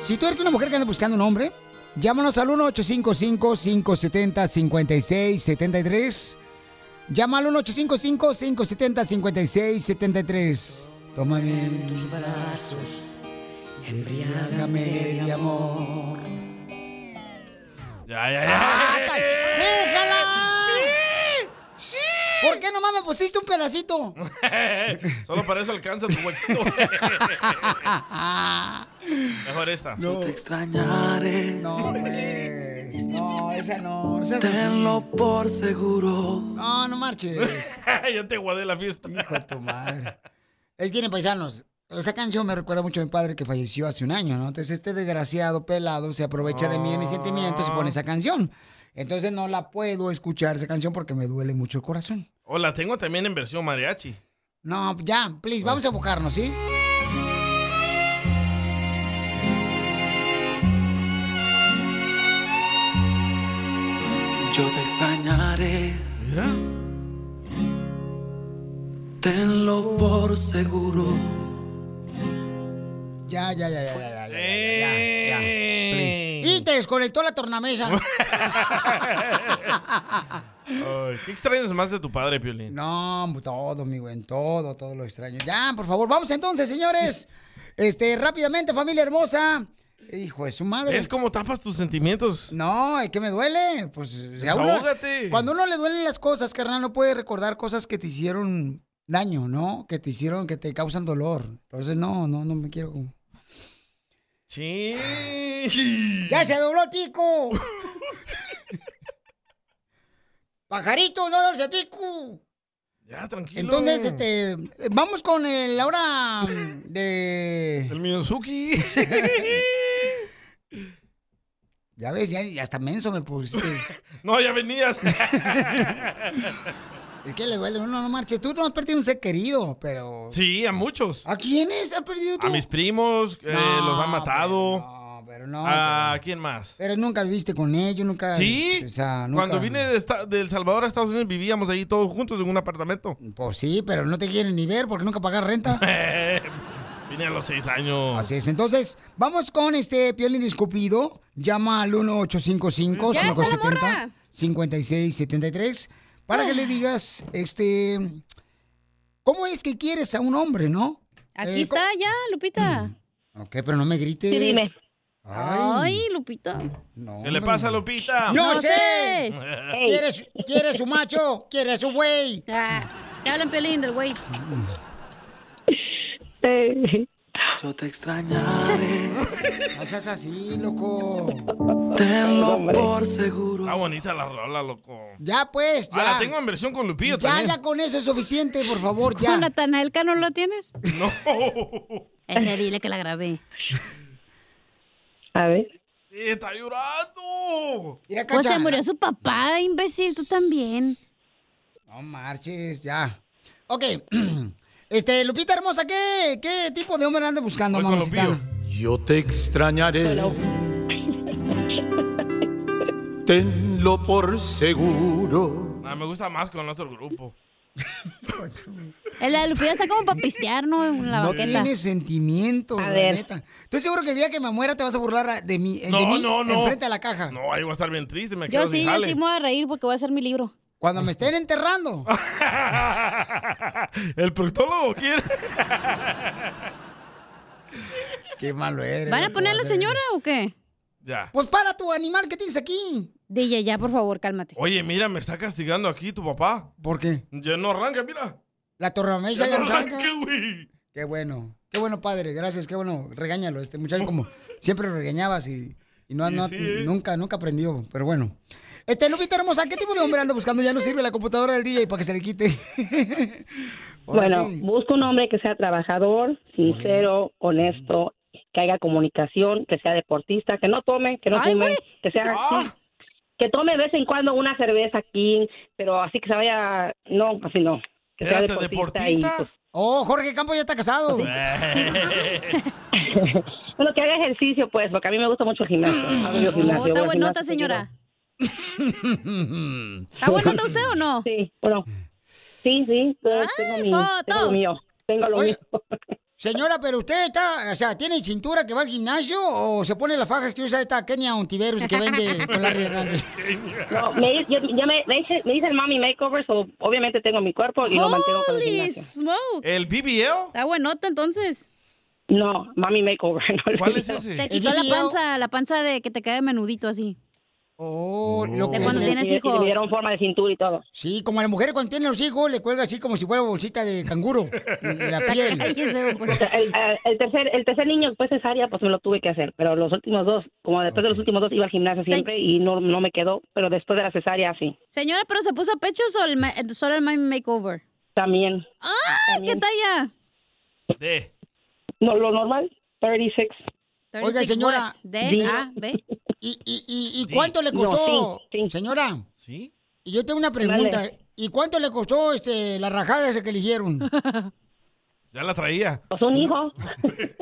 Si tú eres una mujer que anda buscando un hombre, llámanos al 1-855-570-5673. Llama al 1-855-570-5673. Tómame en tus brazos, embriágame de amor.
Ya, ya, ya.
¡Déjala! ¿Por qué nomás me pusiste un pedacito? eh.
Solo para eso alcanza tu huequito. Mejor esta.
No.
te
extrañaré. No, pues. No, esa no. esa es así.
Tenlo
por seguro. No, no marches.
ya te guardé la fiesta.
Hijo de tu madre. Es que, miren, paisanos, Esa canción me recuerda mucho a mi padre que falleció hace un año, ¿no? Entonces este desgraciado pelado se aprovecha de mí, de mis sentimientos y pone esa canción. Entonces no la puedo escuchar esa canción porque me duele mucho el corazón.
O la tengo también en versión mariachi.
No, ya, please, vamos a enfocarnos, ¿sí?
Yo te extrañaré. Mira. Tenlo por seguro.
Ya, ya, ya, ya, ya, ya, ya, ya, ya, ya, please. Y te desconectó la tornamesa.
Ay, ¿Qué extrañas más de tu padre, Piolín?
No, todo, mi buen, todo, todo lo extraño. Ya, por favor, vamos entonces, señores. Este, rápidamente, familia hermosa. Hijo de su madre.
Es como tapas tus sentimientos.
No, es que me duele. Pues ya uno-
Desahógate.
cuando a uno le duelen las cosas, carnal, no puede recordar cosas que te hicieron daño, ¿no? Que te hicieron, que te causan dolor. Entonces, no, no, no me quiero.
Sí.
¡Ya se dobló el pico! ¡Pajarito, no dobles el pico!
Ya, tranquilo. eh.
Entonces, este, vamos con el ahora mm, de...
El Miyazuki.
ya ves, ya, ya hasta menso me pusiste.
No, ya venías.
Es que le duele, uno no marches. Tú no has perdido un ser querido, pero...
Sí, a muchos.
¿A quiénes has perdido tú?
A mis primos, eh,
No,
los han matado.
pero no.
¿A quién más?
Pero nunca viviste con ellos, nunca...
Sí,
O sea, nunca...
cuando vine de, Esta- de El Salvador a Estados Unidos vivíamos ahí todos juntos en un apartamento.
Pues sí, pero no te quieren ni ver porque nunca pagas renta. Ah,
vine a los seis años.
Así es, entonces, vamos con este Piolín Escupido. Llama al 1-855-570-5673 para
Ah.
que le digas, este, ¿cómo es que quieres a un hombre, no?
Aquí
Eh,
está ya, Lupita.
co- Ok, pero no me grites.
Sí, dime.
Ay,
Ay, Lupita.
¿Qué le pasa a Lupita?
¡No,
No
sé!
sé.
¿Quieres, quieres su macho? ¿Quieres su güey?
Te hablan Piolín del güey.
Yo te extrañaré.
No seas así, loco.
Tenlo por seguro.
Está bonita la rola, loco.
Ya pues,
Ah,
ya.
la tengo en versión con Lupillo
ya,
también.
ya con eso es suficiente, por favor, ya.
¿Con Natanael Cano lo tienes?
No.
Ese dile que la grabé.
A ver.
Eh, Está llorando.
O Pues se murió su papá, imbécil, tú también.
No marches, ya. Ok. Este, Lupita hermosa, ¿qué, qué tipo de hombre anda buscando, mamacita?
Yo te extrañaré. Tenlo por seguro.
Ah, me gusta más con otro grupo.
El de Lupita está como para pistear, ¿no? En la
no
baqueta.
tienes sentimientos,
A
la
ver.
neta. Estoy seguro que el día que me muera te vas a burlar de mí, de
No,
mí
no, no.
enfrente a la caja.
No, ahí voy a estar bien triste, me quedo
Yo sí,
sin
yo
jale.
sí me voy a reír porque voy a hacer mi libro.
Cuando me estén enterrando.
¿El proctólogo quiere?
Qué malo eres.
¿Van a poner a la señora o qué?
Ya.
Pues para tu animal que tienes aquí.
DJ, ya, por favor, cálmate.
Oye, mira, me está castigando aquí tu papá.
¿Por qué?
Ya no arranca, mira.
La torramesa
Ya
ya
no
arranca.
arranca, güey.
Qué bueno. Qué bueno, padre. Gracias, qué bueno. Regáñalo. Este muchacho como siempre lo regañabas y, y no,
Y
no-
sí, ¿eh?
nunca, nunca aprendió. Pero bueno. Este, Lupita hermosa, ¿qué tipo de hombre anda buscando? Ya no sirve la computadora del DJ para que se le quite. Ahora
Bueno,
sí.
busco un hombre que sea trabajador, sincero, honesto, que haga comunicación, que sea deportista, que no tome, que no
Ay,
fume,
güey.
que sea
Ah.
que tome de vez en cuando una cerveza aquí, pero así que se vaya, no, así no, que sea
Espérate,
deportista,
¿deportista?
y pues,
Oh, Jorge Campos ya está casado.
bueno, que haga ejercicio pues, porque a mí me gusta mucho el gimnasio.
Ah.
Hago yo
Oh,
gimnasio,
está
voy al
buenota,
gimnasio
señora.
seguido.
¿Está buenota usted o no?
Sí, bueno. Sí, sí, pues, tengo, mi,
foto.
tengo lo mío, tengo lo
Oye,
mío.
Señora, pero usted está, o sea, ¿tiene cintura que va al gimnasio o se pone las fajas que usa esta Kenia Ontiveros que vende con Larry Hernández?
No, me, yo, yo me, me hice, me hice el mommy makeover, so obviamente tengo mi cuerpo y lo mantengo con el
Holy
gimnasio.
smoke.
¿Eh,
¿El BBL?
Está buenota entonces.
No, mommy makeover. no le digo.
Se quitó la panza, la panza de que te cae menudito así.
Oh,
De cuando tienes hijos.
forma de cintura y todo.
Sí, como a las mujeres cuando tienen los hijos le cuelga así como si fuera bolsita de canguro. y la piel.
el, el- el tercer, el tercer niño después cesárea, pues me lo tuve que hacer. Pero los últimos dos, como después de los últimos dos, iba al gimnasio
Sí.
siempre y no, no me quedó. Pero después de la cesárea, sí.
Señora, pero se puso pechos o el ma- eh, solo el mami makeover.
También.
¡Ah! ¿Qué talla?
De.
No, lo normal, 36.
Oiga, señora.
D, A,
B.
¿Y, y, y, y cuánto le
No,
costó, señora?
Sí.
Y yo tengo una pregunta.
Dale.
¿Y cuánto le costó este, la rajada esa que eligieron?
Pues
Ya la traía.
Pues un hijo.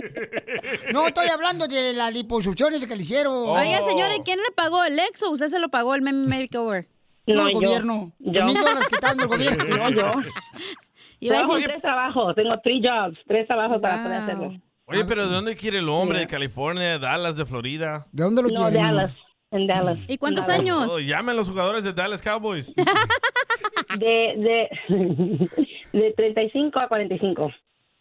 no, estoy hablando de las liposucciones que le hicieron.
Oiga, señora,
Oh.
¿y ¿quién le pagó el ex o usted se lo pagó el meme makeover?
No, No, el yo. gobierno. Yo. Mil dólares quitando el gobierno.
No, yo.
Iba a
Trabajo
decir-
tres trabajos, tengo tres jobs, tres trabajos para poder hacerlo.
Ah.
Oye, pero ¿de dónde quiere el hombre? ¿De California? ¿De Dallas? ¿De Florida?
¿De dónde
lo no,
quieren,
Dallas, en Dallas.
¿Y cuántos
Dallas.
Oh, llamen los jugadores de Dallas Cowboys.
De, de, de 35 a 45.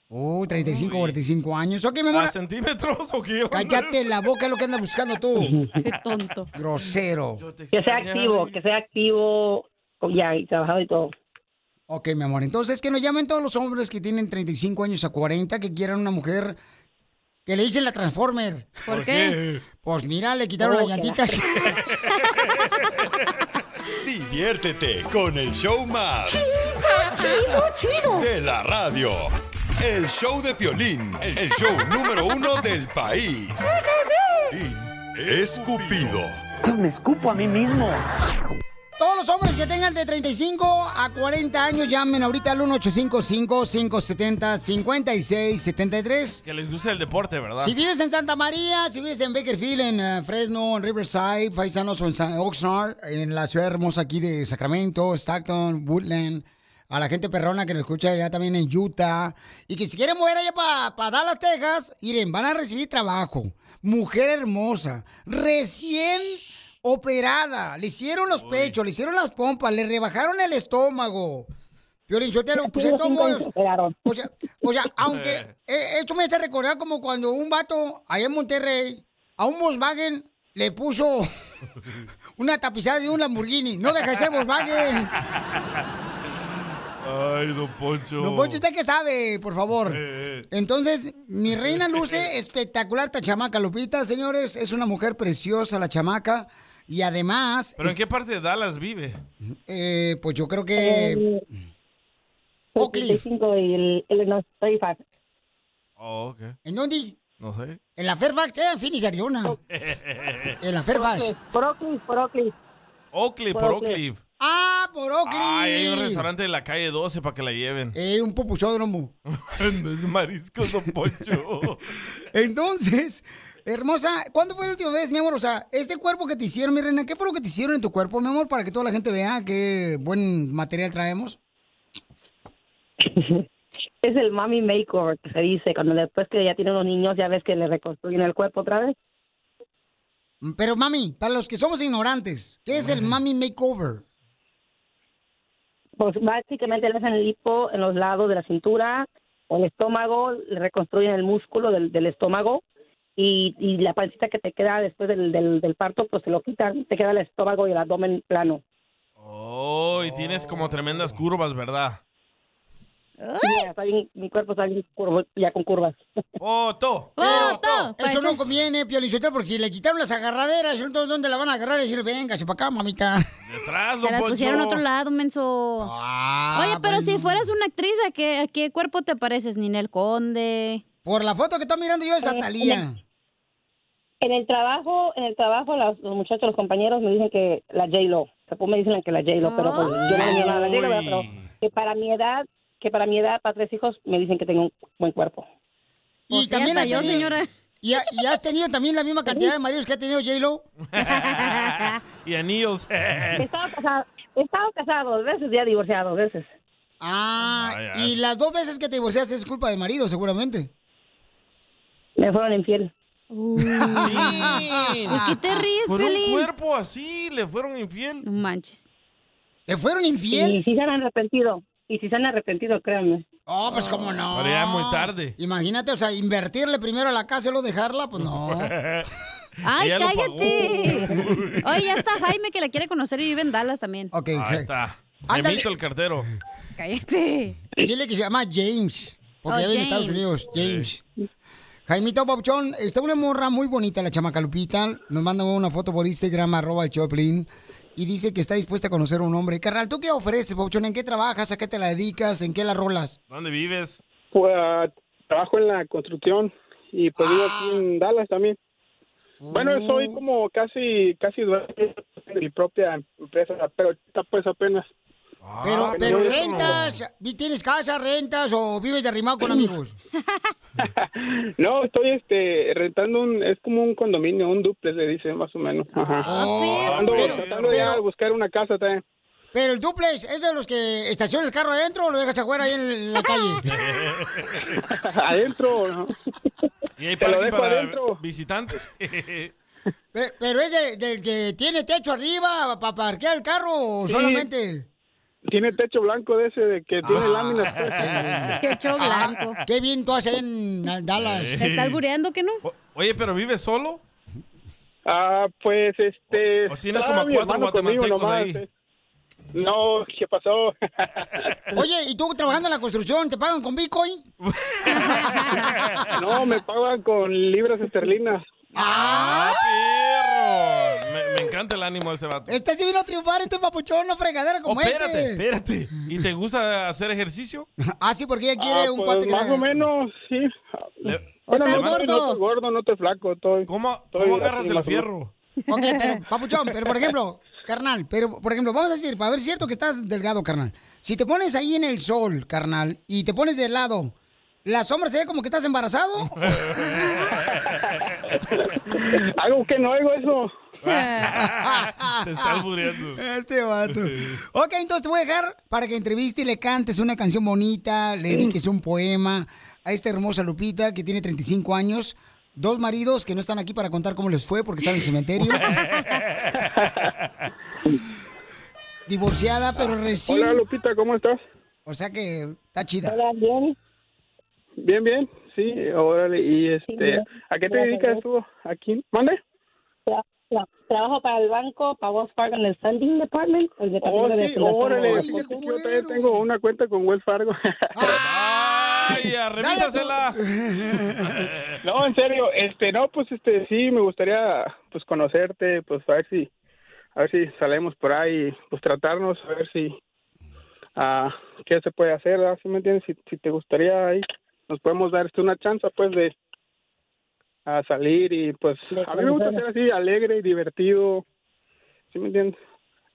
Oh, 35, 45 años. Ok, mi amor.
¿A
centímetros o qué?
Cállate la boca, es lo que andas buscando tú.
Qué tonto.
Grosero.
Que sea activo, que sea activo, con- ya, y trabajado y todo.
Ok, mi amor. Entonces, que nos llamen todos los hombres que tienen 35 años a 40 que quieran una mujer que le dicen la Transformer.
¿Por qué?
Pues mira, le quitaron las
Oh, qué
llantitas.
Diviértete con el show más.
Chido, chido.
De la radio. El show de Piolín. El show número uno del país. Escupido.
Me escupo a mí mismo. Todos los hombres que tengan de 35 a 40 años llamen ahorita al 1855-570-5673.
que les gusta el deporte, ¿verdad?
Si vives en Santa María, si vives en Bakerfield, en eh, Fresno, en Riverside, Paisanos o en San Oxnard, en la ciudad hermosa aquí de Sacramento, Stockton, Woodland, a la gente perrona que nos escucha allá también en Utah, y que si quieren mover allá para Dallas, Texas, miren, van a recibir trabajo. Mujer hermosa, recién operada, le hicieron los pechos, le hicieron las pompas, le rebajaron el estómago. Piolín, yo te lo puse
Tengo cinco años
todo.
operaron.
O sea, o sea, aunque eh, esto me hace recordar como cuando un vato allá en Monterrey a un Volkswagen le puso una tapizada de un Lamborghini. No deja de ser Volkswagen.
Ay, don Poncho.
Don Poncho, ¿usted qué sabe, por favor?
Eh, eh.
Entonces, mi reina luce espectacular esta chamaca, Lupita, señores. Es una mujer preciosa la chamaca. Y además,
¿Pero en qué parte de Dallas vive?
eh, pues yo creo que... Oakley.
35 Eh, y el, el no, 35.
Oh, ok.
¿En dónde?
No sé.
En la Fairfax, eh, en Phoenix, Arizona. En Eh, la Fairfax.
Por Oakley, por Oakley.
Oakley, por Oakley.
Ah, por Oakley.
Ay, hay un restaurante de la calle 12 para que la lleven.
Eh, un popuchódromo.
no es marisco, don Poncho.
Entonces, hermosa, ¿cuándo fue la última vez, mi amor? O sea, este cuerpo que te hicieron, mi reina, ¿qué fue lo que te hicieron en tu cuerpo, mi amor? Para que toda la gente vea qué buen material traemos.
Es el mommy makeover que se dice, cuando después que ya tiene unos niños, ya ves que le reconstruyen el cuerpo otra vez.
Pero, mami, para los que somos ignorantes, ¿qué es el mami makeover?
Pues básicamente le hacen el lipo en los lados de la cintura o el estómago, le reconstruyen el músculo del, del estómago y, y la pancita que te queda después del, del, del parto, pues te lo quitan, te queda el estómago y el abdomen plano.
Oh, y tienes como tremendas curvas, ¿verdad?
Ya, está bien, mi cuerpo está bien curvo- ya con curvas.
¡Foto!
Pero
pues,
eso no conviene, Piolichotel, porque si le quitaron las agarraderas, entonces ¿dónde la van a agarrar? Y decir, venga, para acá, mamita.
Detrás,
Se las pusieron a otro lado, menso.
Ah,
Oye, pero si fueras una actriz, ¿a qué, a qué cuerpo te pareces? Ninel Conde.
Por la foto que está mirando yo
Eh, en el- En el trabajo, en el trabajo las- los muchachos, los compañeros me dicen que la J-Lo. Después me dicen que la J-Lo, pero pues, yo no me llamo la J-Lo, ¿verdad? pero que para mi edad, que para mi edad, para tres hijos, me dicen que tengo un buen cuerpo.
Y también has tenido- Y, ha- y has tenido también la misma cantidad de maridos que ha tenido J-Lo.
y anillos.
He estado casado, he estado casado dos veces, ya divorciado dos veces.
Ah,
Ay,
y las dos veces que te divorciaste es culpa de marido, seguramente.
Me fueron infiel.
¿De
qué te ríes,
Con un
Pelín?
cuerpo así, le fueron infiel.
No manches.
¿Te fueron
infiel?
Y si se han arrepentido, y si se han arrepentido, créanme.
Oh, pues cómo no.
Pero ya es muy tarde.
Imagínate, o sea, invertirle primero a la casa y luego dejarla, pues no.
¡Ay,
Ella lo
cállate! Oye, ya está Jaime que la quiere conocer y vive en Dallas también.
Ok,
Ahí está.
Ándale.
Emito el cartero.
Cállate.
Dile que se llama James, porque
Oh,
ya vive en
James.
Estados Unidos, James. Jaimito Pauchón, está una morra muy bonita, la chamaca Lupita. Nos manda una foto por Instagram, arroba el Choplin. Y dice que está dispuesta a conocer a un hombre. Carnal, ¿tú qué ofreces, Pauchón? ¿En qué trabajas? ¿A qué te la dedicas? ¿En qué la rolas?
¿Dónde vives?
Pues ah, Trabajo en la construcción y pues vivo aquí en Dallas también. Bueno, soy como casi casi dueño de mi propia empresa, pero está pues apenas. Ah,
Pero, pero rentas, ¿vi- ¿tienes casa, rentas o vives de arrimado con amigos?
No, estoy este rentando un es como un condominio, un duplex le dicen más o menos.
Ah,
Ajá. Ando tratando de buscar una casa también.
Pero el duplex, ¿es de los que estacionas el carro adentro o lo dejas afuera ahí en la calle?
adentro. ¿no?
¿Y hay
Te lo
parking
dejo
para
adentro.
visitantes?
Pe- ¿Pero es de- del que tiene techo arriba para parquear el carro o
Sí.
solamente?
Tiene techo blanco de ese de que tiene láminas.
Techo blanco.
Ah, qué bien tú haces ahí en Dallas.
¿Te está albureando que no?
Oye, pero ¿vives solo?
Ah, pues este.
O- o tienes
ah,
como a
mi
cuatro
hermano conmigo
guatemaltecos
nomás,
ahí.
eh. No, ¿qué pasó?
Oye, ¿y tú trabajando en la construcción te pagan con Bitcoin?
no, me pagan con libras esterlinas.
¡Ah, perro! Me, me encanta el ánimo de este vato.
Este sí vino a triunfar, este papuchón, una fregadera
Oh,
como
espérate,
este.
espérate. ¿Y te gusta hacer ejercicio?
Ah, sí, porque ella quiere
Ah,
un
pues,
cuate que
más
le-
o
menos, sí.
¿O estás
no, estoy-
gordo?
no estoy gordo, no estoy flaco. Estoy,
¿Cómo,
estoy
cómo agarras
así,
el
más o menos.
fierro?
Ok, pero, papuchón, pero por ejemplo, carnal, pero por ejemplo, vamos a decir, para ver cierto que estás delgado, carnal. Si te pones ahí en el sol, carnal, y te pones de lado, ¿la sombra se ve como que estás embarazado?
Algo que no oigo eso.
Te está albureando. Este vato. Ok, entonces te voy a dejar para que entreviste y le cantes una canción bonita, le dediques un poema a esta hermosa Lupita que tiene 35 años, dos maridos que no están aquí para contar cómo les fue porque están en el cementerio. Divorciada, pero recién.
Hola, Lupita, ¿cómo estás?
O sea que está chida.
Hola, bien. Bien, bien. Sí, órale. ¿Y este,
bien.
a qué te
Gracias,
dedicas
gracias.
tú? ¿Aquí? ¿Mande?
Tra- tra- trabajo para el banco, para Wells Fargo en el Funding Department, el
Oh,
departamento de
sí,
fundación.
órale. Fíjate que yo también tengo una cuenta con Wells Fargo.
¡Ay, ya, revísasela!
no, en serio. Este, no, pues este, sí, me gustaría pues conocerte, pues a ver si, a ver si salemos por ahí, pues tratarnos, a ver si, ah, qué se puede hacer, ¿verdad? ¿Sí me entiendes? Si, si te gustaría ahí, nos podemos dar este, una chance, pues, de a salir y pues a mí me gusta ser así alegre y divertido, ¿sí me entiendes?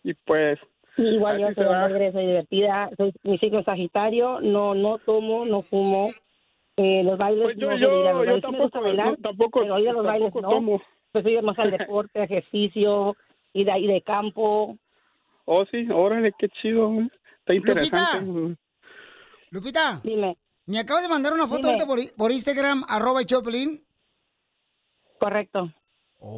Y pues
Sí, igual yo
así
soy
se va.
alegre, soy divertida, soy mi signo sagitario, no no tomo, no fumo, eh, los bailes
Pues yo-
no,
yo-
soy de ir a los
yo
bailes. Sí me
tampoco-
gusta bailar,
no, tampoco-
pero ir a los bailes
tampoco
no,
tomo.
pues soy más al deporte, ejercicio, y de, y de campo.
Oh, sí, órale, qué chido. güey. Está
Lupita.
interesante. güey.
Lupita.
Dime.
Me acabas de mandar una foto
Dime.
ahorita por, i- por Instagram, arroba Choplin.
Correcto.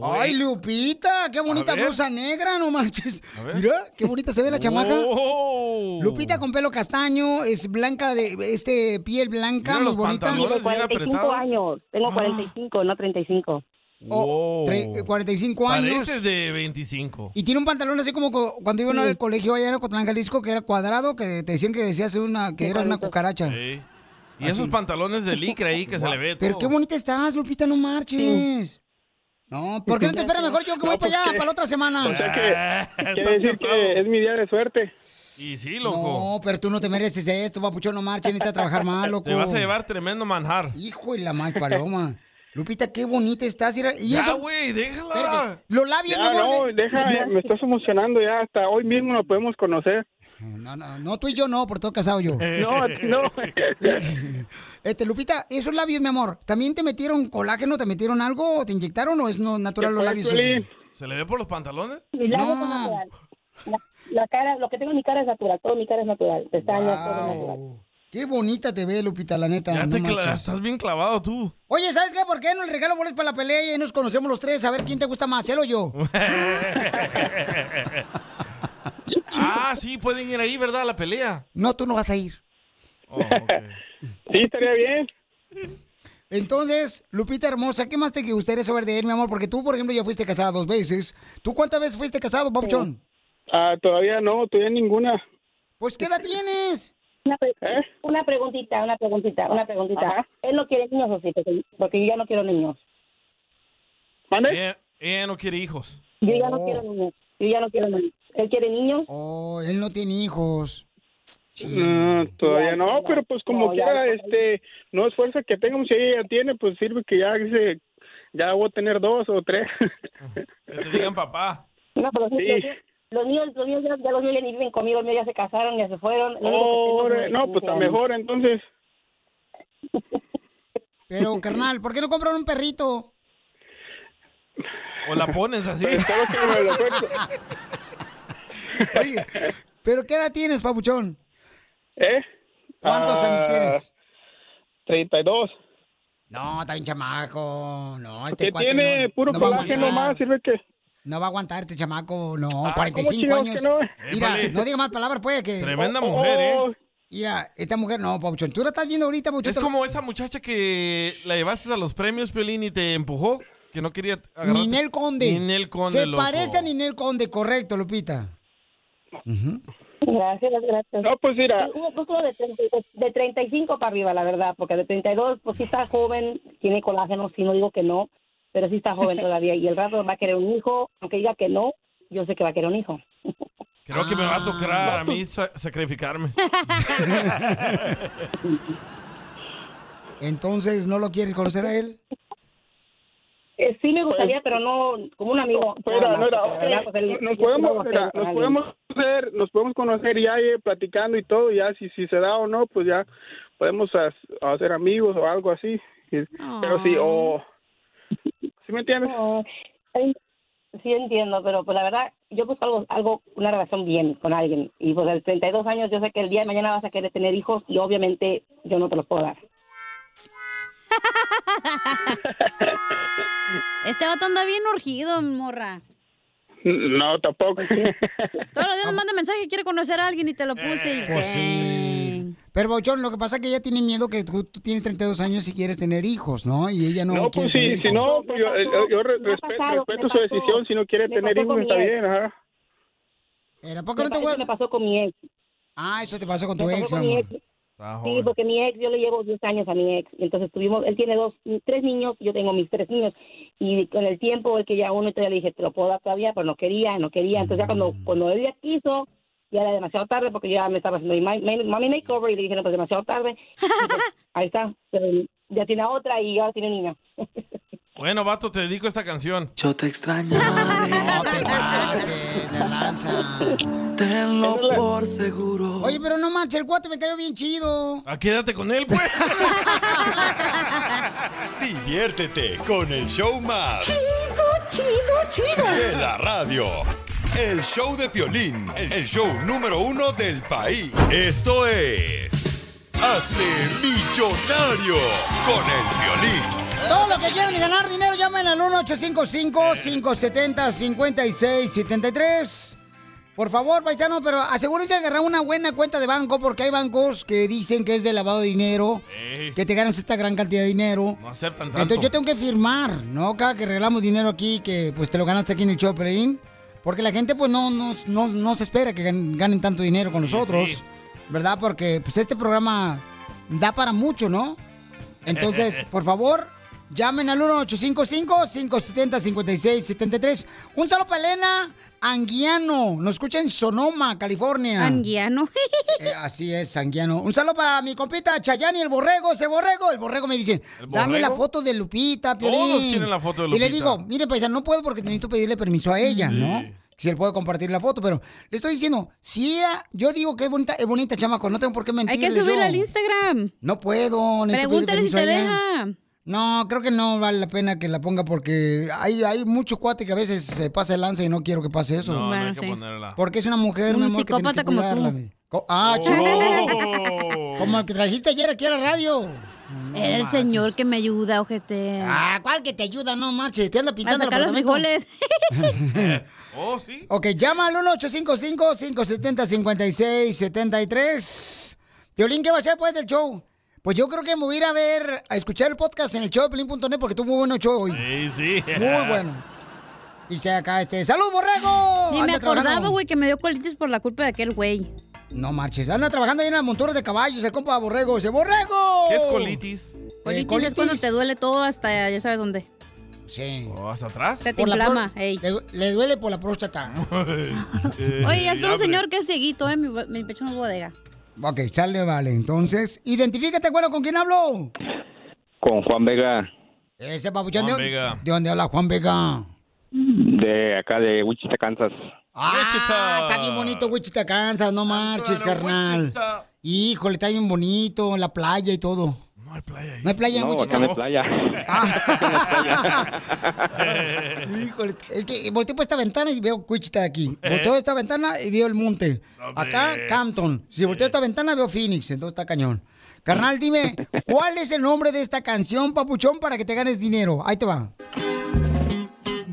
Ay, Lupita, qué bonita
A ver.
blusa negra, no manches. Mira, qué bonita se ve la chamaca.
Oh.
Lupita con pelo castaño, es blanca de este piel blanca, muy bonita. Ah.
Tengo 45 años, tengo 45, no 35.
Wow.
Oh, tre- 45 años.
Pareces de 25.
Y tiene un pantalón así como co- cuando iban
Sí.
al colegio allá en Ocotlán, Jalisco, que era cuadrado, que te decían que decías una, que eras una cucaracha.
Sí. Y esos pantalones de licra ahí que se le ve
Pero
todo.
qué bonita estás, Lupita, no marches. No, ¿por qué no te esperas mejor yo que
No,
voy
pues,
para allá,
¿qué?
para la otra semana?
O sea
que-
Ah,
Quiere decir
estás casado.
que es mi día de suerte.
Y sí, loco.
No, pero tú no te mereces esto, papuchón, no marches, necesitas trabajar más, loco.
Te vas a llevar tremendo manjar.
Hijo de la más paloma. Lupita, qué bonita estás. mira, Y
Ya,
eso.
güey, déjala.
Espérate, Los
Ah,
labios, mi
Ya,
amor,
no,
de-
deja, eh, me estás emocionando ya. Hasta hoy mismo nos podemos conocer.
Eh, No, no, no, tú y yo no, por todo casado yo.
No, no.
Este, Lupita, esos labios, mi amor, ¿también te metieron colágeno, te metieron algo, o te inyectaron o es no, natural los labios?
¿Se le ve por los pantalones?
Mis labios son natural. La, la cara, lo que tengo en mi cara es natural, todo mi cara es natural, pestañas, todo es natural.
Qué bonita te ve, Lupita, la neta.
Ya
no
te cla-
manches.
estás bien clavado tú.
Oye, ¿sabes qué? ¿Por qué no le regalo boletos para la pelea y ahí nos conocemos los tres? A ver quién te gusta más, él o yo.
ah, sí, pueden ir ahí, ¿verdad? A la pelea.
No, tú no vas a ir.
Oh,
Sí, estaría bien.
Entonces, Lupita hermosa, ¿qué más te gustaría saber de él, mi amor? Porque tú, por ejemplo, ya fuiste casada dos veces. ¿Tú cuántas veces fuiste casado, Papuchón?
Ah, todavía no, todavía ninguna.
Pues, ¿qué edad tienes?
Una, pre- una preguntita, una preguntita, una preguntita.
¿Eh? Ajá.
Él no quiere niños, ¿o sí? Porque, porque yo ya no quiero niños.
Ella, ella no quiere hijos.
Yo
Oh.
ya no quiero niños. Yo ya no quiero niños. ¿Él quiere niños?
Oh, él no tiene hijos.
No, Ah, todavía no, pero pues como
No, ya
quiera,
después.
este, no es fuerza que tengamos, si ella ya tiene, pues sirve que ya dice, ya voy a tener dos o tres.
Que te digan papá.
No, pero sí,
Sí.
los míos- Ah, Los míos, los míos ya, ya los míos ya ni viven conmigo, los míos ya se casaron, ya se fueron. El único que tengo es
Ore,
mi-
no, pues está
mi-
mejor entonces.
Pero, carnal, ¿por qué no compran un perrito?
O la pones así.
Pues,
Oye, ¿pero qué edad tienes, papuchón?
¿Eh?
¿Cuántos
Ah,
años tienes?
32.
No, está bien chamaco. No,
Que
este cuate
tiene
no-
puro
no va a
colágeno
Ah.
aguantar.
más, sirve que...
No va a aguantar este chamaco, no,
Ah,
45
¿cómo
años.
chingados que no?
Mira,
Épale.
no diga más palabras, pues, que...
Tremenda Oh, oh, mujer, oh.
¿eh? Mira, esta mujer, no, Pauchón, tú la estás yendo ahorita, Pauchón.
Es como esa muchacha que la llevaste a los premios, Piolín, y te empujó, que no quería agarrar.
Ninel Conde.
Ninel Conde,
Se
loco.
parece a Ninel Conde, correcto, Lupita.
Gracias, gracias.
No, pues mira.
Uno de, 30 de 35 para arriba, la verdad, porque de 32, pues sí está joven, tiene colágeno, sí no digo que no, pero sí está joven todavía. Y el rato va a querer un hijo, aunque diga que no, yo sé que va a querer un hijo.
Creo que me va a tocar a mí sa- sacrificarme.
Entonces, ¿no lo quieres conocer a él?
Eh, sí me gustaría, pero no como un amigo. nada
Espera, Pues, no
más,
era,
porque la verdad, pues, él-
nos
yo
podemos,
quiero hacer
mira,
con
nos
alguien.
podemos conocer, nos podemos conocer ya eh, platicando y todo, ya si si se da o no, pues ya podemos as- hacer amigos o algo así. Y- Pero sí, oh, o ¿Sí me entiendes?
Ah, Sí, entiendo, pero pues la verdad, yo busco algo, algo, una relación bien con alguien. Y pues a los 32 años, yo sé que el día de mañana vas a querer tener hijos y obviamente yo no te los puedo dar.
Este vato anda bien urgido, morra.
no tampoco.
Todos los días me manda mensaje, quiere conocer a alguien y te lo puse. y
Pues sí. Pero, Pauchón, lo que pasa es que ella tiene miedo que tú, tú tienes 32 años y quieres tener hijos, ¿no? Y ella no,
No,
quiere
pues
tener
sí, si
hijos.
no, pues yo, yo- yo re-
Me ha
respe-
pasado,
respeto
me
su
pasó.
decisión, si no quiere
Me
tener
pasó
hijos
con
está
mi ex.
bien, ajá.
Era, ¿por qué no
Me
te
pa-
voy
eso me pasó con mi ex.
Ah, eso te pasó con tu
Me pasó
ex,
con
mi
mi
amor.
ex. Sí, porque mi ex, yo le llevo 10 años a mi ex. Y entonces tuvimos, él tiene dos, tres niños, yo tengo mis tres niños. Y con el tiempo, él que ya uno, entonces ya le dije, te lo puedo dar todavía, pero no quería, no quería. Entonces ya cuando, cuando él ya quiso, ya era demasiado tarde porque yo ya me estaba haciendo mi ma- ma- mami makeover y le dije, no, pues demasiado tarde. Y pues, ahí está, pero ya tiene a otra y ahora tiene un niño.
Bueno, vato, te dedico esta canción.
Yo te extrañaré.
No te pases de lanza.
Tenlo por seguro.
Oye, pero no manches, el cuate me cayó bien chido.
Ah, quédate con él, pues.
Diviértete con el show más.
Chido, chido,
De la radio. El show de Piolín, el show número uno del país. Esto es... Hazte millonario con el Piolín.
Todo lo que quieran ganar dinero, llamen al 1-855-570-5673. Por favor, paisano, pero asegúrense de agarrar una buena cuenta de banco porque hay bancos que dicen que es de lavado de dinero,
Ey.
que te ganas esta gran cantidad de dinero.
No aceptan tanto.
Entonces yo tengo que firmar, ¿no? Cada que regalamos dinero aquí, que pues te lo ganaste aquí en el show, Pelín. Porque la gente pues no, no, no, no se espera que gan- ganen tanto dinero con nosotros,
sí.
¿verdad? Porque pues este programa da para mucho, ¿no? Entonces, por favor, llamen al 1-855-570-5673. Un saludo para Elena Anguiano. Nos escucha en Sonoma, California.
Anguiano.
Eh,
así es, Sanguiano. Un saludo para mi compita Chayani, el borrego, ese borrego. El borrego me dice, dame la
borrego?
foto de Lupita,
Todos
Piolín.
quieren la foto de
Y le
Lupita.
digo, mire, paisa, no puedo porque necesito pedirle permiso a ella, ¿no? Si él puede compartir la foto, pero le estoy diciendo, si ella, yo digo que es bonita, es bonita, chamaco, no tengo por qué
Hay
mentirle
que
yo.
subirla al Instagram.
No puedo, necesito
Pregúntale
pedirle
si
permiso
te
a ella.
deja.
No, creo que no vale la pena que la ponga porque hay, hay mucho cuate que a veces se pasa el lance y no quiero que pase eso.
No, no hay que ponerla.
Porque es una mujer,
Un
mi amor, que tienes que
psicópata como tú.
cuidarla. mi- Co- Ah, chale. Como el que trajiste ayer aquí a la radio.
Era el señor que me ayuda, ojete.
Ah, ¿cuál que te ayuda? No manches, te anda pintando
A sacar
el
los
apartamento.
Oh, sí.
Ok, llama al 1-855-570-5673. Violín, ¿qué va a hacer después del show? Pues yo creo que me voy a ir a ver, a escuchar el podcast en el show de Pelín.net porque tuvo muy bueno show hoy.
Sí, sí.
Muy bueno. Dice acá este, ¡Salud, borrego!
Ni me
Anda trabajando.
acordaba, güey, que me dio colitis por la culpa de aquel güey.
No marches, anda trabajando ahí en las monturas de caballos, el compa borrego, ese borrego.
¿Qué es colitis?
Colitis, es cuando te duele todo hasta ya sabes dónde.
Sí.
¿O hasta atrás?
Se te
Por la
inflama,
pro- Le, le duele por la próstata.
Oye, es un
Diable.
señor que es cieguito, ¿eh? Mi, mi pecho no es bodega.
Ok, sale, vale. Entonces, identifícate, bueno, ¿con quién hablo?
Con Juan Vega,
Ese papuchón, ¿de,
Juan
dónde-
Vega.
¿de dónde habla Juan Vega?
de acá de Wichita, Kansas.
Ah, está bien bonito Wichita, Kansas, no marches, carnal. Híjole, está bien bonito, la playa y todo. No hay playa ahí.
No,
No hay
acá
playa en Wichita.
no hay playa.
Ah.
Híjole, es que volteo por esta ventana y veo Wichita de aquí. Volteo esta ventana y veo el monte. Acá, Campton. Si volteo esta ventana, veo Phoenix. Entonces está cañón. Carnal, dime, ¿cuál es el nombre de esta canción, papuchón, para que te ganes dinero? Ahí te va.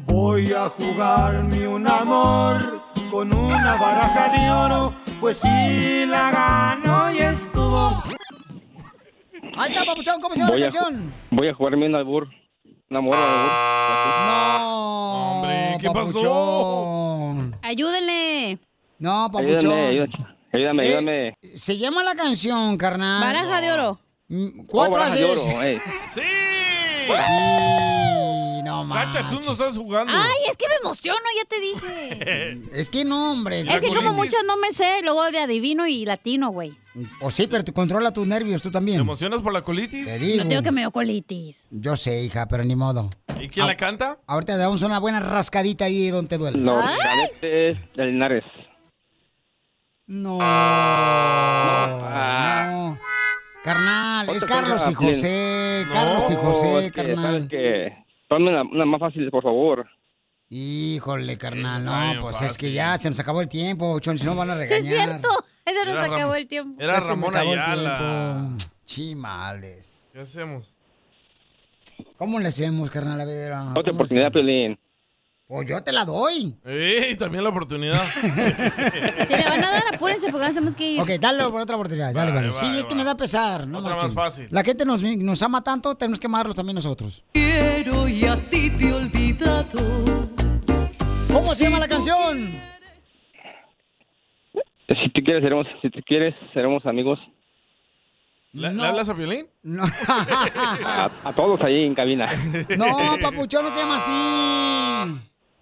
Voy a jugarme un amor con una baraja de oro, pues si la gano y estuvo.
Ahí está, papuchón. ¿Cómo se llama
Voy
la
a ju-
canción?
Voy a jugarme un albur. Una mora de albur.
No. Hombre,
¿qué pasó?
Ayúdenle.
No, papuchón.
Ayúdame, ayúdame. Ayúdame,
Eh,
ayúdame.
Se llama la canción, carnal.
Baraja de oro.
Mm,
Oh,
Cuatro
baraja de
veces.
oro, eh.
Sí, no
Cacha, tú no estás jugando.
Ay, es que me emociono, ya te dije.
Es que no, hombre.
Es que como muchas no me sé, luego de adivino y latino, güey.
O oh, sí, pero tú controla tus nervios, tú también. ¿Te
emocionas por la colitis?
Te digo.
No tengo que me dio colitis.
Yo sé, hija, pero ni modo.
¿Y quién
Ah.
la canta?
Ahorita te damos una buena rascadita ahí donde te duele.
Los cadetes de Linares.
No.
Ah.
No. Carnal, es
Otra
Carlos
cosa,
y
Piolín.
José. Carlos y José,
es que, ¿sabes
carnal.
qué? Ponme una, una más fácil, por favor.
Híjole, carnal,
Está
no,
bien
pues es
fácil.
que ya se nos acabó el tiempo, chon, si no van a regañar.
Sí, es cierto. Eso nos
Era Ram-
acabó el tiempo.
Ya se me acabó el tiempo.
Chimales. ¿Qué hacemos?
¿Cómo le hacemos, carnal? A ver, ah,
Otra
¿cómo le
oportunidad, Piolín.
Pues yo te la doy.
¡Ey! También la oportunidad.
Si le van a dar, apúrense porque nos tenemos que ir.
Ok, dale por otra oportunidad, dale,
Vale,
vale. Sí,
vale,
es que me da pesar, no
Otra
marchen.
más fácil.
La gente nos, nos ama tanto, tenemos que amarlos también nosotros.
Quiero y a ti te he olvidado.
¿Cómo se llama la canción?
Si tú quieres, seremos, si tú quieres, seremos amigos.
¿Le, le hablas a Piolín?
No.
A, a todos ahí en cabina.
No, papuchón, no se llama así.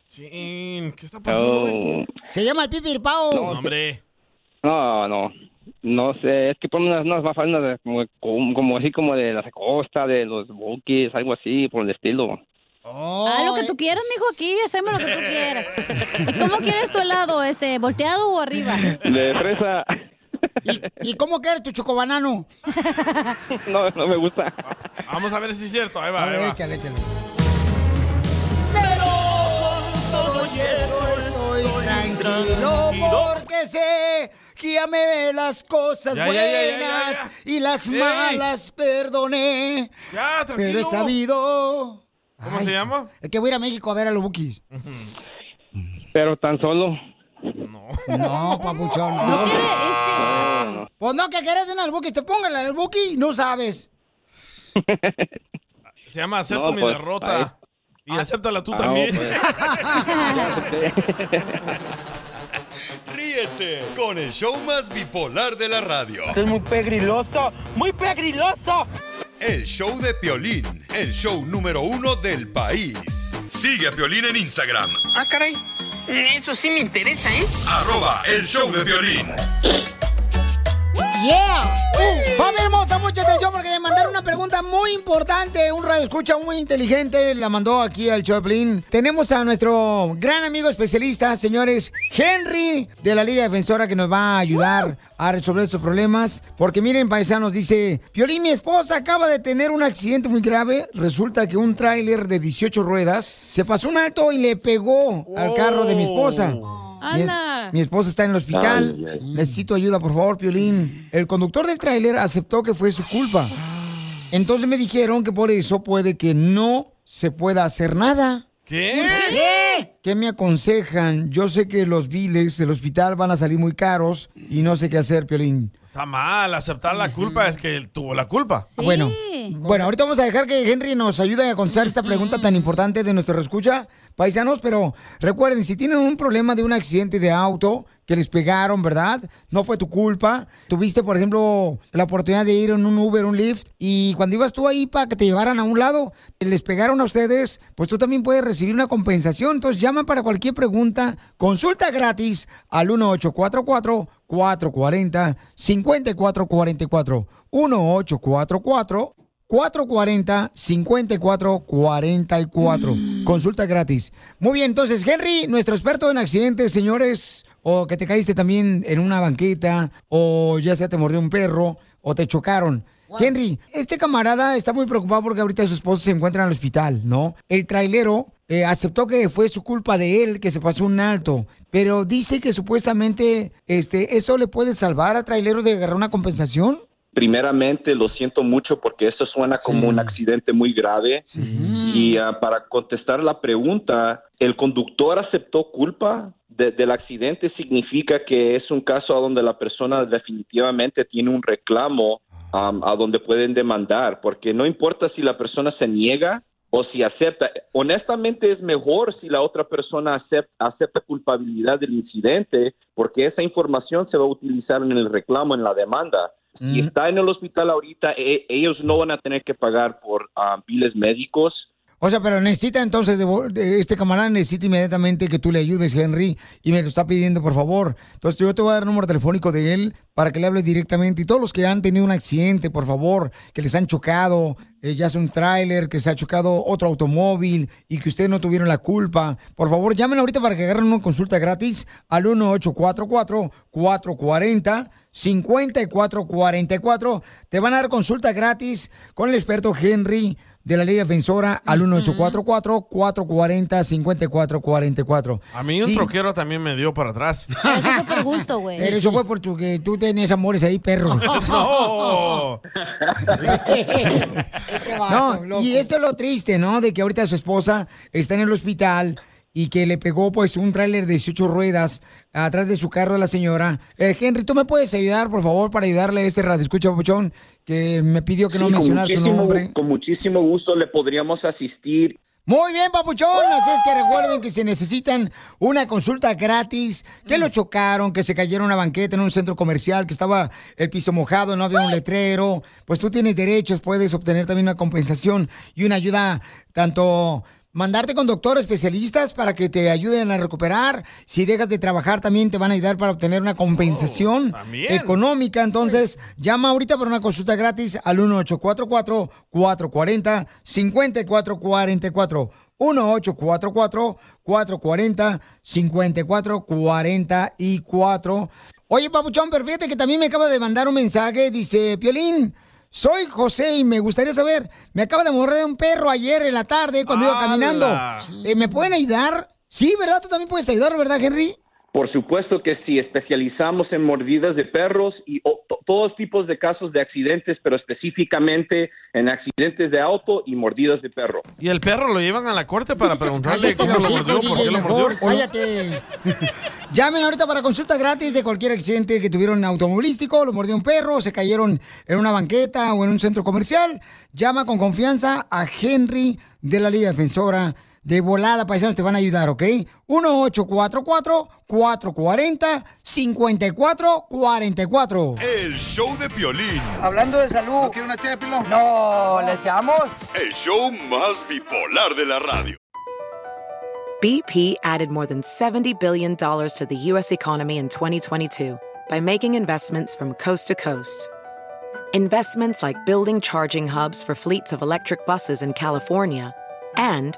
Chin, ¿qué está pasando?
No,
Se llama el pipirpao.
No, hombre.
no, no. No sé, es que ponen unas, unas más fáciles, unas de- como, como, como así como de las costas, de los buques, algo así, por el estilo.
Ah, lo que tú quieras, mijo, aquí hacemos lo que tú quieras. ¿Y cómo quieres tu helado? Este, volteado o arriba?
De fresa,
¿Y cómo quieres tu chocobanano?
no, no me gusta.
Vamos a ver si es cierto. Ahí va, ahí va.
Échale, échale.
Pero con todo y eso estoy
tranquilo porque sé que amé las cosas
Ya, ya,
buenas
ya, ya, ya,
y las
Ey.
malas perdoné.
Ya,
Pero he
tranquilo.
sabido.
¿Cómo se llama?
Es que voy a ir a México a ver a los Bukis.
Pero tan solo.
No, papuchón. No,
No, no.
Pues no, que querés en el Bukis. Te pongan en el Buki, no sabes.
Se llama Acepto
No,
mi
pues,
derrota. Y acéptala tú
Ah,
también.
no, pues.
Ríete con el show más bipolar de la radio.
Esto es muy pegriloso, muy pegriloso.
El show de Piolín, el show número uno del país. Sigue a Piolín en Instagram,
Ah, caray. Eso sí me interesa, ¿eh?
arroba el show de Piolín.
¡Yeah! Uh, Familia hermosa, mucha atención porque me mandaron una pregunta muy importante. Un radio escucha muy inteligente la mandó aquí al Choplin. Tenemos a nuestro gran amigo especialista, señores, Henry de la Liga Defensora, que nos va a ayudar a resolver estos problemas. Porque miren, paisanos, dice: Piolín, mi esposa acaba de tener un accidente muy grave. Resulta que un tráiler de 18 ruedas se pasó un alto y le pegó al carro de mi esposa. Mi-
¡Hala!
mi esposa está en el hospital.
Ay, ay.
Necesito ayuda, por favor, Piolín. El conductor del tráiler aceptó que fue su culpa. Entonces me dijeron que por eso puede que no se pueda hacer nada.
¿Qué?
¿Qué? ¿Qué me aconsejan? Yo sé que los biles del hospital van a salir muy caros y no sé qué hacer, Piolín.
Está mal. Aceptar la culpa es que él tuvo la culpa.
Bueno, bueno, ahorita vamos a dejar que Henry nos ayude a contestar esta pregunta tan importante de nuestro escucha, paisanos, pero recuerden, si tienen un problema de un accidente de auto que les pegaron, ¿verdad? No fue tu culpa. Tuviste, por ejemplo, la oportunidad de ir en un Uber, un Lyft, y cuando ibas tú ahí para que te llevaran a un lado, les pegaron a ustedes, pues tú también puedes recibir una compensación. Entonces llaman para cualquier pregunta. Consulta gratis al 1844-440-5444. 1844 440-5444. Consulta gratis. Muy bien, entonces, Henry, nuestro experto en accidentes, señores, o que te caíste también en una banqueta, o ya sea te mordió un perro, o te chocaron. Henry, este camarada está muy preocupado porque ahorita su esposo se encuentra en el hospital, ¿no? El trailero eh, aceptó que fue su culpa de él que se pasó un alto, pero dice que supuestamente este, eso le puede salvar al trailero de agarrar una compensación.
Primeramente, lo siento mucho porque esto suena como un accidente muy grave. Y ah, para contestar la pregunta, el conductor aceptó culpa de- del accidente, significa que es un caso a donde la persona definitivamente tiene un reclamo am, a donde pueden demandar, porque no importa si la persona se niega o si acepta. Honestamente es mejor si la otra persona acep- acepta culpabilidad del incidente, porque esa información se va a utilizar en el reclamo, en la demanda.
Mm.
Si está en el hospital ahorita, e- ellos no van a tener que pagar por ah, biles médicos.
O sea, pero necesita entonces, de vo- de- este camarada necesita inmediatamente que tú le ayudes, Henry, y me lo está pidiendo, por favor. Entonces yo te voy a dar el número telefónico de él para que le hables directamente. Y todos los que han tenido un accidente, por favor, que les han chocado, eh, ya sea un tráiler, que se ha chocado otro automóvil y que ustedes no tuvieron la culpa, por favor, llamen ahorita para que agarren una consulta gratis al 1844-440. 5444. Te van a dar consulta gratis con el experto Henry de la Ley Defensora al 1844-440-5444.
A mí un
Sí,
troquero también me dio para atrás.
Eso por gusto, güey.
Pero eso fue porque tú tenías amores ahí, perro.
No.
Este No, y esto es lo triste, ¿no? De que ahorita su esposa está en el hospital y que le pegó pues un tráiler de 18 ruedas atrás de su carro a la señora. Eh, Henry, ¿tú me puedes ayudar, por favor, para ayudarle a este radio escucha Papuchón, que me pidió que no
Sí, con
mencionara su
muchísimo-
nombre?
Con muchísimo gusto le podríamos asistir.
Muy bien, papuchón. Así es que recuerden que si necesitan una consulta gratis, que lo chocaron, que se cayeron a una banqueta en un centro comercial, que estaba el piso mojado, no había un letrero, pues tú tienes derechos, puedes obtener también una compensación y una ayuda, tanto mandarte con doctores especialistas para que te ayuden a recuperar. Si dejas de trabajar, también te van a ayudar para obtener una compensación económica. Entonces, llama ahorita para una consulta gratis al 1844-440-5444. 1844-440-5444. Oye, Papuchón, pero fíjate que también me acaba de mandar un mensaje. Dice, Piolín, soy José y me gustaría saber, me acaba de morder un perro ayer en la tarde cuando iba caminando.
¡Hala!
Eh, ¿Me pueden ayudar? Sí, ¿verdad? Tú también puedes ayudar, ¿verdad, Henry?
Por supuesto que sí, especializamos en mordidas de perros y o- to- todos tipos de casos de accidentes, pero específicamente en accidentes de auto y mordidas de perro.
Y el perro lo llevan a la corte para preguntarle cómo lo mordió, por qué lo mordió.
Cállate. Llamen ahorita para consulta gratis de cualquier accidente que tuvieron automovilístico, lo mordió un perro, se cayeron en una banqueta o en un centro comercial. Llama con confianza a Henry de la Liga Defensora. De volada, paisanos, te van a ayudar, ¿ok? 1-844-440-5444.
El show de Piolín.
Eh. Hablando de salud.
¿No quiere una ché de pilón? No, ¿le echamos?
El show más bipolar de la radio.
BP added more than $70 billion to the U.S. economy in 2022 by making investments from coast to coast. Investments like building charging hubs for fleets of electric buses in California and